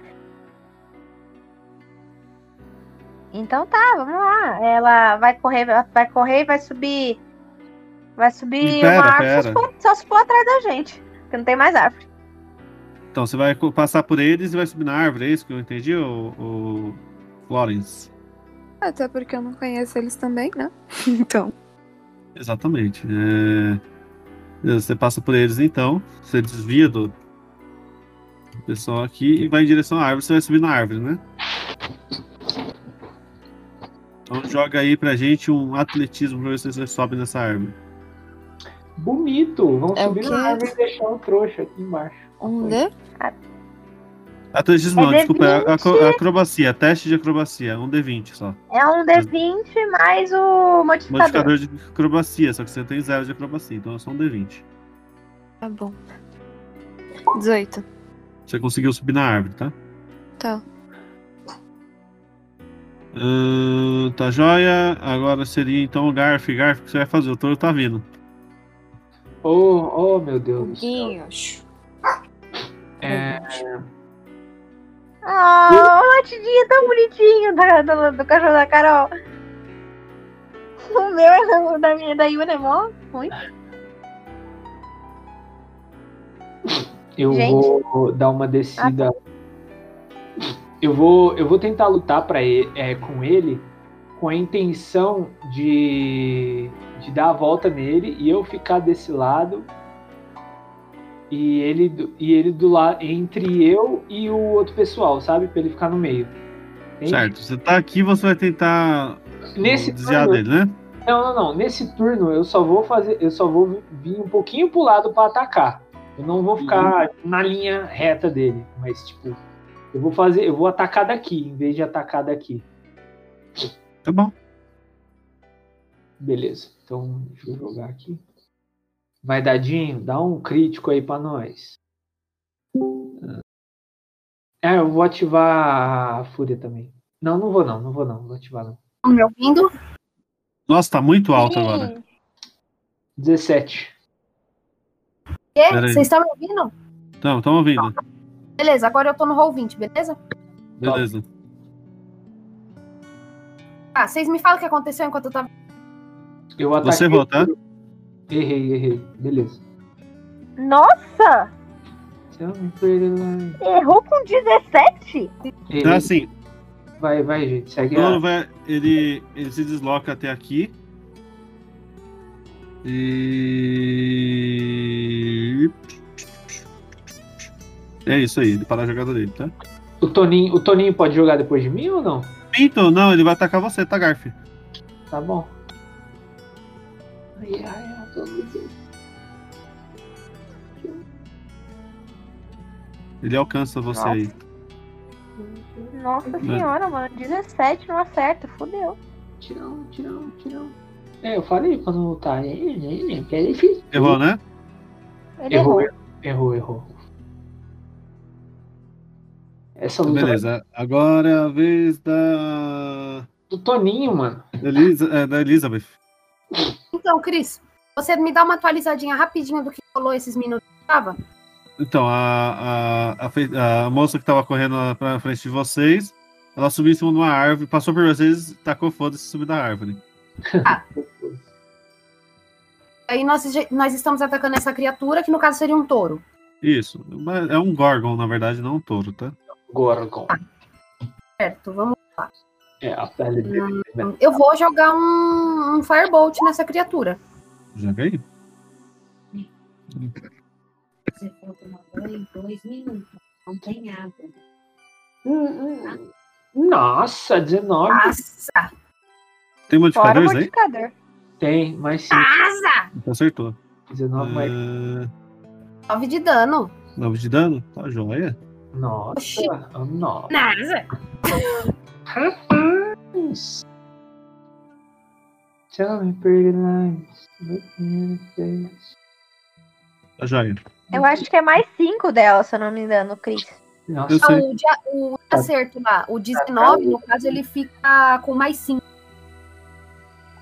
Speaker 4: Então tá, vamos lá. Ela vai correr, ela vai correr e vai subir. Vai subir
Speaker 3: E pera,
Speaker 4: uma árvore só se,
Speaker 3: pera.
Speaker 4: for, só se for atrás da gente. Porque não tem mais árvore.
Speaker 3: Então você vai co- passar por eles e vai subir na árvore, é isso que eu entendi, o, Florence?
Speaker 10: Até porque eu não conheço eles também, né? Então.
Speaker 3: Exatamente. É, Você passa por eles então, você desvia do do pessoal aqui e vai em direção à árvore. Você vai subir na árvore, né? Então joga aí pra gente um atletismo pra ver se você sobe nessa árvore.
Speaker 2: Bonito. Vamos
Speaker 10: É o
Speaker 2: subir
Speaker 10: quê?
Speaker 2: na árvore e deixar o trouxa aqui embaixo.
Speaker 10: Um D?
Speaker 3: Atletismo
Speaker 4: É
Speaker 3: não, desculpa, é acro-
Speaker 4: D20.
Speaker 3: acrobacia, teste de acrobacia, um D20 só.
Speaker 4: É um D20 mais o modificador.
Speaker 3: Modificador de acrobacia, só que você tem zero de acrobacia, então é só um D20.
Speaker 10: Tá bom. 18.
Speaker 3: Você conseguiu subir na árvore, tá?
Speaker 10: Tá.
Speaker 3: Ahn, tá joia. Agora seria então o Garf. Garf, o que você vai fazer? O touro tá vindo.
Speaker 2: Oh, oh, meu Deus do céu.
Speaker 10: Guinhos.
Speaker 2: É,
Speaker 4: Ah, o latidinho tão bonitinho da- do, do cachorro da Carol. O meu é o da minha da Yuna, é mó ruim.
Speaker 2: eu
Speaker 4: Gente.
Speaker 2: vou dar uma descida. Eu vou, eu vou tentar lutar para com ele com a intenção de, de dar a volta nele e eu ficar desse lado e ele do- e ele do lado entre eu e o outro pessoal, sabe? Pra ele ficar no meio. Entende?
Speaker 3: Certo. Você tá aqui, você vai tentar
Speaker 2: Nesse
Speaker 3: desviar
Speaker 2: turno,
Speaker 3: dele, né?
Speaker 2: Não, não, não. Nesse turno eu só vou fazer. Eu só vou vi- vir um pouquinho pro lado pra atacar. Eu não vou ficar
Speaker 3: Uhum.
Speaker 2: na linha reta dele. Mas, tipo, eu vou fazer. Eu vou atacar daqui, em vez de atacar daqui.
Speaker 3: Tá bom.
Speaker 2: Beleza. Então, deixa eu jogar aqui. Vai, Dadinho, dá um crítico aí pra nós. Ah. É, eu vou ativar a fúria também. Não, não vou não, não vou não, não vou ativar não.
Speaker 10: Estão me ouvindo?
Speaker 3: Nossa, tá muito alto agora.
Speaker 2: 17.
Speaker 10: Quê?
Speaker 3: Peraí.
Speaker 10: Vocês estão me ouvindo?
Speaker 3: Então, tamo ouvindo.
Speaker 10: Beleza, agora eu tô no roll 20, beleza?
Speaker 2: tá
Speaker 3: Beleza.
Speaker 10: Ah, vocês me falam o que aconteceu enquanto eu tava.
Speaker 2: Eu ataquei.
Speaker 3: Você errou, tá?
Speaker 2: Errei, errei. Beleza.
Speaker 4: Nossa!
Speaker 2: Você não me perdeu, né?
Speaker 4: Errou com 17?
Speaker 2: Errei.
Speaker 3: Então, assim,
Speaker 2: Vai, vai, gente. Segue
Speaker 3: Bruno
Speaker 2: a...
Speaker 3: vai, ele, ele se desloca até aqui. E. É isso aí, ele para a jogada dele, tá?
Speaker 2: o Toninho. O Toninho pode jogar depois de mim ou não?
Speaker 3: Pinto, não, ele vai atacar você, tá, Garf?
Speaker 2: Tá bom. Ai, ai, ai, tô no Deus.
Speaker 3: Ele alcança você
Speaker 4: Nossa.
Speaker 3: aí. Uhum.
Speaker 4: Nossa senhora, mano. 17 não acerta, fodeu.
Speaker 2: Tirão, tirão, tirão. É, eu falei pra não lutar. É, é, é, que é difícil.
Speaker 3: Errou, né?
Speaker 4: Ele
Speaker 2: Errou,
Speaker 4: errou.
Speaker 2: errou, errou. Essa
Speaker 3: Então,
Speaker 2: luta
Speaker 3: beleza. Agora é a vez da.
Speaker 2: do Toninho, mano.
Speaker 3: Elisa, é, da Elizabeth.
Speaker 10: Então, Cris, você me dá uma atualizadinha rapidinho do que rolou esses minutos que tava?
Speaker 3: Então, a, a, a, fe- a moça que tava correndo lá pra frente de vocês, ela subiu em cima de uma árvore, passou por vocês, tacou foda-se e subiu da árvore.
Speaker 10: Aí nós, nós estamos atacando essa criatura, que no caso seria um touro.
Speaker 3: Isso. Mas É um Gorgon, na verdade, não um touro, tá?
Speaker 2: Gorgon.
Speaker 10: Certo, vamos.
Speaker 2: É, a pele dele. né?
Speaker 10: Eu vou jogar um, um Firebolt nessa criatura.
Speaker 3: Joga aí.
Speaker 11: Você for tomar banho em dois minutos. Não tem água.
Speaker 2: Hum, hum. Nossa, 19
Speaker 10: Nossa!
Speaker 3: Tem
Speaker 4: Fora o
Speaker 3: modificadores aí?
Speaker 4: modificador.
Speaker 2: tem, mais 5.
Speaker 10: Asa!
Speaker 3: Então Acertou.
Speaker 2: 19 mais.
Speaker 3: Ah,
Speaker 10: 9 de dano.
Speaker 3: 9 de dano? Tá, joia.
Speaker 2: Nossa,
Speaker 10: Oxi.
Speaker 2: nossa.
Speaker 10: Asa!
Speaker 2: Rapaz! Tell me pretty lies. Look me in the face.
Speaker 3: Tá joia.
Speaker 4: Eu acho que é mais 5 dela, se eu não me engano, Cris.
Speaker 3: Eu
Speaker 2: Nossa,
Speaker 10: Ah,
Speaker 3: sei.
Speaker 10: o, dia- o acerto lá, o 19, no caso, ele fica com mais 5.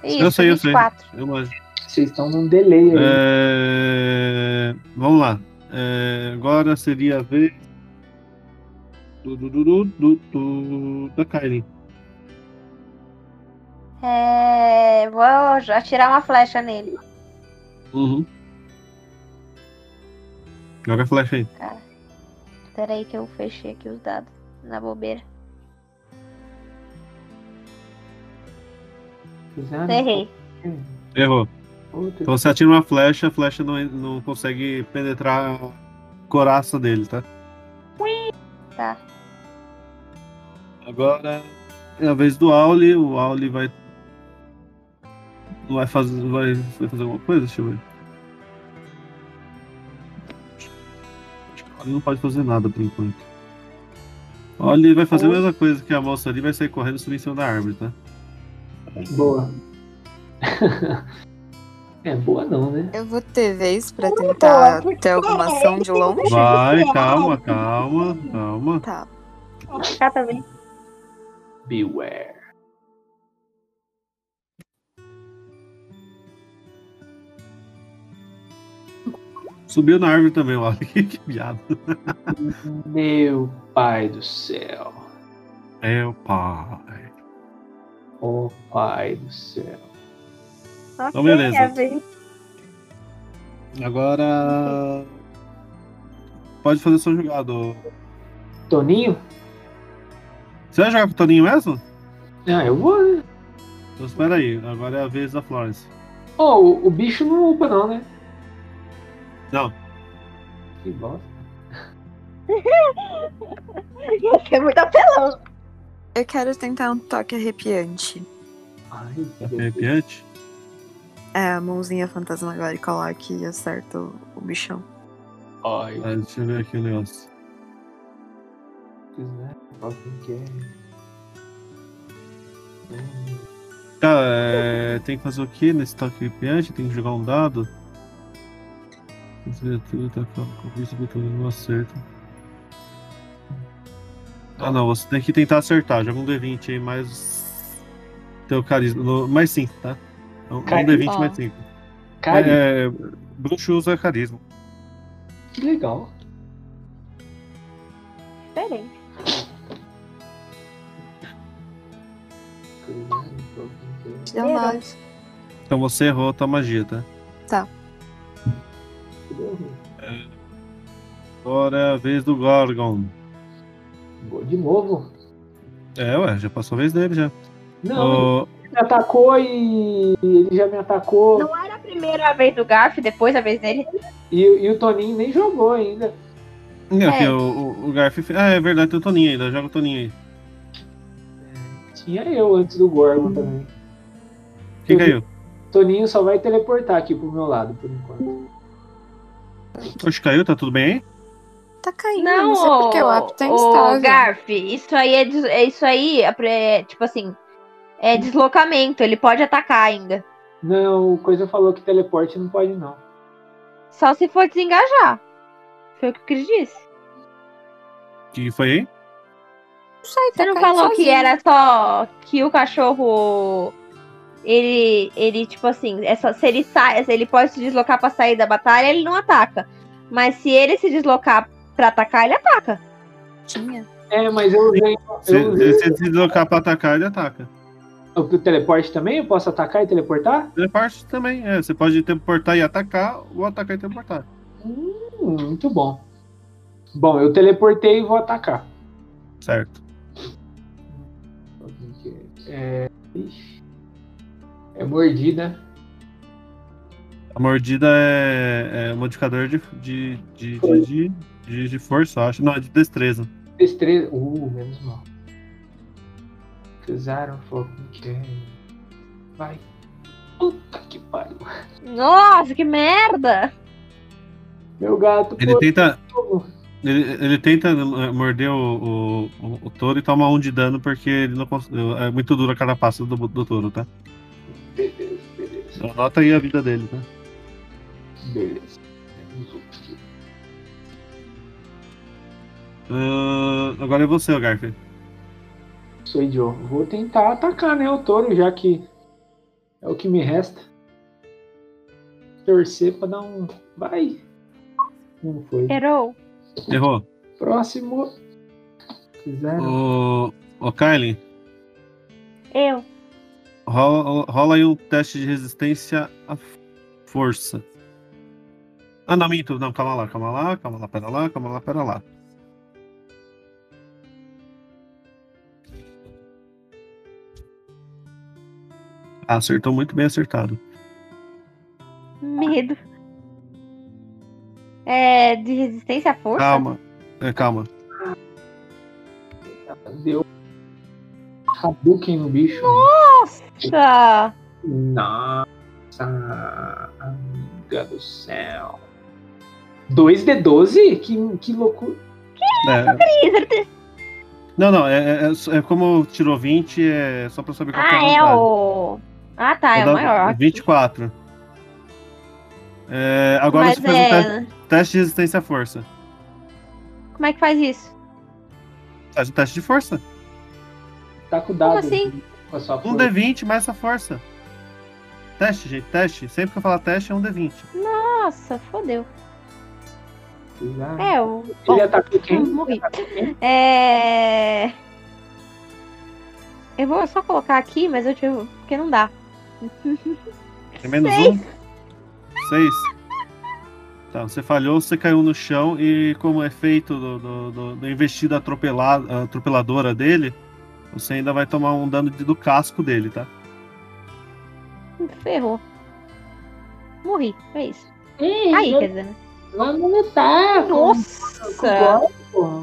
Speaker 4: Isso,
Speaker 3: Eu sei, eu sei.
Speaker 4: 24.
Speaker 3: Eu manjo.
Speaker 2: vocês estão num delay aí.
Speaker 3: É, Vamos lá. É, Agora seria a vez. Do, do, do, do, do, do- da Kylie.
Speaker 4: É, vou atirar uma flecha nele.
Speaker 3: Uhum. Joga a flecha aí.
Speaker 4: Pera aí que eu fechei aqui os dados na bobeira.
Speaker 3: Ah,
Speaker 2: Fizeram?
Speaker 4: Errei.
Speaker 3: Errou.
Speaker 2: Puta,
Speaker 3: Então você atira uma flecha, a flecha não, en- não consegue penetrar o coraça dele, tá?
Speaker 4: Tá.
Speaker 3: Agora é a vez do Auli. O Auli vai. Vai fazer. Vai, vai fazer alguma coisa? Deixa eu ver. Acho que o Auli não pode fazer nada por enquanto. O Auli vai fazer a mesma coisa que a moça ali, vai sair correndo e subir em cima da árvore, tá?
Speaker 2: Boa. é boa não, né?
Speaker 12: Eu vou ter vez pra tentar ter alguma ação de longe?
Speaker 3: Vai, calma, calma, calma.
Speaker 12: Tá.
Speaker 4: Tá também.
Speaker 2: Beware.
Speaker 3: Subiu na árvore também, o Auli. Que piada.
Speaker 2: Meu pai do céu.
Speaker 3: Meu É pai.
Speaker 2: Oh pai do céu.
Speaker 3: Então, beleza.
Speaker 4: é a vez.
Speaker 3: Agora. Pode fazer seu jogado.
Speaker 2: Toninho?
Speaker 3: Você vai jogar com o Toninho mesmo?
Speaker 2: Ah, eu vou. né?
Speaker 3: Então espera aí, agora é a vez da Florence.
Speaker 2: Oh, o, o bicho não upa não, né?
Speaker 3: Não.
Speaker 2: Que bosta.
Speaker 4: É muito apelão.
Speaker 12: Eu quero tentar um toque arrepiante.
Speaker 2: Ai, que
Speaker 3: É Arrepiante?
Speaker 10: É, a mãozinha fantasmagórica lá que acerta o, o bichão.
Speaker 2: Ai,
Speaker 3: Ah, deixa eu ver aqui o negócio. Tá, é, tem que fazer o que nesse toque arrepiante? Tem que jogar um dado? Essa Criatura tá com com vista que todo mundo acerta. Ah não, você tem que tentar acertar. Joga um D20 aí mais. Teu carisma. no- Mais 5, tá? Um um
Speaker 2: Cari-
Speaker 3: D20
Speaker 12: Ó.
Speaker 3: mais 5.
Speaker 2: cara,
Speaker 3: É, bruxo usa carisma.
Speaker 2: que legal.
Speaker 6: Diferente.
Speaker 10: Deu
Speaker 6: Zero.
Speaker 10: nove.
Speaker 3: Então você errou a tua magia, tá?
Speaker 10: Tá.
Speaker 3: É. Agora é a vez do Gorgon.
Speaker 2: Boa, De novo?
Speaker 3: É, ué, já passou a vez dele já.
Speaker 2: Não,
Speaker 3: Ô,
Speaker 2: ele me atacou e ele já me atacou.
Speaker 4: Não era a primeira vez do Garf, depois a vez dele.
Speaker 2: E, e o Toninho nem jogou ainda.
Speaker 3: não,
Speaker 4: É.
Speaker 3: aqui, o, o- o Garf. Ah, é verdade, tem o Toninho ainda. Joga o Toninho aí.
Speaker 2: Tinha eu antes do Gorgon também.
Speaker 3: Quem
Speaker 2: Eu vi-
Speaker 3: caiu?
Speaker 2: Toninho só vai teleportar aqui pro meu lado, por enquanto.
Speaker 3: Oxe, caiu, tá tudo bem aí?
Speaker 10: Tá caindo, não, sei porque o app tá instável.
Speaker 4: Garf, isso aí é, des- é isso aí, é, pre- é, tipo assim, é deslocamento, ele pode atacar ainda.
Speaker 2: Não, o Coisa falou que teleporte não pode, não.
Speaker 4: Só se for desengajar. Foi o que o Cris disse.
Speaker 3: O que foi aí?
Speaker 10: Não sei, tá
Speaker 4: Você não
Speaker 10: caindo
Speaker 4: falou que
Speaker 10: sozinho.
Speaker 4: era só que o cachorro ele ele tipo assim, é só- se ele sai, se ele pode se deslocar pra sair da batalha, ele não ataca. Mas se ele se deslocar pra atacar, ele ataca.
Speaker 10: Tinha.
Speaker 2: É, mas eu usei.
Speaker 3: Se
Speaker 2: Eu usei
Speaker 3: se você deslocar pra atacar, ele ataca.
Speaker 2: o teleporte também? Eu posso atacar e teleportar?
Speaker 3: Teleporte também, é. Você pode teleportar e atacar, ou atacar e teleportar.
Speaker 2: Hum, muito bom. Bom, eu teleportei e vou atacar.
Speaker 3: Certo.
Speaker 2: É. ixi. É mordida.
Speaker 3: A mordida é, é modificador de, de, de, de, de, de, de força, eu acho. Não, é de destreza.
Speaker 2: Destreza. Uh, menos mal. Usaram fogo que é. Vai. Puta que pariu.
Speaker 4: Nossa, que merda!
Speaker 2: Meu gato,
Speaker 3: Ele
Speaker 2: pô,
Speaker 3: tenta.
Speaker 2: fogo.
Speaker 3: Ele, ele tenta eh, morder o, o, o- o touro e toma um de dano porque ele não cons- É muito duro a carapaça do, do touro, tá? Então,
Speaker 2: Beleza, beleza,
Speaker 3: Anota aí a vida dele, tá?
Speaker 2: beleza. Menos um aqui.
Speaker 3: Ahn, agora é você, ô Garfield.
Speaker 2: Sou idiota. Vou tentar atacar, né, o touro, já que é o que me resta. Torcer pra dar um. Vai! Não foi.
Speaker 4: Errou.
Speaker 3: Errou.
Speaker 2: Próximo. Fizeram.
Speaker 3: Ô, ô Kylie,
Speaker 4: Eu.
Speaker 3: rola, rola aí um teste de resistência à força. Ah, não, minto. Não, calma lá, calma lá, calma lá, pera lá, calma lá, pera lá. Ah, Acertou muito bem acertado.
Speaker 4: Medo. É de resistência à força?
Speaker 3: Calma. É, calma.
Speaker 2: Deu. Hadouken no bicho.
Speaker 4: Nossa!
Speaker 2: Nossa, amiga do céu. 2D12? Que, que loucura.
Speaker 3: É,
Speaker 4: Ih, acertei.
Speaker 3: não, não, é, é- é como tirou 20, é só pra saber qual que
Speaker 4: Ah,
Speaker 3: é a
Speaker 4: é
Speaker 3: vantagem.
Speaker 4: o. Ah, tá, é
Speaker 3: Vai
Speaker 4: o
Speaker 3: dar
Speaker 4: maior.
Speaker 3: 24. É, agora
Speaker 4: Mas
Speaker 3: você faz um te-
Speaker 4: é.
Speaker 3: teste de resistência à força.
Speaker 4: Como é que faz isso?
Speaker 3: Faz um teste de força.
Speaker 2: Tá com o dado.
Speaker 4: Como assim?
Speaker 2: Com a sua
Speaker 3: Um
Speaker 2: força.
Speaker 3: D20 mais a força. Teste, gente, teste. Sempre que eu falar teste, é um D20.
Speaker 4: Nossa, fodeu.
Speaker 2: Fizeram.
Speaker 4: É o.
Speaker 2: né? Ele atacou
Speaker 4: Ah,
Speaker 2: quem?
Speaker 4: morri. É. Eu vou só colocar aqui, mas eu tive. Porque não dá.
Speaker 3: É menos
Speaker 4: Seis.
Speaker 3: um. Seis. Tá, você falhou, você caiu no chão e como efeito do, do, do- da investida atropelada, atropeladora dele, você ainda vai tomar um dano de- do casco dele, tá?
Speaker 4: Ferrou. Morri. É isso.
Speaker 8: Ei,
Speaker 4: Aí, quer dizer. né?
Speaker 8: vamos lutar. com- Com
Speaker 4: Nossa!
Speaker 8: o Gorgon.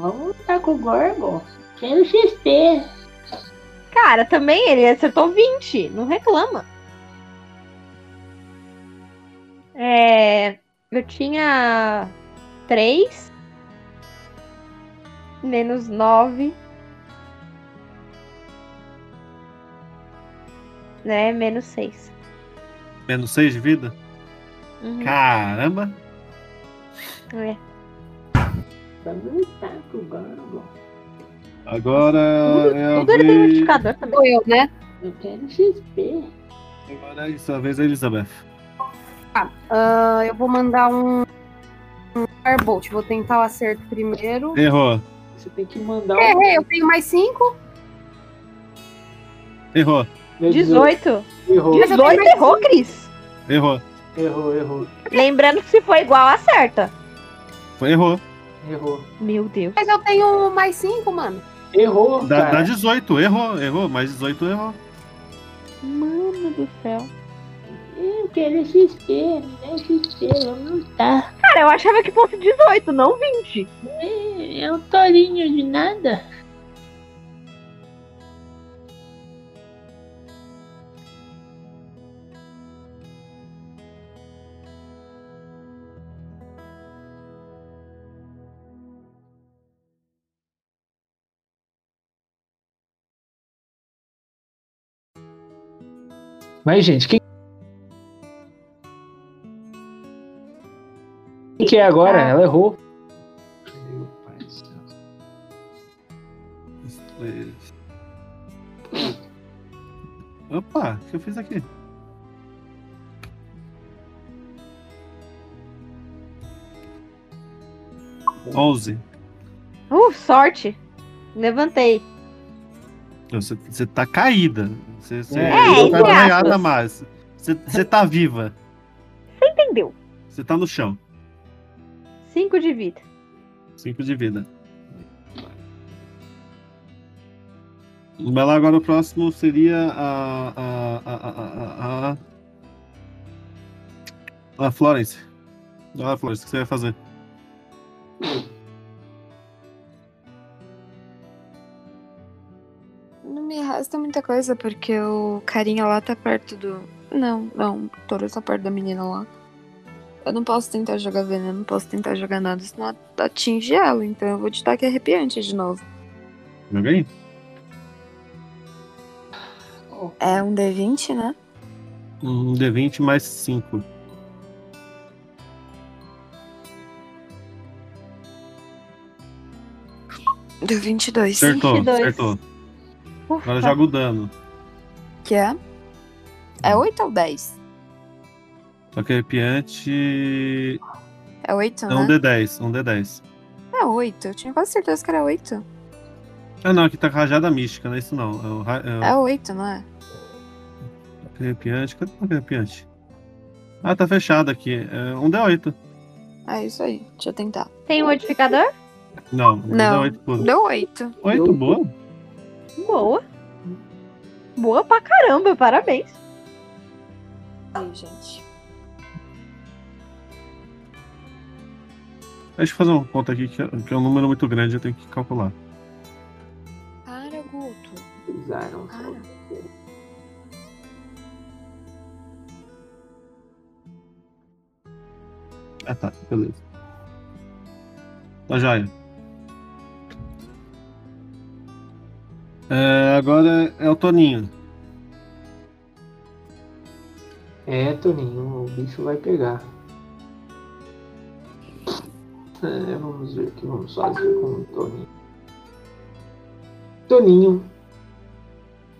Speaker 8: Vamos lutar com o Gorgon. Quero XP.
Speaker 4: Cara, também ele acertou 20. Não reclama. É, eu tinha 3 menos 9. Né? Menos 6.
Speaker 3: Menos 6 de vida?
Speaker 4: Uhum.
Speaker 3: Caramba!
Speaker 4: É.
Speaker 3: Agora é a
Speaker 4: Tudo era do
Speaker 3: vez.
Speaker 4: multiplicador também.
Speaker 10: Sou eu, né?
Speaker 11: Eu quero XP.
Speaker 3: Agora é sua vez, Elizabeth.
Speaker 10: Ah, eu vou mandar um, um Firebolt. Vou tentar o acerto primeiro.
Speaker 3: Errou,
Speaker 2: Você tem que mandar
Speaker 4: É,
Speaker 2: um.
Speaker 10: Errei, eu tenho mais cinco.
Speaker 3: errou,
Speaker 2: Meu Deus,
Speaker 4: 18.
Speaker 2: Errou,
Speaker 10: Mas eu tenho
Speaker 4: 18
Speaker 10: mais
Speaker 4: errou, Cris.
Speaker 3: errou,
Speaker 2: errou, errou,
Speaker 4: Lembrando que se for igual, acerta.
Speaker 3: foi errou.
Speaker 2: errou.
Speaker 4: Meu Deus.
Speaker 10: Mas eu tenho mais cinco, mano.
Speaker 2: Errou,
Speaker 3: Dá, dá
Speaker 2: cara.
Speaker 3: 18, errou, errou, mais 18, errou.
Speaker 4: Mano do céu.
Speaker 11: Eu quero XP, me
Speaker 2: né,
Speaker 11: dá XP, vamos
Speaker 2: tá.
Speaker 11: lutar.
Speaker 4: Cara, eu achava que fosse 18, não 20.
Speaker 11: É um torinho de nada.
Speaker 2: Mas, gente, quem. Quem que é agora?
Speaker 4: Ah.
Speaker 2: Ela errou.
Speaker 1: Meu pai do céu.
Speaker 3: Opa, o que eu fiz aqui? Onze.
Speaker 4: Uh, sorte. Levantei.
Speaker 3: Você, você tá caída. Você, você
Speaker 2: É,
Speaker 3: não
Speaker 4: entre
Speaker 3: tá desmaiada
Speaker 4: aspas.
Speaker 3: mais. Você, você tá viva.
Speaker 4: Entendeu?
Speaker 3: Você tá no chão.
Speaker 4: 5 de vida.
Speaker 3: Cinco de vida. Vai lá, agora o próximo seria a. a. a. a. a, a, a Florence. Vai lá, Florence, o que você vai fazer?
Speaker 10: Não me resta muita coisa, porque o carinha lá tá perto do. Não, não, o Toro tá perto da menina lá. Eu não posso tentar jogar veneno, não posso tentar jogar nada, senão at- atinge ela. Então eu vou te dar que arrepiante de novo.
Speaker 3: Joga aí?
Speaker 10: É um D20, né?
Speaker 3: Um D20 mais 5.
Speaker 10: D22.
Speaker 3: Acertou,
Speaker 4: 22.
Speaker 3: acertou.
Speaker 4: Ufa.
Speaker 3: Agora joga o dano.
Speaker 10: Que é? É 8 ou 10?
Speaker 3: Só que arrepiante.
Speaker 10: É 8,
Speaker 3: É um
Speaker 10: né?
Speaker 3: D10, um D10.
Speaker 10: É 8. Eu tinha quase certeza que era 8.
Speaker 3: Ah não, aqui tá com rajada mística, não é isso não. É o, ra- é o
Speaker 10: É 8, não é?
Speaker 3: arrepiante. Cadê o arrepiante? Ah, tá fechado aqui. É um D8.
Speaker 10: É isso aí. Deixa eu tentar.
Speaker 4: Tem um modificador?
Speaker 3: Não, um
Speaker 10: Não.
Speaker 3: D8 puro.
Speaker 10: Deu 8.
Speaker 3: 8, boa.
Speaker 4: Boa. Boa pra caramba, parabéns.
Speaker 10: Aí, gente.
Speaker 3: Deixa eu fazer uma conta aqui, que é, que é um número muito grande, eu tenho que calcular.
Speaker 10: Para, Guto.
Speaker 1: Usaram
Speaker 10: Para.
Speaker 3: Ah tá, beleza. Tá joia. É, agora é o Toninho.
Speaker 1: É, Toninho, o bicho vai pegar. É, vamos ver o que vamos fazer com o Toninho. Toninho.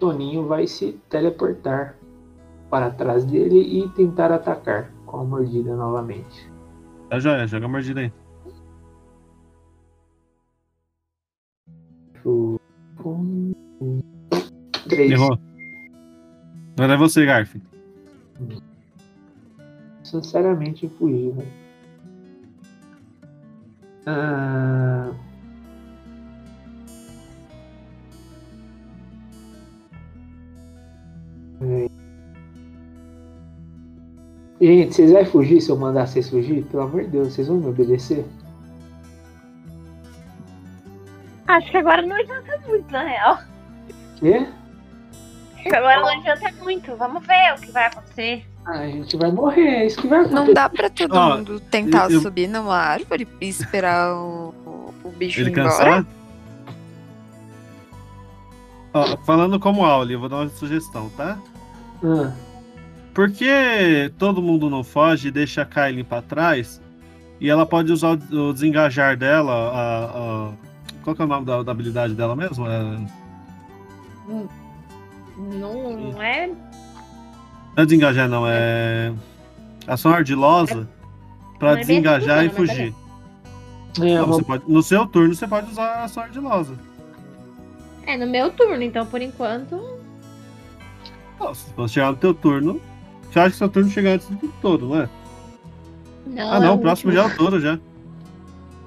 Speaker 1: Toninho vai se teleportar para trás dele e tentar atacar com a mordida novamente.
Speaker 3: Tá joia, joga a mordida aí.
Speaker 1: Um, três.
Speaker 3: Errou. Agora é você, Garf.
Speaker 1: Sinceramente, fugir,
Speaker 2: né?
Speaker 1: velho. Ah, peraí.
Speaker 2: é.
Speaker 1: Gente, vocês vão fugir se eu mandar vocês fugir? Pelo amor de Deus, vocês vão me obedecer?
Speaker 4: Acho que agora não adianta muito, na real.
Speaker 1: Quê?
Speaker 4: Acho que agora não adianta muito. Vamos ver o que vai acontecer.
Speaker 2: Ah, a gente vai morrer, é isso que vai acontecer.
Speaker 10: Não dá pra todo
Speaker 3: Ó,
Speaker 10: mundo tentar
Speaker 3: eu-
Speaker 10: subir numa árvore e esperar o, o bicho ir
Speaker 3: Ele
Speaker 10: embora.
Speaker 3: cansar? Ó, falando como aula, eu vou dar uma sugestão, tá?
Speaker 2: Ah,
Speaker 3: Por que todo mundo não foge e deixa a Kylie pra trás? E ela pode usar o o desengajar dela, a, a- Qual que é o nome da, da habilidade dela mesmo? É,
Speaker 4: Não, não é.
Speaker 3: não é desengajar, não, é... Ação ardilosa pra
Speaker 4: Não é bem
Speaker 3: desengajar
Speaker 4: assim,
Speaker 3: e
Speaker 4: não, mas
Speaker 3: fugir.
Speaker 2: é
Speaker 3: Não,
Speaker 2: uma
Speaker 3: você pode- no seu turno você pode usar a ação ardilosa.
Speaker 4: É no meu turno, então por enquanto.
Speaker 3: Não, se você chegar no teu turno... Você acha que seu turno chega antes do todo, não é?
Speaker 4: Não,
Speaker 3: Ah,
Speaker 4: é
Speaker 3: não,
Speaker 4: o
Speaker 3: o próximo
Speaker 4: último.
Speaker 3: já é o touro já.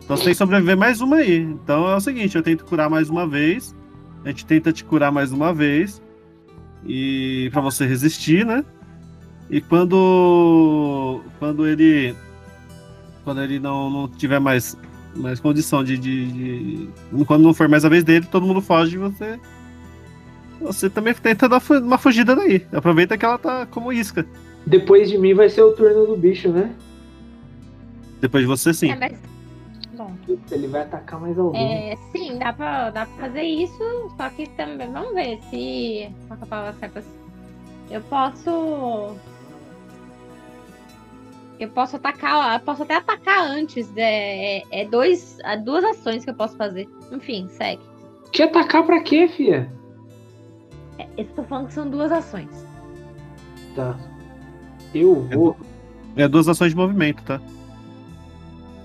Speaker 3: Então você tem que sobreviver mais uma aí. Então é o seguinte, eu tento curar mais uma vez. A gente tenta te curar mais uma vez. E para você resistir, né? E quando quando ele quando ele não, não tiver mais mais condição de, de- de- quando não for mais a vez dele, todo mundo foge e você você também tenta dar fu- uma fugida daí. Aproveita que ela tá como isca.
Speaker 2: Depois de mim vai ser o turno do bicho, né?
Speaker 3: Depois de você sim.
Speaker 4: É, mas, bom,
Speaker 2: Putz, ele vai atacar mais alguém.
Speaker 4: é, sim, dá pra, dá pra fazer isso, só que também vamos ver se. Qual que é a palavra certa? Eu posso. Eu posso atacar, eu posso até atacar antes. É, é- é dois, é duas ações que eu posso fazer. Enfim, segue.
Speaker 2: Que atacar pra quê, fia?
Speaker 13: É,
Speaker 4: Eu tô falando que são duas ações.
Speaker 2: Tá. Eu vou,
Speaker 3: É duas ações de movimento, tá?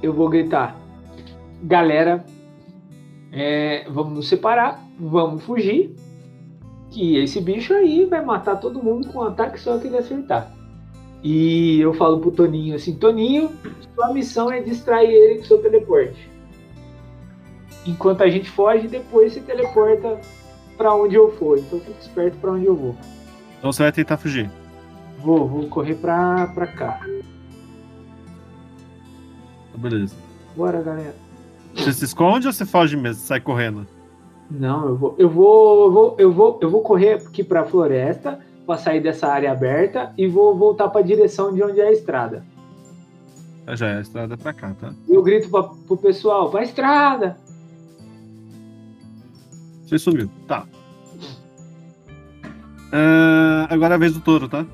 Speaker 2: eu vou gritar. Galera, é, vamos nos separar, vamos fugir. Que esse bicho aí vai matar todo mundo com um ataque só que ele acertar. E eu falo pro Toninho assim, Toninho, sua missão é distrair ele com seu teleporte. Enquanto a gente foge, depois se teleporta pra onde eu for. Então fica esperto pra onde eu vou.
Speaker 3: Então você vai tentar fugir.
Speaker 2: Vou, vou correr pra, pra cá.
Speaker 3: Beleza.
Speaker 2: Bora, galera.
Speaker 3: Você se esconde ou você foge mesmo? Sai correndo?
Speaker 2: Não, eu vou, eu vou, eu vou, eu vou, eu vou correr aqui pra floresta, pra sair dessa área aberta e vou voltar pra direção de onde é a estrada.
Speaker 3: Ah, Já é a estrada pra cá, tá?
Speaker 2: Eu grito pra, pro pessoal, pra estrada!
Speaker 3: Você sumiu. Tá. Ah, agora é a vez do touro, tá?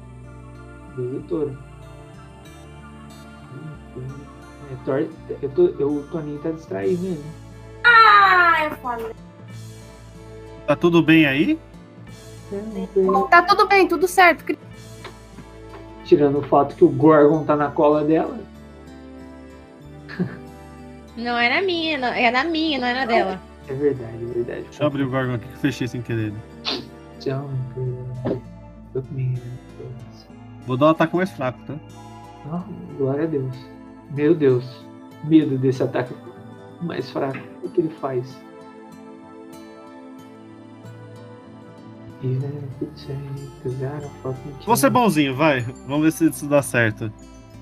Speaker 2: Deus, eu tô. É, tor- Eu tô, eu, o Toninho tá distraído mesmo.
Speaker 6: Ah, eu falei.
Speaker 3: Tá tudo bem aí?
Speaker 6: Tá tudo bem, tudo certo. Cris.
Speaker 2: Tirando o fato que o Gorgon tá na cola dela.
Speaker 4: Não é na minha, não, é na minha, não é na dela.
Speaker 2: É verdade, é verdade.
Speaker 3: Deixa eu abrir o Gorgon aqui que eu fechei sem querer.
Speaker 2: Jump. Look me in the face.
Speaker 3: Vou dar um ataque mais fraco, tá?
Speaker 2: Ah, glória a Deus. Meu Deus. Medo desse ataque mais fraco. O que ele faz? Even if it takes, 'cause I don't fucking care.
Speaker 3: Vou ser é bonzinho, vai. Vamos ver se isso dá certo.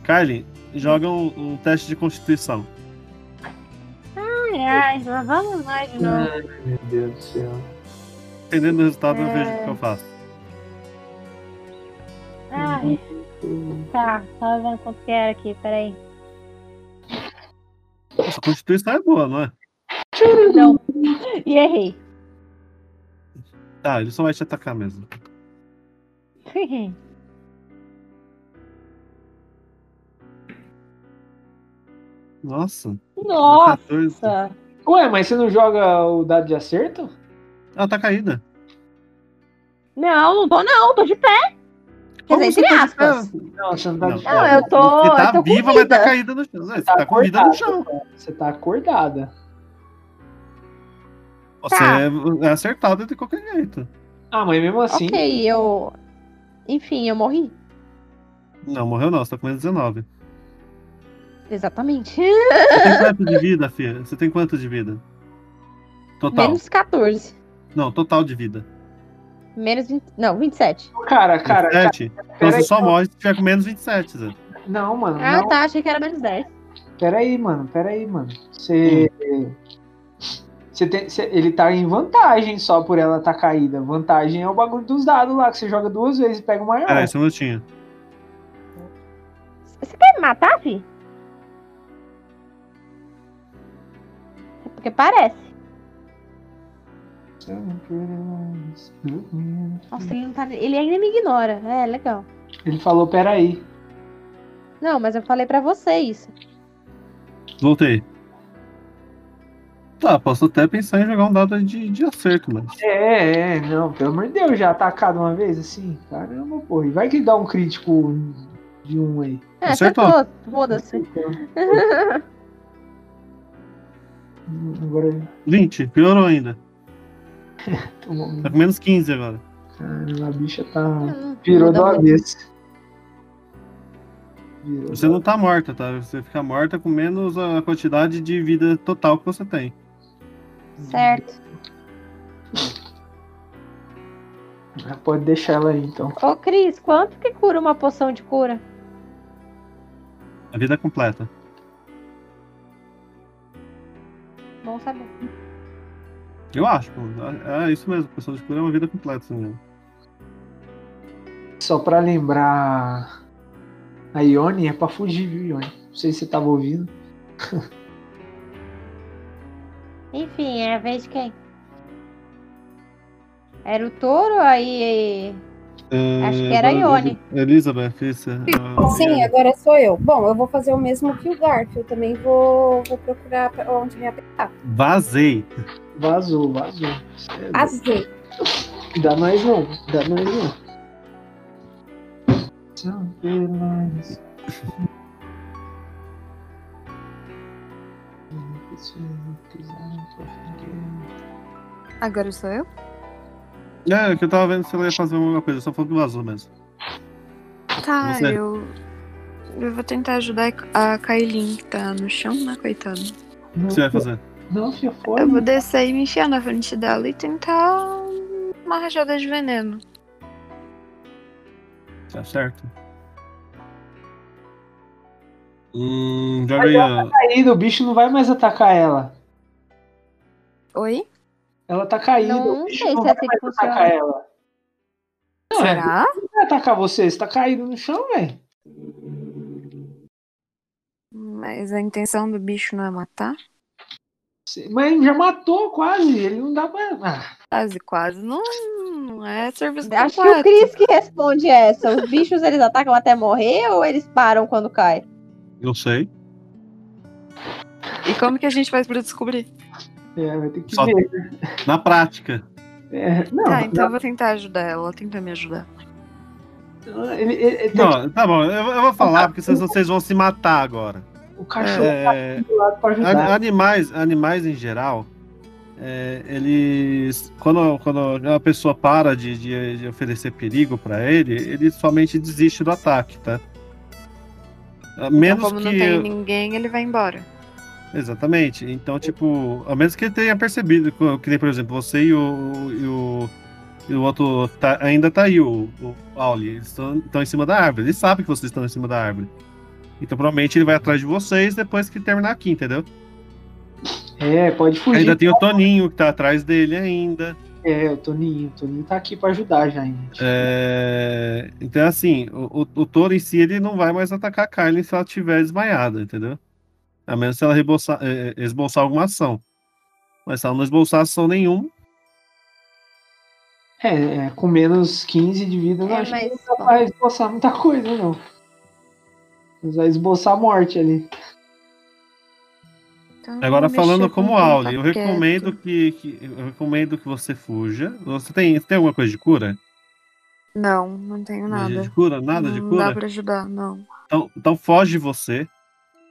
Speaker 3: Kylie, joga um, um teste de constituição.
Speaker 13: Ai, ai, lá vamos nós de novo.
Speaker 2: Ai, meu Deus do céu.
Speaker 3: Entendendo o resultado, eu vejo o que eu faço.
Speaker 13: Ai, tá, tava vendo quanto que era aqui, peraí.
Speaker 3: Nossa, a constituição é boa, não é?
Speaker 13: Não. E errei.
Speaker 3: Tá, ele só vai te atacar mesmo. Nossa.
Speaker 13: Nossa!
Speaker 3: 14.
Speaker 2: Ué, mas você não joga o dado de acerto?
Speaker 3: Ela tá caída.
Speaker 13: Não, não tô não, tô de pé. Quer dizer,
Speaker 3: Como
Speaker 13: entre
Speaker 3: você tá de
Speaker 13: aspas.
Speaker 3: pé?
Speaker 2: Não, você não tá
Speaker 3: Não.
Speaker 2: de
Speaker 13: Não, eu tô.
Speaker 3: Você tá
Speaker 13: eu tô
Speaker 3: viva, mas
Speaker 13: comida.
Speaker 3: tá caída no chão. Ué, Você
Speaker 2: Tá
Speaker 3: tá, comida
Speaker 2: acordada.
Speaker 3: no chão.
Speaker 2: Você tá acordada.
Speaker 3: Você é- é acertada de qualquer jeito.
Speaker 2: Ah, mas mesmo assim.
Speaker 13: Ok, eu. Enfim, eu morri.
Speaker 3: Não, morreu não, você tá com menos 19.
Speaker 13: Exatamente.
Speaker 3: Você tem quanto de vida, filha? Você tem quanto de vida? Total.
Speaker 13: Menos 14.
Speaker 3: Não, total de vida.
Speaker 13: Menos 20. Não, 27.
Speaker 2: Cara, cara, cara.
Speaker 3: 27? então
Speaker 2: Peraí,
Speaker 3: você só morre se tiver com menos 27, Zé.
Speaker 2: Não, mano.
Speaker 13: Ah,
Speaker 2: Não.
Speaker 13: tá, achei que era menos 10.
Speaker 2: Peraí, mano. Peraí, mano. Você. Você tem, você- ele tá em vantagem só por ela tá
Speaker 3: um
Speaker 2: caída. Vantagem é o bagulho dos dados lá, que você joga duas vezes e pega o maior.
Speaker 3: Peraí, você não tinha.
Speaker 4: Você quer me matar, fi? É porque parece. Nossa, ele, não tá- ele ainda me ignora. É, legal.
Speaker 2: Ele falou, peraí.
Speaker 4: Não, mas eu falei pra você isso.
Speaker 3: Voltei. Tá, posso até pensar em jogar um dado de, de acerto, mas.
Speaker 2: É, é, não, pelo amor de Deus, já atacado uma vez assim? Caramba, porra. E vai que dá um crítico de um aí.
Speaker 4: É,
Speaker 3: Acertou.
Speaker 4: acertou. Foda-se.
Speaker 2: Agora
Speaker 3: 20, piorou ainda.
Speaker 2: tomou.
Speaker 3: Tá com menos 15 agora.
Speaker 2: Caramba, a bicha tá.
Speaker 4: Hum,
Speaker 2: Virou
Speaker 4: muda
Speaker 2: do
Speaker 4: muito.
Speaker 2: avesso. Virou
Speaker 3: Você não tá morta, tá? Você fica morta com menos a quantidade de vida total que você tem.
Speaker 4: Certo.
Speaker 2: Ah, Pode deixar ela aí então.
Speaker 4: Ô, Cris, quanto que cura uma poção de cura?
Speaker 3: A vida completa.
Speaker 4: Bom saber.
Speaker 3: Eu acho, pô. É é isso mesmo. Pessoa de cura é uma vida completa, senhor.
Speaker 2: Só pra lembrar. A Ione é pra fugir, viu, Ione? Não sei se você tava ouvindo.
Speaker 4: Enfim, é a vez de quem? Era o touro, aí. Acho que era a Ione.
Speaker 3: Elizabeth, isso. é-
Speaker 6: Sim, agora sou eu. Bom, eu vou fazer o mesmo que o Garfield. Também vou, vou procurar pra- onde me apertar.
Speaker 3: Vazei.
Speaker 2: Vazou, vazou. Cê é
Speaker 4: Ah.
Speaker 2: doido.
Speaker 6: Azei.
Speaker 2: Dá mais não, dá mais não. São pelas-
Speaker 10: Agora sou eu?
Speaker 3: É, que eu tava vendo se ela ia fazer alguma coisa. Só falou que vazou mesmo.
Speaker 14: Tá,
Speaker 3: Você.
Speaker 14: eu. Eu vou tentar ajudar a Kailin, que tá no chão, né, coitada?
Speaker 3: O que você vai fazer?
Speaker 2: Não, filha, foi.
Speaker 14: Eu vou descer e me enfiar na frente dela e tentar uma rajada de veneno.
Speaker 3: Tá certo. Hum, joga aí. ó.
Speaker 2: Caída, o bicho não vai mais atacar ela.
Speaker 10: Oi?
Speaker 2: Ela tá caída,
Speaker 4: Não
Speaker 2: o bicho
Speaker 4: sei
Speaker 2: não
Speaker 4: se é
Speaker 2: vai
Speaker 4: assim
Speaker 2: mais
Speaker 4: que funciona.
Speaker 2: atacar ela. Não, é,
Speaker 10: Será?
Speaker 2: não vai atacar você, você tá caído no chão, velho.
Speaker 10: Mas a intenção do bicho não é matar?
Speaker 2: Mas ele já matou quase, ele não dá pra... Ah,
Speaker 10: Quase, quase. Não, não é serviço
Speaker 4: Acho que o
Speaker 10: completo.
Speaker 4: Cris que responde essa. Os bichos eles atacam até morrer ou eles param quando cai?
Speaker 3: Eu sei.
Speaker 10: E como que a gente faz pra descobrir?
Speaker 2: é, vai ter que
Speaker 3: Só-
Speaker 2: ver.
Speaker 3: Na prática.
Speaker 2: É, não,
Speaker 4: Ah,
Speaker 10: Tá, então eu vou tentar ajudar ela. Ela tenta me ajudar.
Speaker 4: então-
Speaker 2: ele- ele- ele-
Speaker 3: Não, tá bom, eu, eu vou falar, porque senão vocês vão se matar agora.
Speaker 2: tipo, o cachorro
Speaker 3: É,
Speaker 2: do lado pra ajudar.
Speaker 10: Tá.
Speaker 3: a- animais, animais em geral, é, eles. Quando, quando uma pessoa para de, de- de oferecer perigo pra ele, ele somente desiste do ataque, tá? A
Speaker 10: Então,
Speaker 3: menos
Speaker 10: como não
Speaker 3: que.
Speaker 10: tem ninguém, ele vai embora.
Speaker 3: Exatamente. Então, tipo, a menos que ele tenha percebido, co- que nem, por exemplo, você e o. E o, e o outro tá- ainda tá aí, o, o Auli. Eles estão estão em cima da árvore. Ele sabe que vocês estão em cima da árvore. Então, provavelmente ele vai atrás de vocês depois que terminar aqui, entendeu?
Speaker 2: É, pode fugir.
Speaker 3: Ainda tem o Toninho que tá atrás dele ainda.
Speaker 2: É, o Toninho. O Toninho tá aqui pra ajudar já, gente.
Speaker 3: É, Então, assim, o, o, o touro em si ele não vai mais atacar a Kylie se ela estiver desmaiada, entendeu? A menos se ela rebolsar- eh, eh, esboçar alguma ação. Mas se ela não esboçar ação nenhuma,
Speaker 2: É, é, com menos 15 de vida, não
Speaker 4: É,
Speaker 2: acho
Speaker 4: mas-
Speaker 2: que não vai esboçar muita coisa, não. Mas vai esboçar a morte ali.
Speaker 10: Então,
Speaker 3: Agora
Speaker 10: mexer
Speaker 3: falando
Speaker 10: com
Speaker 3: como
Speaker 10: quem tá
Speaker 3: Auli, eu
Speaker 10: quieto.
Speaker 3: recomendo que, que- eu recomendo que você fuja. Você tem, tem alguma coisa de cura?
Speaker 10: Não, não tenho
Speaker 3: Magia De
Speaker 10: nada.
Speaker 3: cura, nada de
Speaker 10: não
Speaker 3: cura.
Speaker 10: dá pra ajudar, não.
Speaker 3: Então, então foge você.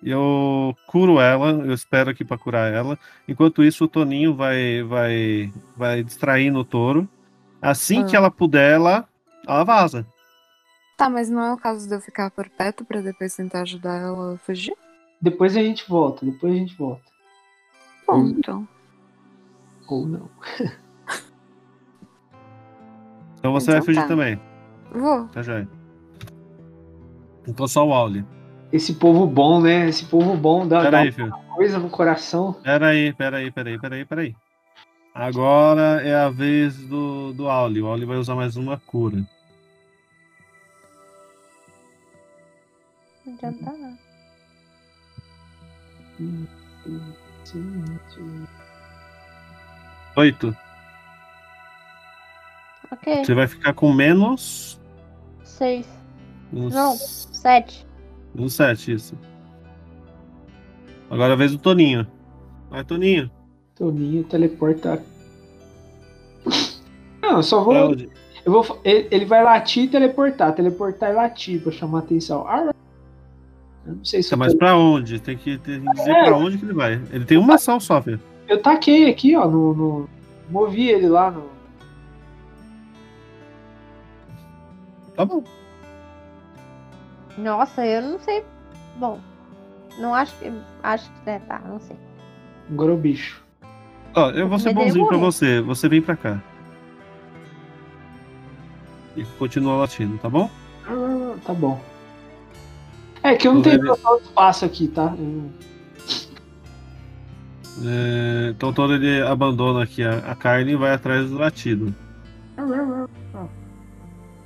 Speaker 3: Eu curo ela, eu espero aqui pra curar ela. Enquanto isso, o Toninho vai vai vai distraindo o touro. Assim
Speaker 10: Ah.
Speaker 3: que ela puder, ela, ela vaza.
Speaker 10: Tá, mas não é o caso de eu ficar por perto pra depois tentar ajudar ela a fugir?
Speaker 2: Depois a gente volta, depois a gente volta.
Speaker 10: Bom, então.
Speaker 2: Ou não.
Speaker 3: Então você
Speaker 10: Então
Speaker 3: vai fugir
Speaker 10: tá.
Speaker 3: também,
Speaker 10: Vou.
Speaker 3: tá joia? Então só o Auli.
Speaker 2: Esse povo bom, né? Esse povo bom dá, dá
Speaker 3: Peraí,
Speaker 2: uma
Speaker 3: filho.
Speaker 2: coisa no coração.
Speaker 3: Peraí, peraí, peraí, peraí, peraí. Agora é a vez do, do Auli. O Auli vai usar mais uma cura.
Speaker 4: adianta nada.
Speaker 3: Oito.
Speaker 10: É.
Speaker 4: Ok,
Speaker 3: Você vai ficar com menos.
Speaker 4: seis.
Speaker 3: uns-
Speaker 4: Não, sete.
Speaker 3: Um 7, isso. Agora é a vez do Toninho. Vai, Toninho.
Speaker 2: Toninho teleportar. Não, eu só vou.
Speaker 3: Pra onde?
Speaker 2: Eu vou fa- ele, ele vai latir e teleportar. Teleportar e latir pra chamar a atenção. Ah, eu não sei se
Speaker 3: Tá,
Speaker 2: eu,
Speaker 3: mas pra onde? Tem que, tem que dizer pra onde que ele vai. Ele tem uma ação só, velho.
Speaker 2: eu taquei aqui, ó. No, no- movi ele lá no.
Speaker 3: Tá bom.
Speaker 4: Nossa, eu não sei. Bom, não acho que. Acho que deve tá, não sei.
Speaker 2: Agora é o bicho.
Speaker 3: Ó, eu vou ser
Speaker 4: Mas daí
Speaker 3: bonzinho pra
Speaker 4: morreu.
Speaker 3: você. Você vem pra cá. E continua latindo, tá bom?
Speaker 2: Ah, tá bom. É que eu não
Speaker 3: Vou
Speaker 2: tenho
Speaker 3: ver.
Speaker 2: noção do espaço aqui, tá? Eu-
Speaker 3: É, então todo ele abandona aqui a, a carne e vai atrás do latido.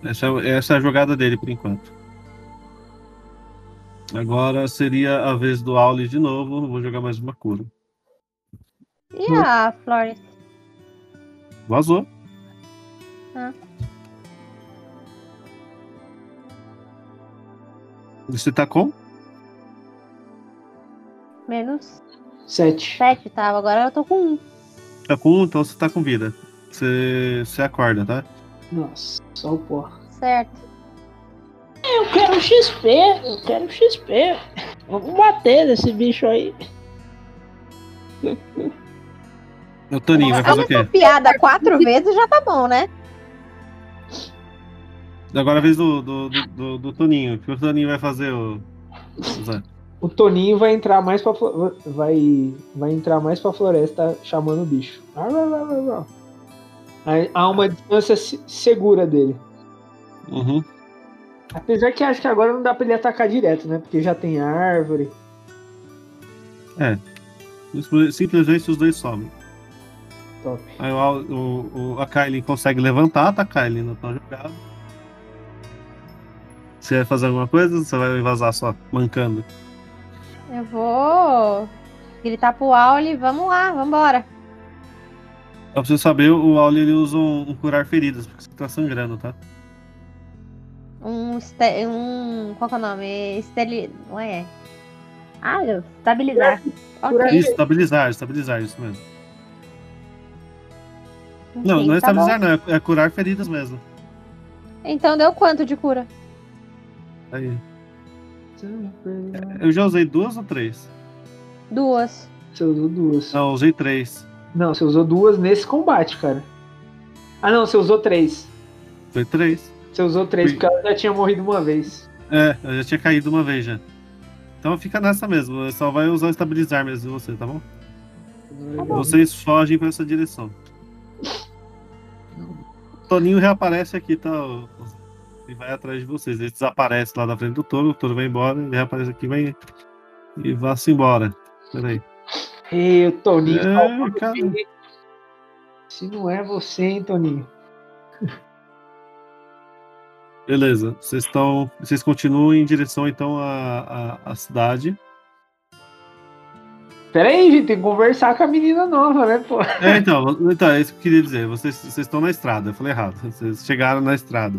Speaker 3: Essa, é- essa é a jogada dele por enquanto. Agora seria a vez do Auli de novo. Vou jogar mais uma cura.
Speaker 4: E a Flores?
Speaker 3: Vazou.
Speaker 4: Ah.
Speaker 3: Você tá com?
Speaker 4: Menos
Speaker 2: Sete.
Speaker 4: sete tava, agora eu tô com um.
Speaker 3: Tá com um, então você tá com vida. Você, você acorda, tá?
Speaker 2: Nossa, só o porra.
Speaker 4: Certo.
Speaker 15: Eu quero XP, eu quero XP. Vamos bater nesse bicho aí.
Speaker 3: O Toninho vai fazer o quê?
Speaker 4: Piada quatro vezes já tá bom, né?
Speaker 3: Agora é a vez do, do, do, do- do Toninho. O que o Toninho vai fazer, o... Zé?
Speaker 2: O Toninho vai entrar mais pra flo- vai vai entrar mais pra floresta chamando o bicho. Ah, lá, lá, lá, lá. Aí Há uma distância se- segura dele.
Speaker 3: Uhum.
Speaker 2: Apesar que acho que agora não dá pra ele atacar direto, né? Porque já tem árvore.
Speaker 3: Simplesmente os dois somem.
Speaker 2: Top.
Speaker 3: Aí o, Al- o, o- a Kylie consegue levantar, tá? A Kylie não tá jogada. Você vai fazer alguma coisa ou você vai vazar só, mancando?
Speaker 4: Eu vou gritar pro Auli, vamos lá, vambora.
Speaker 3: Só pra você saber, o Auli ele usa um, um curar feridas, porque você tá sangrando, tá?
Speaker 4: Um, este- um. Qual que é o nome? Esteli. Não é? Ah, eu- estabilizar. Ok.
Speaker 3: Isso, estabilizar, estabilizar, isso mesmo. Não,
Speaker 4: enfim,
Speaker 3: não é
Speaker 4: tá bom.
Speaker 3: estabilizar, não, é- é curar feridas mesmo.
Speaker 4: Então deu quanto de cura?
Speaker 3: Aí. Eu já usei duas ou três?
Speaker 4: Duas.
Speaker 2: Você usou duas.
Speaker 3: Não, usei três.
Speaker 2: Não, você usou duas nesse combate, cara. Ah, não, você usou três.
Speaker 3: Foi três.
Speaker 2: Você usou três,
Speaker 3: Ui.
Speaker 2: porque ela já tinha morrido uma vez.
Speaker 3: É, eu já tinha caído uma vez já. Então fica nessa mesmo, só vai usar o estabilizar mesmo em você, tá bom? Vocês fogem pra essa direção. Toninho reaparece aqui, tá? o- E vai atrás de vocês. Ele desaparece lá da frente do touro, o touro vai embora, ele reaparece aqui vai... e vai-se embora. Peraí.
Speaker 2: Ei, o Toninho. tá
Speaker 3: É, cara,
Speaker 2: Se não é você, hein, Toninho?
Speaker 3: Beleza, vocês estão. Vocês continuam em direção então à, à, à cidade.
Speaker 2: Pera aí, gente, tem que conversar com a menina nova, né, pô?
Speaker 3: É, então, então, é isso que eu queria dizer. Vocês vocês estão na estrada, eu falei errado. Vocês chegaram na estrada.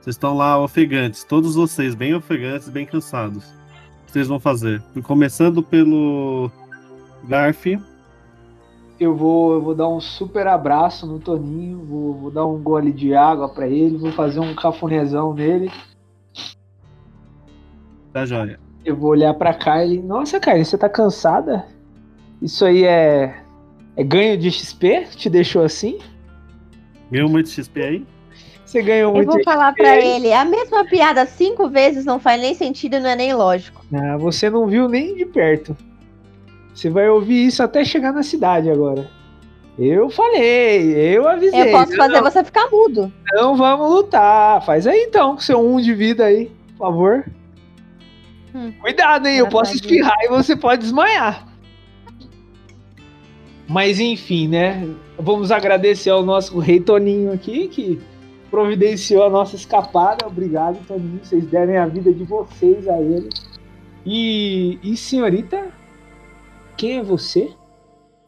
Speaker 3: Vocês estão lá ofegantes, todos vocês, bem ofegantes, bem cansados. O que Vocês vão fazer. Começando pelo Garf.
Speaker 2: Eu vou, eu vou dar um super abraço no Toninho, vou, vou dar um gole de água pra ele, vou fazer um cafunézão nele.
Speaker 3: Tá joia.
Speaker 2: Eu vou olhar pra Kylie. Nossa, Kylie, você tá cansada? Isso aí é, é ganho de XP? Te deixou assim?
Speaker 3: Ganhou um muito XP aí?
Speaker 2: Você ganhou
Speaker 4: Eu
Speaker 2: muito.
Speaker 4: vou falar pra
Speaker 2: bem.
Speaker 4: ele. A mesma piada cinco vezes não faz nem sentido, não é nem lógico.
Speaker 2: Ah, você não viu nem de perto. Você vai ouvir isso até chegar na cidade agora. Eu falei, eu avisei.
Speaker 4: Eu posso fazer
Speaker 2: não,
Speaker 4: você ficar mudo.
Speaker 2: Então vamos lutar. Faz aí então, com seu um de vida aí, por favor.
Speaker 4: Hum.
Speaker 2: Cuidado, hein? Eu posso
Speaker 4: Engraçadinho.
Speaker 2: espirrar e você pode desmaiar. Mas enfim, né? Vamos agradecer ao nosso rei Toninho aqui, que providenciou a nossa escapada. Obrigado, Toninho. Vocês devem a vida de vocês a ele. E, e senhorita, quem é você?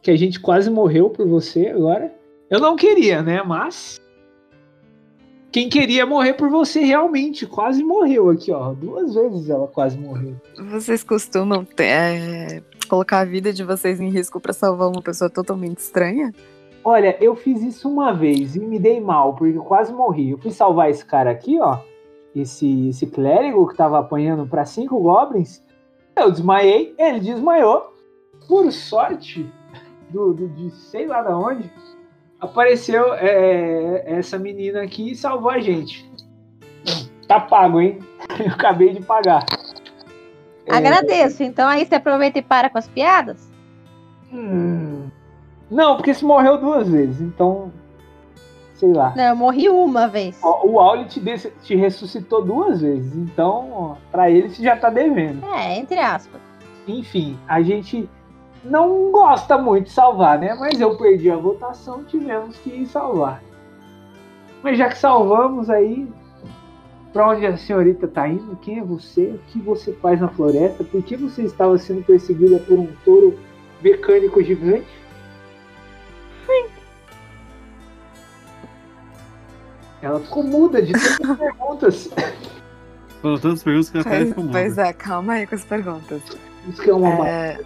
Speaker 2: Que a gente quase morreu por você agora. Eu não queria, né? Mas. Quem queria morrer por você realmente quase morreu aqui, ó. Duas vezes ela quase morreu.
Speaker 10: Vocês costumam ter, é, colocar a vida de vocês em risco pra salvar uma pessoa totalmente estranha?
Speaker 2: Olha, eu fiz isso uma vez e me dei mal, porque eu quase morri. Eu fui salvar esse cara aqui, ó. Esse, esse clérigo que tava apanhando pra cinco goblins. Eu desmaiei, ele desmaiou. Por sorte, do, do- de sei lá da onde, apareceu é, essa menina aqui e salvou a gente. Tá pago, hein? Eu acabei de pagar. É,
Speaker 4: Agradeço. Então aí você aproveita e para com as piadas?
Speaker 2: hum. Não, porque se morreu duas vezes, então. Sei lá.
Speaker 4: Não, eu morri uma vez.
Speaker 2: Ó, O Auli te, des- te ressuscitou duas vezes, então ó, pra ele você já tá devendo.
Speaker 4: É, entre aspas.
Speaker 2: Enfim, a gente não gosta muito de salvar, né? Mas eu perdi a votação, tivemos que salvar. Mas já que salvamos aí, pra onde a senhorita tá indo? Quem é você? O que você faz na floresta? Por que você estava sendo perseguida por um touro mecânico gigante? Ela ficou muda de tantas perguntas.
Speaker 3: Foram tantas perguntas que eu até
Speaker 10: Pois,
Speaker 3: ficou
Speaker 10: pois
Speaker 3: mudo.
Speaker 10: é, calma aí com as perguntas.
Speaker 2: Isso que é uma
Speaker 10: É,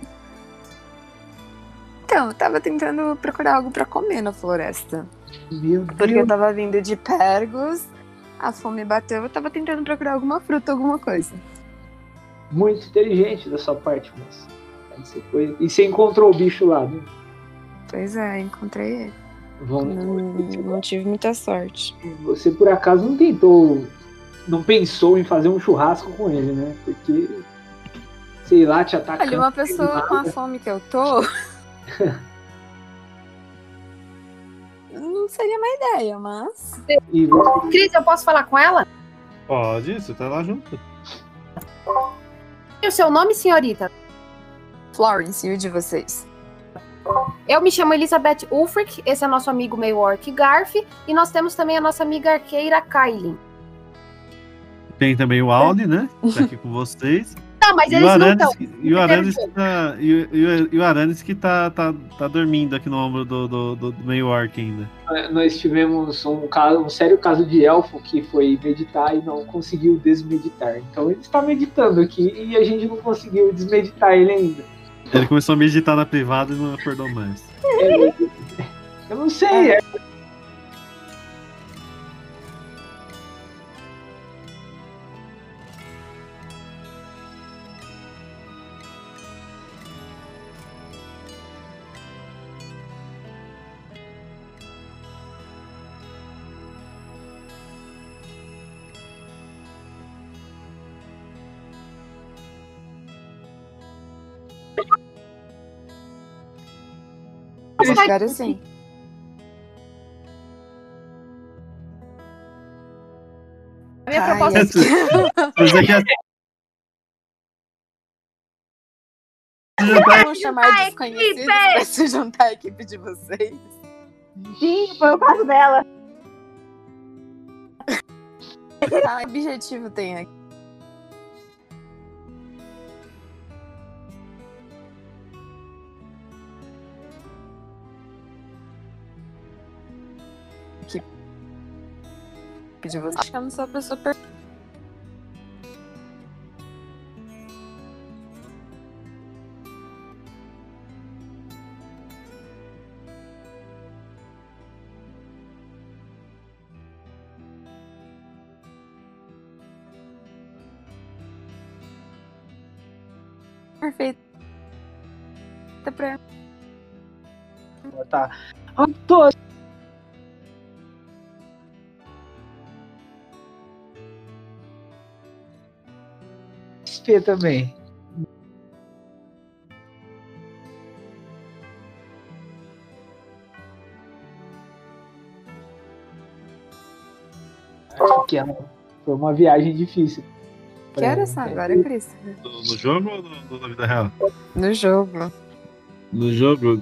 Speaker 10: Então, eu tava tentando procurar algo pra comer na floresta.
Speaker 2: Meu
Speaker 10: Porque eu
Speaker 2: Deus.
Speaker 10: tava vindo de Pergos, a fome bateu, eu tava tentando procurar alguma fruta, alguma coisa.
Speaker 2: Muito inteligente da sua parte, moça. Aí você foi- E você encontrou o bicho lá, né?
Speaker 10: Pois é, encontrei ele.
Speaker 2: Vamos.
Speaker 10: Não, não tive muita sorte.
Speaker 2: Você por acaso não tentou. Não pensou em fazer um churrasco com ele, né? Porque. Sei lá, te atacando.
Speaker 10: Olha, uma pessoa com a fome que eu tô. Não seria uma ideia, mas.
Speaker 2: E você-
Speaker 6: Cris, eu posso falar com ela?
Speaker 10: é.
Speaker 3: Pode, você tá lá junto.
Speaker 6: E o seu nome, senhorita?
Speaker 10: Florence, e o de vocês?
Speaker 6: Eu me chamo Elizabeth Ulfric, esse é nosso amigo meio orc Garf, e nós temos também a nossa amiga arqueira Kylie.
Speaker 3: Tem também o Audi, né? Tá aqui com vocês.
Speaker 6: Não, Tá, mas
Speaker 3: E
Speaker 6: eles
Speaker 3: o
Speaker 6: não
Speaker 3: Aranis,
Speaker 6: estão.
Speaker 3: que- e o Aranis que tá, e, o- e o- e o Aranis que tá, tá, tá dormindo aqui no ombro do, do, do meio orc ainda.
Speaker 2: Nós tivemos um, caso, um sério caso de elfo que foi meditar e não conseguiu desmeditar. Então ele está meditando aqui e a gente não conseguiu desmeditar ele ainda.
Speaker 3: Ele começou a meditar na privada e não acordou mais.
Speaker 2: É, Eu não sei, é.
Speaker 10: Eles ficaram assim.
Speaker 6: A minha
Speaker 10: Ai,
Speaker 6: proposta é
Speaker 3: Mas é que a-
Speaker 10: Vamos chamar desconhecidos pra se juntar à equipe de vocês.
Speaker 4: Sim, foi o caso dela.
Speaker 10: Tá, que objetivo tem aqui? Que de você. Acho que eu não sou a pessoa per... perfeita Ah, pra
Speaker 2: Tá. Ah, tô. XP também. Acho que ela- foi uma viagem difícil. É,
Speaker 10: Que horas são agora, Cris?
Speaker 3: No, no jogo ou no- na vida real?
Speaker 10: No jogo.
Speaker 3: No jogo.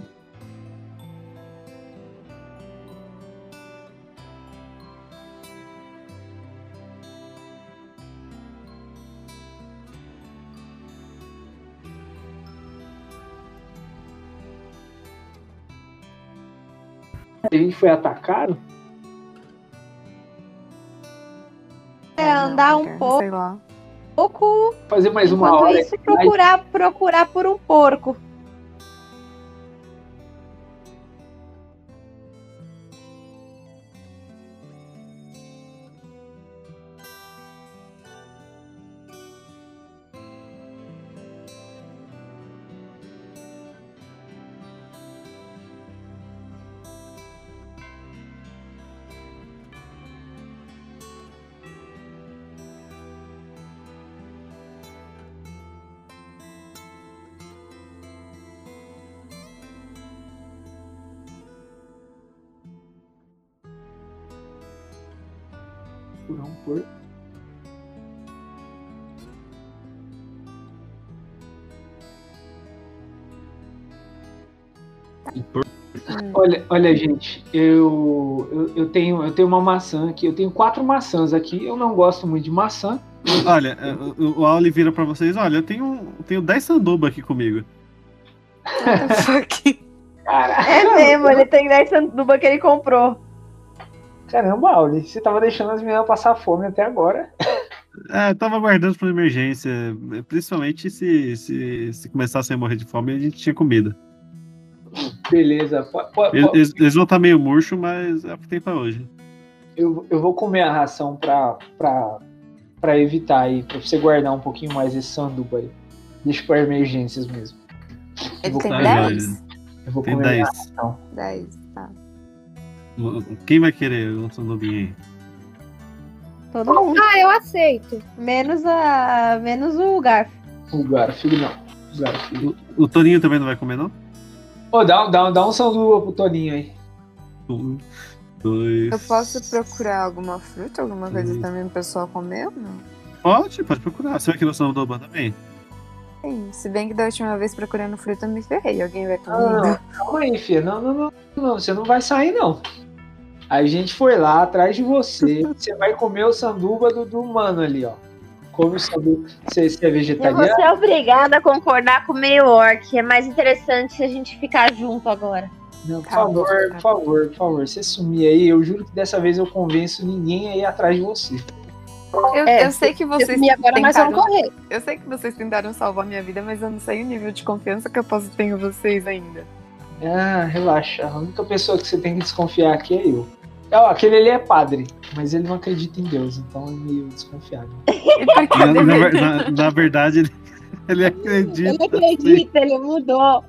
Speaker 2: A gente foi atacado?
Speaker 4: É, andar um pouco.
Speaker 10: Sei lá.
Speaker 4: pouco
Speaker 2: Fazer mais uma
Speaker 4: enquanto
Speaker 2: hora.
Speaker 4: isso, procurar, procurar por um porco.
Speaker 2: Por um por. Olha, olha, gente, eu, eu, eu tenho, eu tenho uma maçã aqui, eu tenho quatro maçãs aqui, eu não gosto muito de maçã.
Speaker 3: Olha, é, o- o Auli vira pra vocês, olha, eu tenho, eu tenho 10 sanduba aqui comigo.
Speaker 4: É mesmo, ele tem 10 sanduba que ele comprou.
Speaker 2: Caramba, Auli, você tava deixando as meninas passar fome até agora.
Speaker 3: É, eu tava guardando pra emergência, é, principalmente se, se, se começassem a morrer de fome, a gente tinha comida.
Speaker 2: Beleza, po- po- po-
Speaker 3: Eles, eles vão estar meio murcho, mas é o que tem pra hoje.
Speaker 2: eu, eu vou comer a ração pra, pra, pra evitar aí, pra você guardar um pouquinho mais esse sanduba aí. Deixa pra emergências mesmo. Eu vou
Speaker 3: Tá,
Speaker 2: comer-
Speaker 3: joia.
Speaker 2: Eu vou
Speaker 3: Tem
Speaker 2: comer
Speaker 3: 10.
Speaker 2: minha ração.
Speaker 10: 10, tá.
Speaker 3: Quem vai querer um sandubinho aí?
Speaker 4: Todo mundo.
Speaker 6: Ah, eu aceito.
Speaker 4: Menos a. Menos o garfo.
Speaker 2: O Garfield não. O Garfield.
Speaker 3: O Toninho também não vai comer, não?
Speaker 2: Ô, dá, dá, dá um sanduba pro Toninho aí.
Speaker 3: Um, dois.
Speaker 10: Eu posso procurar alguma fruta, alguma coisa também pro pessoal comer ou não?
Speaker 3: Pode, pode procurar. Você vai querer um sanduba também?
Speaker 10: Sim, É se bem que da última vez procurando fruta eu me ferrei. Alguém vai
Speaker 2: Não, não,
Speaker 10: comigo?
Speaker 2: não. Calma aí, filha. Não, não, não, não. Você não vai sair, não. A gente foi lá atrás de você. Você vai comer o sanduba do, do mano ali, ó. Come o sanduba. Você, você é
Speaker 4: Eu vou
Speaker 2: vegetariano?
Speaker 4: ser obrigada a concordar com o meio orc. É mais interessante se a gente ficar junto agora.
Speaker 2: Não, por favor, por favor, por favor. Você sumir aí. Eu juro que dessa vez eu convenço ninguém aí atrás de você.
Speaker 10: Eu,
Speaker 2: É,
Speaker 10: eu sei que vocês
Speaker 6: comi agora, mas eu não corri.
Speaker 10: Eu sei que vocês tentaram salvar minha vida, mas eu não sei o nível de confiança que eu posso ter em vocês ainda.
Speaker 2: Ah, relaxa. A única pessoa que você tem que desconfiar aqui é eu. Ó, aquele ali é padre, mas ele não acredita em Deus, então é meio desconfiado.
Speaker 3: Na, na ver- na- na verdade, ele, ele acredita.
Speaker 4: Ele acredita, ele mudou.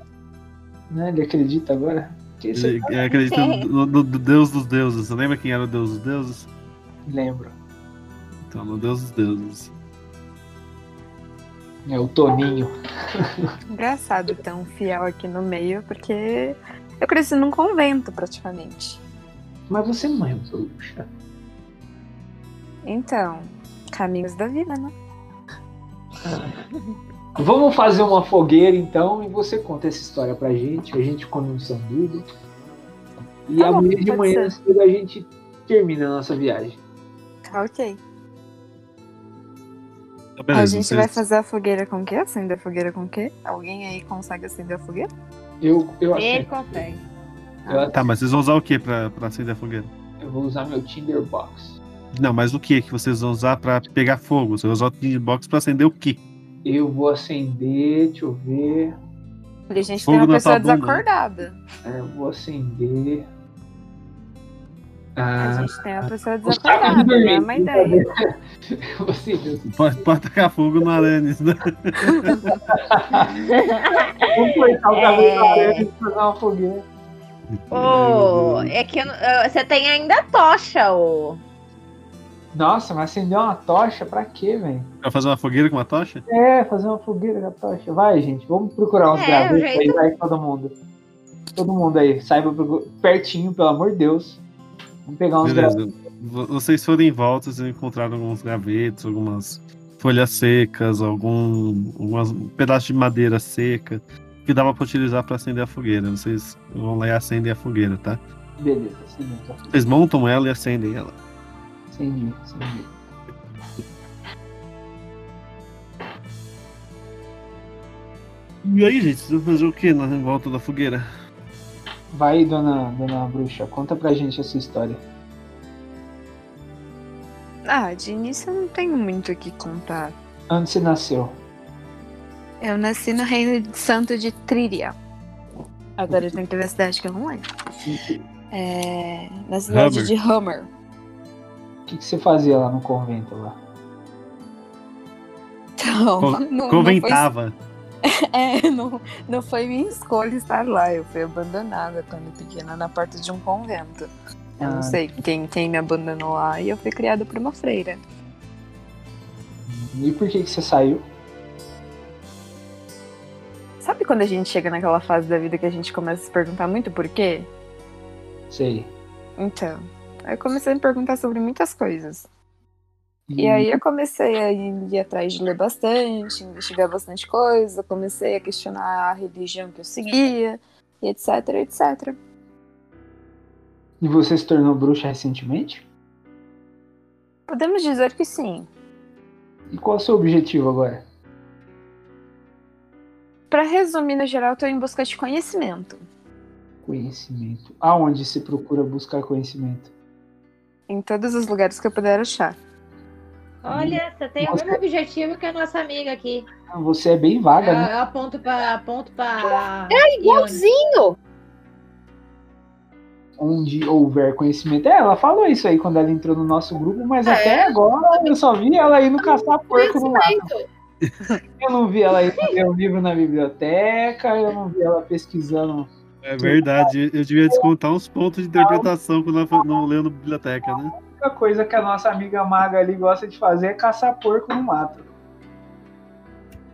Speaker 2: Né? Ele acredita agora? Que isso
Speaker 3: Ele é, acredita no, no- no Deus dos deuses. Você lembra quem era o Deus dos deuses?
Speaker 2: Lembro.
Speaker 3: Então, no Deus dos deuses.
Speaker 2: É o Toninho.
Speaker 10: Engraçado ter um fiel aqui no meio, porque eu cresci num convento praticamente.
Speaker 2: Mas você não é bruxa.
Speaker 10: Então, caminhos da vida, né?
Speaker 2: Vamos fazer uma fogueira então e você conta essa história pra gente. A gente come um sanduba. E
Speaker 10: Tá bom,
Speaker 2: amanhã de
Speaker 10: pode
Speaker 2: manhã
Speaker 10: ser.
Speaker 2: cedo a gente termina a nossa viagem.
Speaker 10: Tá ok.
Speaker 3: Então,
Speaker 10: a
Speaker 3: beleza,
Speaker 10: gente
Speaker 3: vocês-
Speaker 10: vai fazer a fogueira com o quê? Acender a fogueira com o quê? Alguém aí consegue acender a fogueira?
Speaker 2: Eu, eu
Speaker 4: Ele
Speaker 2: aceito.
Speaker 4: consegue.
Speaker 2: Eu,
Speaker 3: Tá, mas vocês vão usar o que pra, pra acender a fogueira?
Speaker 2: eu vou usar meu Tinderbox.
Speaker 3: Não, mas o que que vocês vão usar pra pegar fogo? Vocês vão usar o Tinderbox pra acender o quê?
Speaker 2: Eu vou acender, deixa eu ver.
Speaker 10: A gente
Speaker 3: Fogo
Speaker 10: tem uma
Speaker 3: na
Speaker 10: pessoa
Speaker 3: tua bunda. né?
Speaker 10: desacordada.
Speaker 2: É, eu vou acender. Ah,
Speaker 10: A gente tem uma pessoa
Speaker 2: os caras
Speaker 10: desacordada, não é uma
Speaker 2: dormem.
Speaker 10: ideia.
Speaker 2: Eu vou acender.
Speaker 3: Pode, pode tacar fogo no Alanis, né?
Speaker 2: Vamos cortar o
Speaker 4: É.
Speaker 2: cabelo da aranha e fazer uma fogueira. Uhum.
Speaker 4: Ô, é que eu não- eu- você tem ainda a tocha, ô.
Speaker 2: Nossa, mas acender uma tocha pra quê, velho?
Speaker 3: Pra fazer uma fogueira com uma tocha?
Speaker 2: É, fazer uma fogueira com a tocha. Vai, gente, vamos procurar uns
Speaker 4: É,
Speaker 2: gravetos
Speaker 4: o
Speaker 2: aí,
Speaker 4: jeito-
Speaker 2: vai todo mundo. Todo mundo aí, saiba procu- pertinho, pelo amor de Deus. Vamos pegar uns gravetos.
Speaker 3: Beleza. Vo- Vocês foram em volta, vocês encontraram alguns gravetos, algumas folhas secas, algum algumas, um pedaço de madeira seca que dava pra utilizar pra acender a fogueira. Vocês vão lá e acendem a fogueira, tá?
Speaker 2: Beleza, tá? acendi,
Speaker 3: Vocês montam ela e acendem ela.
Speaker 2: acendi, acendi.
Speaker 3: E aí, gente, vocês vão fazer o que na volta da fogueira?
Speaker 2: Vai, dona, dona bruxa, conta pra gente essa história.
Speaker 10: Ah, de início eu não tenho muito o que contar.
Speaker 2: Onde você nasceu?
Speaker 10: Eu nasci no reino de santo de Tríria. Agora tem que ver a cidade que eu não lembro. É, na cidade
Speaker 2: Hummer.
Speaker 10: de Hammer.
Speaker 2: O que, que você fazia lá no convento lá?
Speaker 10: Então,
Speaker 2: Co-
Speaker 10: não- não,
Speaker 3: Conventava.
Speaker 10: foi- é, não, não foi minha escolha estar lá. Eu fui abandonada quando pequena na porta de um convento. Eu
Speaker 2: Ah.
Speaker 10: não sei quem, quem me abandonou lá e eu fui criada por uma freira.
Speaker 2: E por que, que você saiu?
Speaker 10: Sabe quando a gente chega naquela fase da vida que a gente começa a se perguntar muito por quê?
Speaker 2: Sei.
Speaker 10: Então, aí eu comecei a me perguntar sobre muitas coisas. E
Speaker 2: Uhum.
Speaker 10: aí eu comecei a ir atrás de ler bastante, investigar bastante coisa, comecei a questionar a religião que eu seguia, e etc, etc.
Speaker 2: E você se tornou bruxa recentemente?
Speaker 10: Podemos dizer que sim.
Speaker 2: E qual é o seu objetivo agora?
Speaker 10: Pra resumir, no geral, eu tô em busca de conhecimento.
Speaker 2: Conhecimento. Aonde se procura buscar conhecimento?
Speaker 10: Em todos os lugares que eu puder achar.
Speaker 16: Olha, você tem o mesmo objetivo que a nossa amiga aqui.
Speaker 2: Ah, Você é bem vaga,
Speaker 16: Eu,
Speaker 2: né?
Speaker 16: eu aponto pra. Aponto pra...
Speaker 8: É igualzinho!
Speaker 2: Onde houver conhecimento. É, ela falou isso aí quando ela entrou no nosso grupo, mas até agora eu só vi ela indo caçar porco no mato. Eu não vi ela ir ler um livro na biblioteca, eu não vi ela pesquisando.
Speaker 3: É verdade. Eu devia descontar uns pontos de interpretação quando eu fa- não lendo biblioteca, né?
Speaker 2: A única coisa que a nossa amiga maga ali gosta de fazer é caçar porco no mato.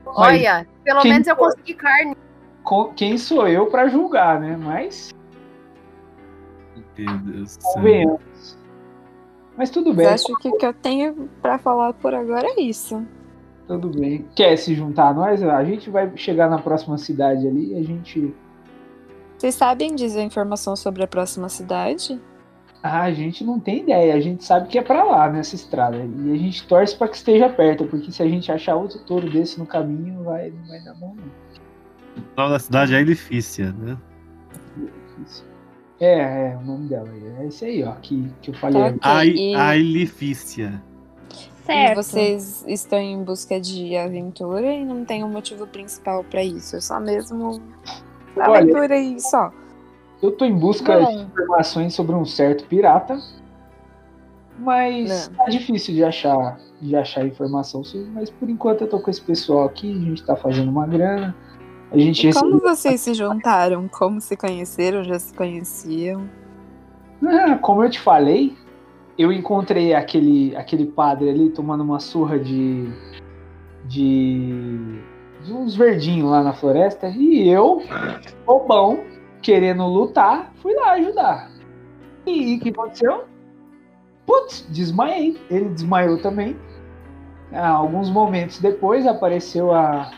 Speaker 17: Olha, pelo
Speaker 2: quem
Speaker 17: menos eu
Speaker 2: foi?
Speaker 17: consegui carne.
Speaker 2: Co- Quem sou eu pra julgar, né? Mas
Speaker 3: Meu Deus do
Speaker 2: Tá
Speaker 3: céu.
Speaker 2: convenhamos. Mas tudo
Speaker 10: Mas
Speaker 2: bem,
Speaker 10: acho que o que eu tenho pra falar por agora é isso.
Speaker 2: tudo bem. Quer se juntar a nós? A gente vai chegar na próxima cidade ali e a gente.
Speaker 10: Vocês sabem dizer informação sobre a próxima cidade?
Speaker 2: Ah, a gente não tem ideia, a gente sabe que é pra lá nessa estrada. E a gente torce pra que esteja perto, porque se a gente achar outro touro desse no caminho, vai, não vai dar bom, não.
Speaker 3: O nome da cidade é Elifícia, né?
Speaker 2: É, é, o nome dela aí. É esse aí, ó, que, que eu falei.
Speaker 10: Ok,
Speaker 3: Ai-
Speaker 10: e-
Speaker 3: A Elifícia.
Speaker 10: E vocês estão em busca de aventura e não tem um motivo principal pra isso. É só mesmo
Speaker 2: Olha-
Speaker 10: aventura e só.
Speaker 2: Eu tô em busca
Speaker 10: Bom.
Speaker 2: de informações sobre um certo pirata, mas tá difícil de achar, de achar informação sobre, mas por enquanto eu tô com esse pessoal aqui, a gente tá fazendo uma grana. A gente
Speaker 10: E como
Speaker 2: recebeu-
Speaker 10: vocês se juntaram? Como se conheceram? Já se conheciam?
Speaker 2: Ah, como eu te falei, eu encontrei aquele, aquele padre ali tomando uma surra de, de, de uns verdinhos lá na floresta e eu, bobão, querendo lutar, fui lá ajudar. E o que aconteceu? Putz, desmaiei. Ele desmaiou também. Ah, alguns momentos depois apareceu a,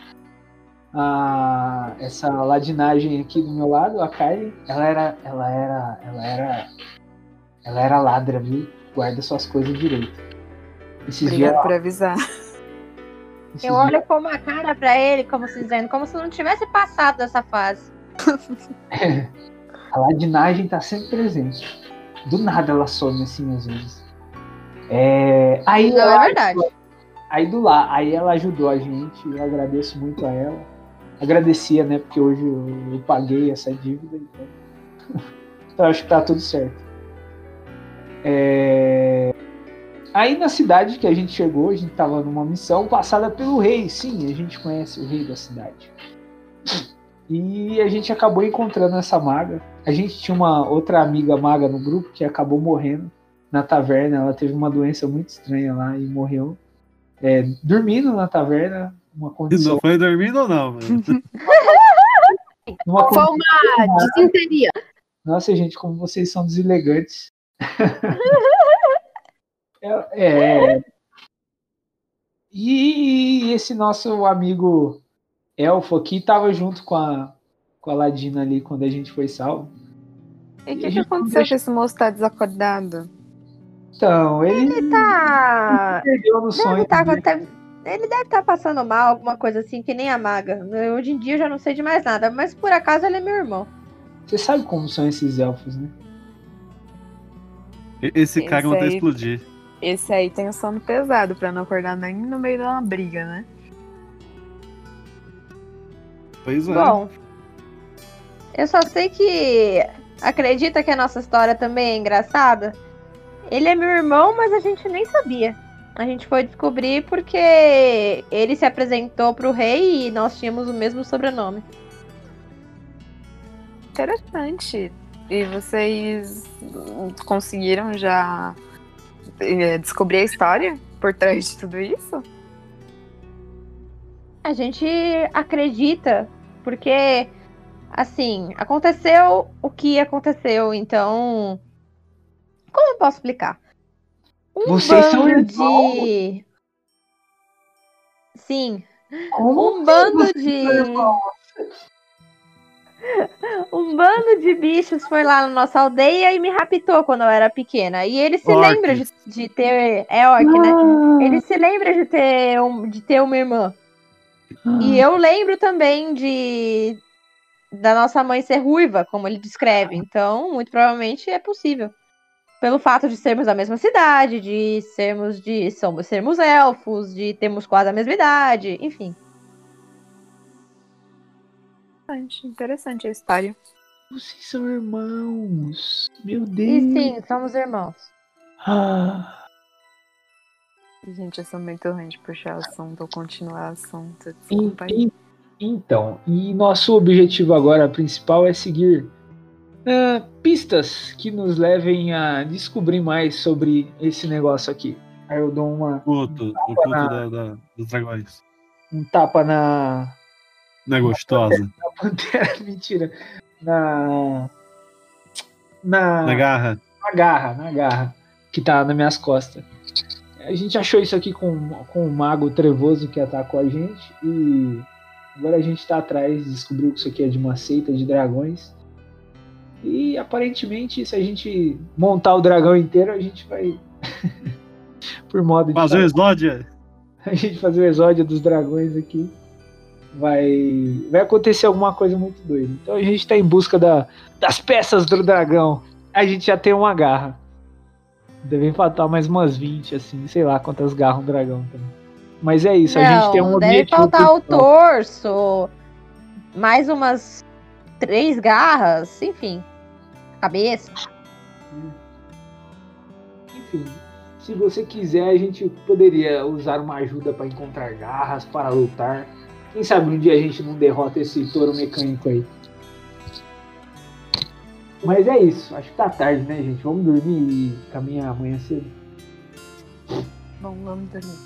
Speaker 2: a- essa ladinagem aqui do meu lado, a Kylie. Ela era, ela era, ela era, ela era ladra, viu? Guarda suas coisas direito. Esses dias,
Speaker 10: Obrigado por avisar.
Speaker 16: Eu olho com uma cara pra ele, como se dizendo, como se não tivesse passado dessa fase.
Speaker 2: a ladinagem tá sempre presente. Do nada ela some assim às vezes. É, aí
Speaker 16: Não, é
Speaker 2: ela-
Speaker 16: verdade.
Speaker 2: Aí do lá, aí ela ajudou a gente, eu agradeço muito a ela. Agradecia, né? Porque hoje eu, eu paguei essa dívida, então. então acho que tá tudo certo. É, Aí na cidade que a gente chegou, a gente tava numa missão passada pelo rei, sim, a gente conhece o rei da cidade. E a gente acabou encontrando essa maga. A gente tinha uma outra amiga maga no grupo que acabou morrendo na taverna. Ela teve uma doença muito estranha lá e morreu é, dormindo na taverna. Uma condição.
Speaker 3: Não foi dormindo ou não, mano?
Speaker 2: Uma
Speaker 17: Foi
Speaker 2: condição-
Speaker 17: uma desinteria.
Speaker 2: Nossa, gente, como vocês são deselegantes. É. é. E esse nosso amigo elfo aqui tava junto com a, com a Ladina ali quando a gente foi salvo.
Speaker 10: E o que, que aconteceu que esse moço tá desacordado?
Speaker 2: Então, ele.
Speaker 16: Ele
Speaker 4: Ah,
Speaker 16: tá.
Speaker 2: Perdeu no
Speaker 16: Deve
Speaker 2: sonho
Speaker 16: tá,
Speaker 2: dele.
Speaker 16: deve- ele deve
Speaker 4: tá
Speaker 16: estar passando mal, alguma coisa assim, que nem a maga. Eu, Hoje em dia eu já não sei de mais nada, mas por acaso ele é meu irmão.
Speaker 2: Você sabe como são esses elfos, né?
Speaker 3: E- Esse cara não tá
Speaker 10: aí-
Speaker 3: explodir.
Speaker 10: Esse aí tem o sono pesado pra não acordar nem no meio de uma briga, né?
Speaker 3: Pois é.
Speaker 4: Bom, eu só sei que acredita que a nossa história também é engraçada. Ele é meu irmão, mas a gente nem sabia. A gente foi descobrir porque ele se apresentou pro rei e nós tínhamos o mesmo sobrenome.
Speaker 10: Interessante. E vocês conseguiram já eh, descobrir a história por trás de tudo isso?
Speaker 4: A gente acredita, porque assim, aconteceu o que aconteceu, então como eu posso explicar? Um
Speaker 2: Vocês são
Speaker 4: bando
Speaker 2: irmãos?
Speaker 4: de Sim.
Speaker 2: Como
Speaker 4: um bando
Speaker 2: vocês
Speaker 4: de
Speaker 2: são irmãos?
Speaker 4: Um bando de bichos foi lá na nossa aldeia e me raptou quando eu era pequena. E ele se
Speaker 18: Orcs.
Speaker 4: lembra de, de ter. É orc,
Speaker 2: Ah.
Speaker 4: né? Ele se lembra de ter, um, de ter uma irmã.
Speaker 2: Uhum.
Speaker 4: E eu lembro também de. da nossa mãe ser ruiva, como ele descreve. Então, muito provavelmente é possível. Pelo fato de sermos da mesma cidade, de sermos de. Somos, sermos elfos, de termos quase a mesma idade, enfim.
Speaker 10: Interessante, interessante a história.
Speaker 2: Vocês são irmãos. Meu
Speaker 4: E
Speaker 2: Deus.
Speaker 4: sim, somos irmãos.
Speaker 2: Ah,
Speaker 10: Gente, eu sou muito ruim de puxar assunto ou continuar assunto.
Speaker 2: en-
Speaker 10: Desculpa aí.
Speaker 2: en- então, e nosso objetivo agora principal é seguir ah, pistas que nos levem a descobrir mais sobre esse negócio aqui. Aí eu dou uma,
Speaker 3: Culto, o culto da, da- dos dragões.
Speaker 2: um tapa na,
Speaker 3: Não é gostosa?
Speaker 2: na pantera, mentira. Na.
Speaker 4: Ah.
Speaker 2: Na.
Speaker 3: Na é garra.
Speaker 2: na garra, na garra, que tá nas minhas costas. A gente achou isso aqui com, com o mago trevoso que atacou a gente e agora a gente tá atrás, descobriu que isso aqui é de uma seita de dragões. E aparentemente, se a gente montar o dragão inteiro, a gente vai. Por modo de.
Speaker 3: Fazer o
Speaker 2: falar,
Speaker 3: Slódia?
Speaker 2: A gente fazer o exódio dos dragões aqui. Vai. Vai acontecer alguma coisa muito doida. Então a gente tá em busca da, das peças do dragão. A gente já tem uma garra. Deve faltar mais umas 20, assim, sei lá quantas garras um dragão tem. Mas é isso, a gente tem um
Speaker 4: deve
Speaker 2: objetivo.
Speaker 4: faltar o
Speaker 2: principal.
Speaker 4: torso, mais umas três garras, enfim, cabeça.
Speaker 19: Enfim, se você quiser, a gente poderia usar uma ajuda para encontrar garras, para lutar. Quem sabe um dia a gente não derrota esse touro mecânico aí. Mas é isso. Acho que tá tarde, né, gente? Vamos dormir e caminhar amanhã cedo.
Speaker 10: Bom, vamos dormir.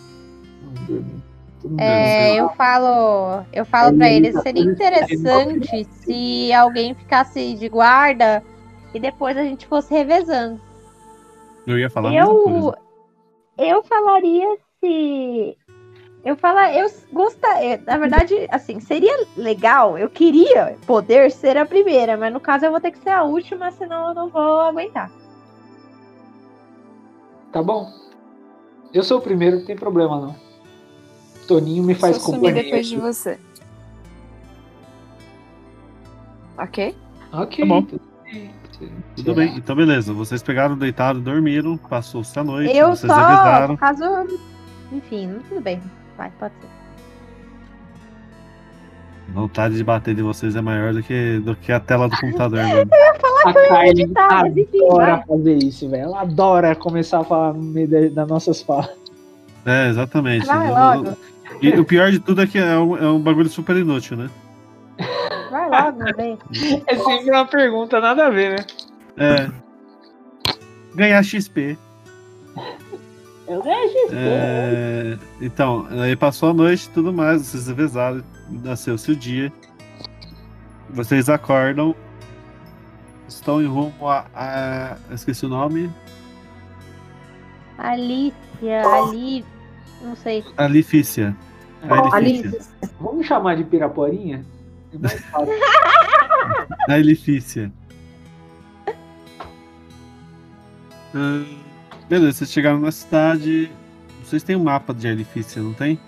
Speaker 19: Vamos dormir. Todo mundo
Speaker 4: É,
Speaker 19: dorme.
Speaker 4: eu falo, eu falo
Speaker 19: Ele
Speaker 4: para eles,
Speaker 19: tá
Speaker 4: seria
Speaker 19: todo
Speaker 4: interessante se alguém ficasse de guarda e depois a gente fosse revezando.
Speaker 3: Eu ia falar. a mesma coisa.
Speaker 4: Eu, eu falaria se. Eu fala, eu gosta, eu- na verdade, assim, seria legal, eu queria poder ser a primeira, mas no caso eu vou ter que ser a última, senão eu não vou aguentar.
Speaker 19: Tá bom. Eu sou o primeiro, não tem problema não. Toninho me faz
Speaker 10: Só sumir
Speaker 19: companhia.
Speaker 10: depois de você. Ok?
Speaker 19: Ok.
Speaker 3: Tá bom.
Speaker 19: tudo bem.
Speaker 3: Tudo bem, então beleza. Vocês pegaram, deitaram, dormiram, passou-se a noite,
Speaker 4: Eu
Speaker 3: vocês
Speaker 4: só,
Speaker 3: revisaram.
Speaker 4: caso. Enfim, tudo bem. Vai, pode ser.
Speaker 3: A vontade de bater de vocês é maior do que, do que a tela do computador. né?
Speaker 19: A Kylie
Speaker 4: mas enfim,
Speaker 19: adora
Speaker 4: vai.
Speaker 19: fazer isso, velho. Ela adora começar a falar no meio da- das nossas falas.
Speaker 3: É, exatamente.
Speaker 4: Vai
Speaker 3: Eu-
Speaker 4: logo.
Speaker 3: E o pior de tudo é que é um, é um bagulho super inútil, né?
Speaker 4: Vai logo, né? bem.
Speaker 2: É sempre uma pergunta, nada a ver, né?
Speaker 3: É. Ganhar XP.
Speaker 20: Eu ganho XP.
Speaker 3: É, Então, aí passou a noite e tudo mais, vocês revezaram, nasceu-se o dia. Vocês acordam, estão em rumo a. a- eu esqueci o nome.
Speaker 4: Alicia, Ali. Não sei.
Speaker 3: Alifícia.
Speaker 2: É,
Speaker 3: A Alifícia.
Speaker 19: Vamos chamar de Piraporinha? É mais fácil.
Speaker 3: A Elifícia. Ahn, Ah, beleza, vocês chegaram na cidade. Vocês têm um mapa de Elifícia, não tem?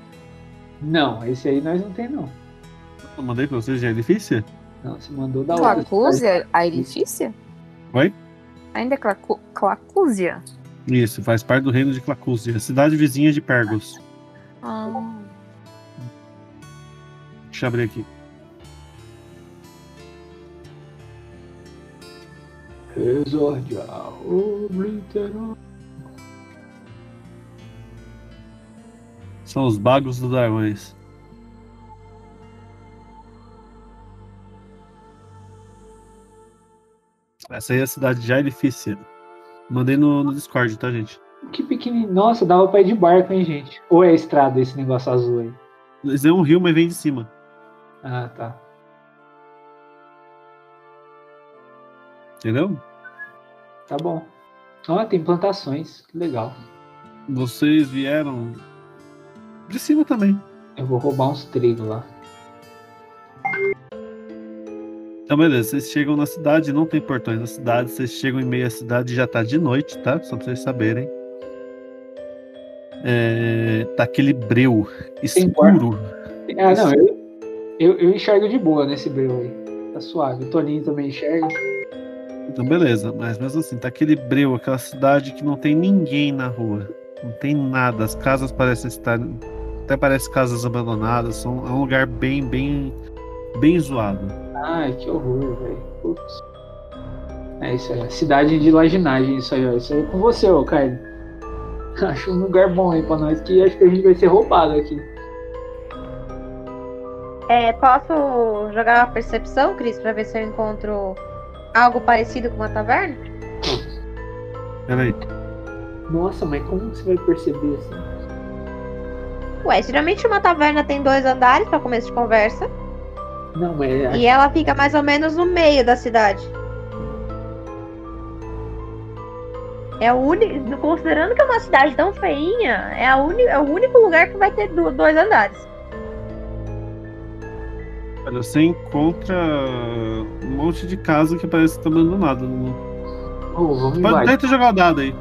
Speaker 19: não, esse aí nós não tem não.
Speaker 3: Eu mandei pra vocês de Elifícia?
Speaker 2: Não, você mandou
Speaker 10: Então,
Speaker 2: da outra.
Speaker 10: Clacúzia? A Elifícia?
Speaker 3: Oi?
Speaker 10: é Ainda é clacu... Clacúzia?
Speaker 3: Isso, faz parte do reino de Clacúzia, cidade vizinha de Pergos.
Speaker 10: Ah,
Speaker 3: Deixa eu abrir aqui.
Speaker 2: é Exordial, obliterou.
Speaker 3: São os bagos dos dragões. Essa aí é a cidade de Jailifícia. Mandei no, no Discord, tá, gente?
Speaker 2: Que pequenininho. Nossa, dava pra ir de barco, hein, gente? Ou é estrada esse negócio azul aí?
Speaker 3: Isso é um rio, mas vem de cima.
Speaker 2: Ah, tá.
Speaker 3: Entendeu?
Speaker 2: Tá bom. Ó, tem plantações. Que legal.
Speaker 3: Vocês vieram de cima também.
Speaker 2: Eu vou roubar uns trigo lá.
Speaker 3: Então, beleza. Vocês chegam na cidade, não tem portões na cidade. Vocês chegam em meio à cidade já tá de noite, tá? Só pra vocês saberem. É, tá aquele breu escuro.
Speaker 2: Ah, não. Eu, eu, eu enxergo de boa nesse breu aí. Tá suave. O Toninho também enxerga.
Speaker 3: Então, beleza. Mas mesmo assim, tá aquele breu, aquela cidade que não tem ninguém na rua. Não tem nada. As casas parecem estar. Até parecem casas abandonadas. São, é um lugar bem, bem. Bem zoado.
Speaker 2: Ai, que horror, velho. Putz. É isso aí. Cidade de laginagem, isso aí, ó. Isso aí é com você, ô Caio. Acho um lugar bom aí pra nós, que acho que a gente vai ser roubado aqui.
Speaker 4: É, posso jogar uma percepção, Cris, pra ver se eu encontro algo parecido com uma taverna?
Speaker 3: Peraí.
Speaker 2: Nossa, mas como que você vai perceber assim?
Speaker 4: Ué, geralmente uma taverna tem dois andares pra começo de conversa.
Speaker 2: Não, mas. é,
Speaker 4: E ela fica mais ou menos no meio da cidade. É o único. Considerando que é uma cidade tão feinha, é, a uni, é o único lugar que vai ter du- dois andares.
Speaker 3: Olha, você encontra um monte de casa que parece que tá abandonada. Não-
Speaker 4: é
Speaker 2: Ô, vamos
Speaker 3: Pode,
Speaker 2: embora.
Speaker 3: tenta jogar o dado aí.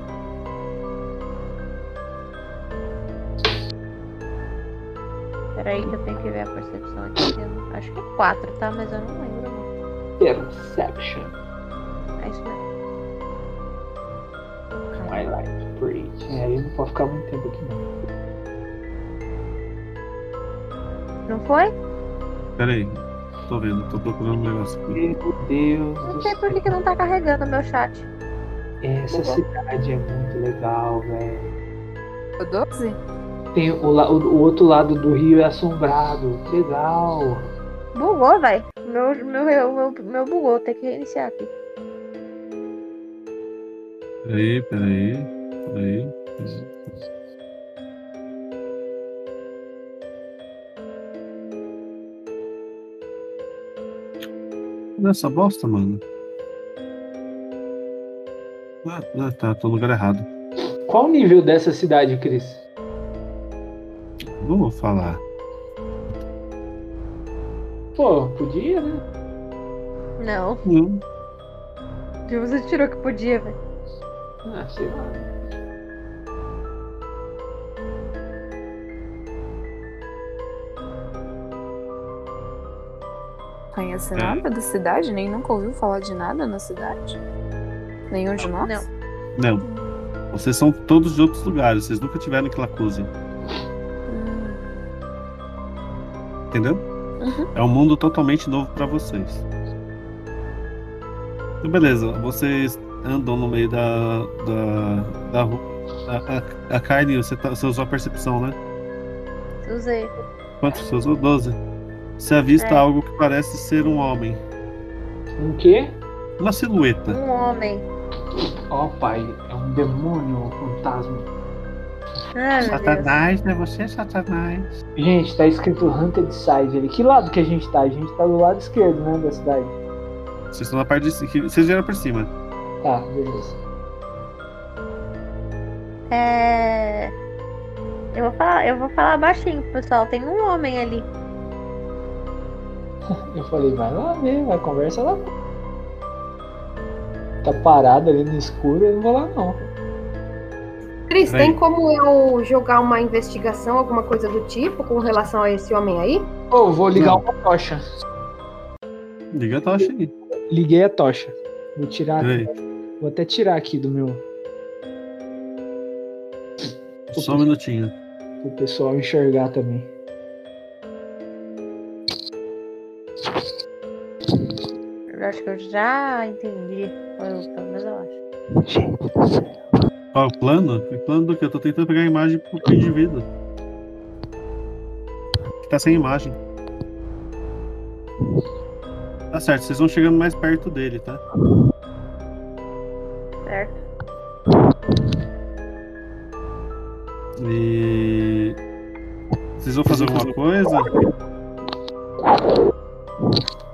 Speaker 4: Peraí, que eu tenho que ver a percepção aqui. que eu não- acho que é quatro, tá? Mas eu não lembro.
Speaker 2: Perception.
Speaker 4: É isso mesmo.
Speaker 2: My life, preach. É, eu não posso ficar muito tempo aqui, não.
Speaker 4: Não foi?
Speaker 3: Peraí. Tô vendo, tô procurando um negócio aqui.
Speaker 2: Meu Deus
Speaker 4: Não
Speaker 2: do
Speaker 4: sei
Speaker 2: céu.
Speaker 4: por que, que não tá carregando meu chat.
Speaker 2: Essa cidade é muito legal, velho.
Speaker 10: 12?
Speaker 2: Tem o, la- o- o outro lado do rio é assombrado. Que Legal.
Speaker 4: Bugou, vai. Meu, meu, meu, meu bugou, tem que reiniciar aqui.
Speaker 3: Peraí, peraí. Peraí. Olha essa bosta, mano. Ah, ah, tá, tô no lugar errado.
Speaker 2: Qual o nível dessa cidade, Cris?
Speaker 3: Não vou falar.
Speaker 2: Pô, podia, né?
Speaker 4: Não.
Speaker 3: Não.
Speaker 4: De Tipo, você tirou que podia, velho.
Speaker 2: Ah, sei lá.
Speaker 10: Conhece
Speaker 3: É.
Speaker 10: nada da cidade? Nem nunca ouviu falar de nada na cidade? Nenhum de nós? Não.
Speaker 3: Não. Vocês são todos de outros lugares, vocês nunca tiveram em Clacuse.
Speaker 4: Hum,
Speaker 3: Entendeu?
Speaker 4: Uhum.
Speaker 3: É um mundo totalmente novo pra vocês. Então, beleza, vocês andam no meio da. da. da rua. A, a, a Kylie, você, tá- você usou a percepção, né?
Speaker 4: Usei.
Speaker 3: Quanto você usou? 12. Você avista
Speaker 4: É.
Speaker 3: algo que parece ser um homem.
Speaker 2: Um quê?
Speaker 3: Uma silhueta.
Speaker 4: Um homem.
Speaker 2: Ó, pai, é um demônio, um fantasma.
Speaker 4: Ah, meu Deus.
Speaker 3: né? Você é Satanás.
Speaker 2: Gente, tá escrito Hunted Side ali. Que lado que a gente tá? A gente tá do lado esquerdo, né, da cidade.
Speaker 3: Vocês estão na parte de cima. que- Vocês vieram por cima.
Speaker 2: Tá, beleza.
Speaker 4: É. Eu vou falar, eu vou falar baixinho pro pessoal. Tem um homem ali.
Speaker 2: Eu falei, vai lá ver, vai conversa lá. Tá parado ali no escuro, eu não vou lá não.
Speaker 6: Cris,
Speaker 2: Peraí.
Speaker 6: tem como eu jogar uma investigação, alguma coisa do tipo, com relação a esse homem aí?
Speaker 2: Ou vou ligar uma tocha.
Speaker 3: Liga a tocha aí.
Speaker 2: Liguei a tocha. Vou tirar.
Speaker 3: Peraí.
Speaker 2: Vou até tirar aqui do meu.
Speaker 3: Só um minutinho.
Speaker 2: O pessoal enxergar também.
Speaker 4: Eu acho que eu já entendi. Eu, pelo menos eu acho.
Speaker 3: Ó, o plano? O plano do que? Eu tô tentando pegar a imagem pro fim de vida. Que Tá sem imagem. Tá certo, vocês vão chegando mais perto dele, tá?
Speaker 4: Certo.
Speaker 3: E. Vocês vão fazer alguma coisa?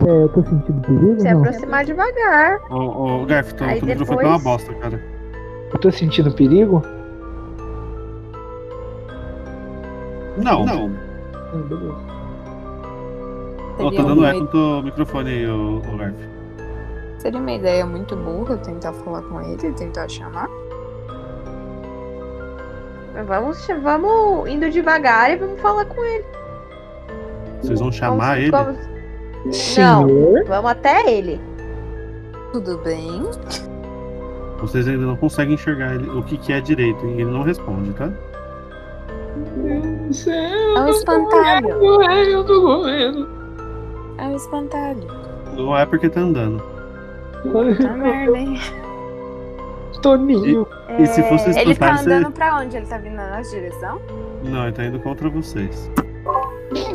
Speaker 21: É, eu tô sentindo perigo?
Speaker 4: Se
Speaker 21: não?
Speaker 4: aproximar devagar.
Speaker 3: Ô, ô Garf, teu
Speaker 4: Aí
Speaker 3: teu microfone tá uma
Speaker 4: depois-
Speaker 3: bosta, cara.
Speaker 2: Eu tô sentindo perigo?
Speaker 3: Não.
Speaker 2: Não.
Speaker 21: Ah,
Speaker 3: Ó,
Speaker 10: Seria um
Speaker 3: tô dando
Speaker 10: uma
Speaker 3: eco no teu microfone aí, ô, ô Garf.
Speaker 10: Seria uma ideia muito burra tentar falar com ele, tentar chamar.
Speaker 4: Mas Vamos, vamos indo devagar e vamos falar com ele.
Speaker 3: Vocês vão chamar ele?
Speaker 4: Vamos- Não,
Speaker 3: Senhor?
Speaker 4: vamos até ele.
Speaker 10: Tudo bem?
Speaker 3: Vocês ainda não conseguem enxergar ele- o que, que é direito, e ele não responde, tá?
Speaker 10: É um espantalho.
Speaker 2: Eu tô com medo.
Speaker 10: É um espantalho.
Speaker 3: Não é porque tá andando.
Speaker 10: Tá merda, hein?
Speaker 2: Toninho.
Speaker 3: E se fosse
Speaker 10: É, Ele tá
Speaker 3: espantalho, você-
Speaker 10: andando pra onde? Ele tá vindo na nossa direção?
Speaker 3: Não, ele tá indo contra vocês.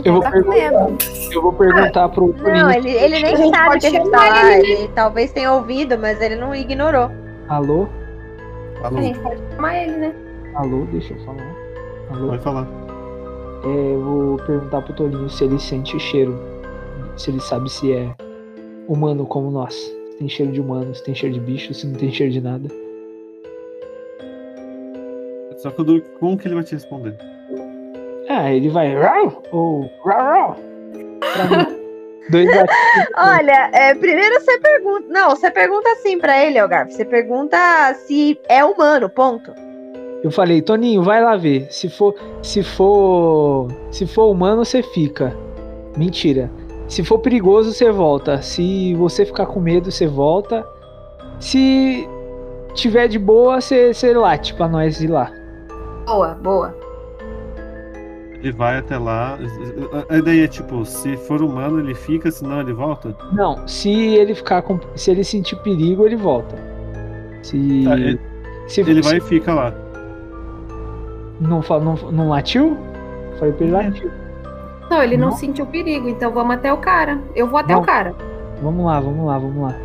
Speaker 2: Eu vou, um
Speaker 10: tá com
Speaker 2: perguntar,
Speaker 10: medo.
Speaker 2: eu vou perguntar pro
Speaker 4: Não, ele, ele
Speaker 2: A
Speaker 4: nem
Speaker 2: gente
Speaker 4: sabe
Speaker 2: pode
Speaker 4: que a gente
Speaker 2: chamar
Speaker 4: tá lá.
Speaker 2: ele, né?
Speaker 4: Ele talvez tenha ouvido, mas ele não ignorou.
Speaker 2: Alô?
Speaker 3: Alô?
Speaker 4: pode chamar ele, né?
Speaker 2: Alô, deixa eu falar. Alô?
Speaker 3: Vai falar.
Speaker 2: É, eu vou perguntar pro Toninho se ele sente o cheiro. Se ele sabe se é humano como nós. Se tem cheiro de humano, se tem cheiro de bicho, se não tem cheiro de nada.
Speaker 3: Só que eu dou- como que ele vai te responder?
Speaker 2: Ah, ele vai. "Rau!" Ou. "Rau, rau." Pra mim, Dois gatinhos.
Speaker 4: Olha, é, primeiro você pergunta. Não, você pergunta assim pra ele, Algarve. Você pergunta se é humano, ponto.
Speaker 2: Eu falei, Toninho, vai lá ver. Se for, se for, se for humano, você fica. Mentira. Se for perigoso, você volta. Se você ficar com medo, você volta. Se tiver de boa, você, você late pra nós ir lá.
Speaker 6: Boa, boa.
Speaker 3: Ele vai até lá. A- A ideia é tipo, se for humano, ele fica, se não, ele volta?
Speaker 2: Não, se ele ficar com, se ele sentir perigo, ele volta. Se
Speaker 3: Tá, ele-
Speaker 2: se-
Speaker 3: ele
Speaker 2: se-
Speaker 3: vai e fica lá.
Speaker 2: não, fa- não, não latiu, falei pra ele latir.
Speaker 6: Não, ele não,
Speaker 2: Não.
Speaker 6: sentiu perigo, então vamos até o cara. Eu vou até
Speaker 2: Não.
Speaker 6: o cara.
Speaker 2: Vamos lá, vamos lá, vamos lá.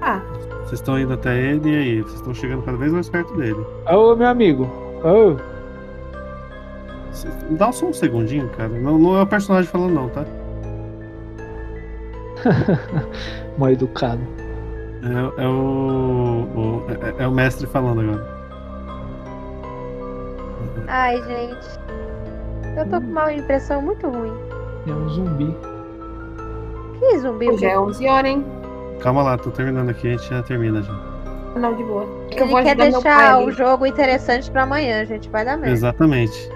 Speaker 6: Ah,
Speaker 3: Vocês estão indo até ele e aí? Vocês estão chegando cada vez mais perto dele.
Speaker 2: Ô, meu amigo. Ô.
Speaker 3: Cês- Dá só um segundinho, cara. Não, não é o personagem falando, não, tá?
Speaker 2: Mal educado.
Speaker 3: É, é o. o- é, é o mestre falando agora.
Speaker 4: Ai, gente. Eu tô com uma impressão muito ruim.
Speaker 2: É um zumbi.
Speaker 4: Que zumbi?
Speaker 6: já é 11 horas, hein?
Speaker 3: Calma lá, tô terminando aqui, a gente já termina já.
Speaker 6: Não, de boa. É que eu
Speaker 4: Ele
Speaker 6: vou
Speaker 4: quer
Speaker 6: ajudar meu pai
Speaker 4: deixar
Speaker 6: ali.
Speaker 4: o jogo interessante pra amanhã, gente. Vai dar merda.
Speaker 3: Exatamente.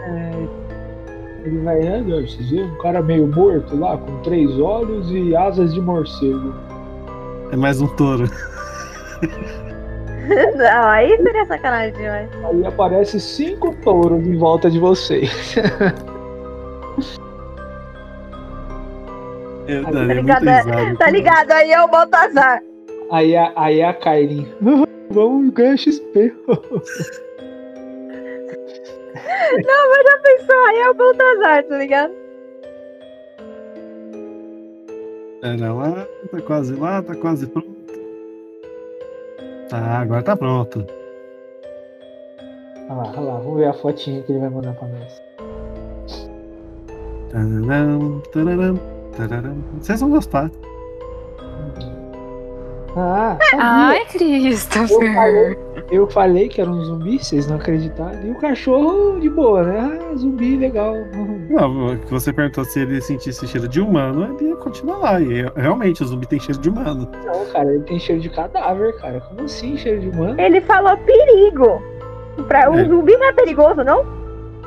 Speaker 2: Ele vai, "Ah, não, vocês viram? Um cara meio morto lá, com três olhos e asas de morcego.
Speaker 3: É mais um touro.
Speaker 4: Não, aí seria sacanagem demais.
Speaker 2: Aí aparece cinco touros em volta de vocês.
Speaker 3: Eu
Speaker 2: Tá
Speaker 3: daria
Speaker 2: ligado,
Speaker 3: muito
Speaker 2: é?
Speaker 3: risada.
Speaker 4: Tá ligado? Aí é o Baltazar.
Speaker 2: Aí a, aí a Kailin, vamos ganhar XP.
Speaker 4: Não, mas já pensou? Aí é o Baltazar, tá ligado?
Speaker 3: Era lá, tá quase lá, tá quase pronto. Tá, agora tá pronto.
Speaker 2: Olha lá, olha lá, vamos ver a fotinha que ele vai mandar pra nós.
Speaker 3: Tararam, tararam, tararam. Vocês vão gostar.
Speaker 2: Ah,
Speaker 10: Tá Ai,
Speaker 2: Eu falei,
Speaker 10: Christopher.
Speaker 2: eu falei que era um zumbi, vocês não acreditaram. E o cachorro de boa, né? Ah, zumbi, legal.
Speaker 3: Não, que você perguntou se ele sentisse cheiro de humano, ele ia continuar lá. E realmente, o zumbi tem cheiro de humano.
Speaker 2: Não, cara, ele tem cheiro de cadáver, cara. Como assim, cheiro de humano?
Speaker 4: Ele falou perigo. Pra, o
Speaker 3: É.
Speaker 4: zumbi não é perigoso, não?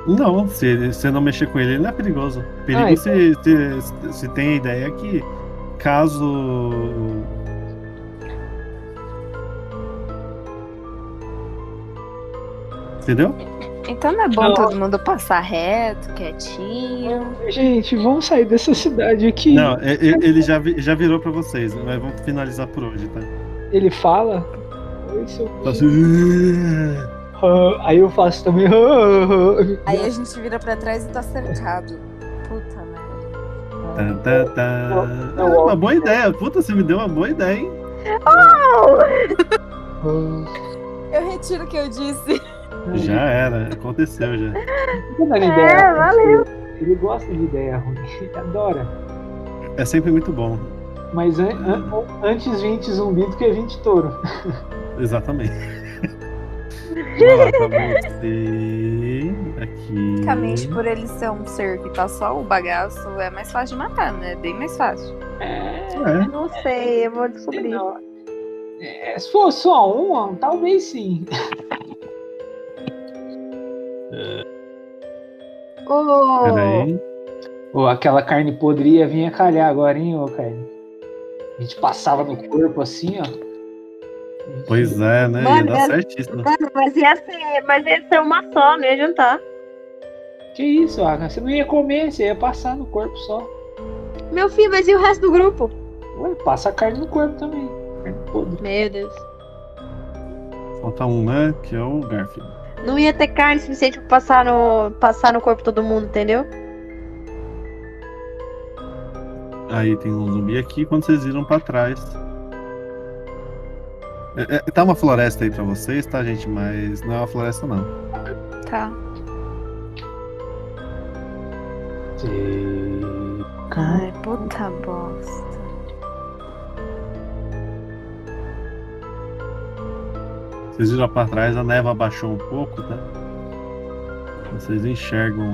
Speaker 3: Não, se ele- se você não mexer com ele, ele não é perigoso. Perigo
Speaker 4: Ah, então-
Speaker 3: se, se, se tem a ideia que caso. Entendeu?
Speaker 10: Então não é bom todo mundo passar reto, quietinho.
Speaker 2: Gente, vamos sair dessa cidade aqui.
Speaker 3: Não, e- e- ele já, vi- já virou pra vocês, né? mas vamos finalizar por hoje, tá?
Speaker 2: Ele fala. Oi, seu
Speaker 3: Tá assim,
Speaker 2: Ah, Aí eu faço também. ah, ah,
Speaker 10: Aí a gente vira pra trás e tá cercado. Puta merda.
Speaker 3: Tá, tá, tá. Ah, uma boa ideia. Puta, você me deu uma boa ideia, hein?
Speaker 2: ah,
Speaker 10: Eu retiro o que eu disse.
Speaker 3: Já era, aconteceu já.
Speaker 2: ah. Tá dando ideia ruim, Ele gosta de ideia ruim. Ele adora.
Speaker 3: É sempre muito bom.
Speaker 2: Mas an- an- antes 20 zumbi do que 20 touro.
Speaker 3: Exatamente. Coloca você aqui.
Speaker 10: Basicamente,
Speaker 2: Uhum.
Speaker 10: por ele ser um ser que tá só o bagaço, é mais fácil de matar, né? Bem mais fácil.
Speaker 2: É.
Speaker 16: Não sei, eu vou descobrir.
Speaker 2: É, se for só um, talvez sim.
Speaker 10: Ô,
Speaker 3: Peraí.
Speaker 2: Ô, aquela carne podre ia vir a calhar agora, hein, ô carne? A gente passava no corpo assim, ó.
Speaker 3: Pois é, né? Ia
Speaker 16: Mano,
Speaker 3: dar
Speaker 16: mas-
Speaker 3: certíssimo.
Speaker 16: Mano, mas ia ser, mas ia ser uma só, não ia adiantar.
Speaker 2: Que isso, Arna? Você não ia comer, você ia passar no corpo só.
Speaker 16: Meu filho, mas e o resto do grupo?
Speaker 2: Ué, passa a carne no corpo também. Carne podre.
Speaker 16: Meu Deus.
Speaker 3: Falta um, né? Que é o Garfield.
Speaker 16: Não ia ter carne suficiente pra passar no, passar no corpo de todo mundo, entendeu?
Speaker 3: Aí tem um zumbi aqui. Quando vocês viram pra trás. É, é, tá uma floresta aí pra vocês, tá, gente? Mas não é uma floresta, não.
Speaker 10: Tá. Ai, puta bosta.
Speaker 3: Vocês viram pra trás, a neva abaixou um pouco, tá? Vocês enxergam.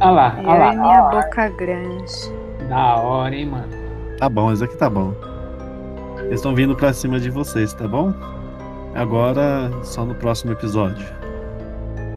Speaker 2: Ah lá, ah lá.
Speaker 10: Eu e minha boca grande.
Speaker 2: Da hora, hein, mano.
Speaker 3: Tá bom, isso aqui tá bom. Eles estão vindo pra cima de vocês, tá bom? Agora, só no próximo episódio.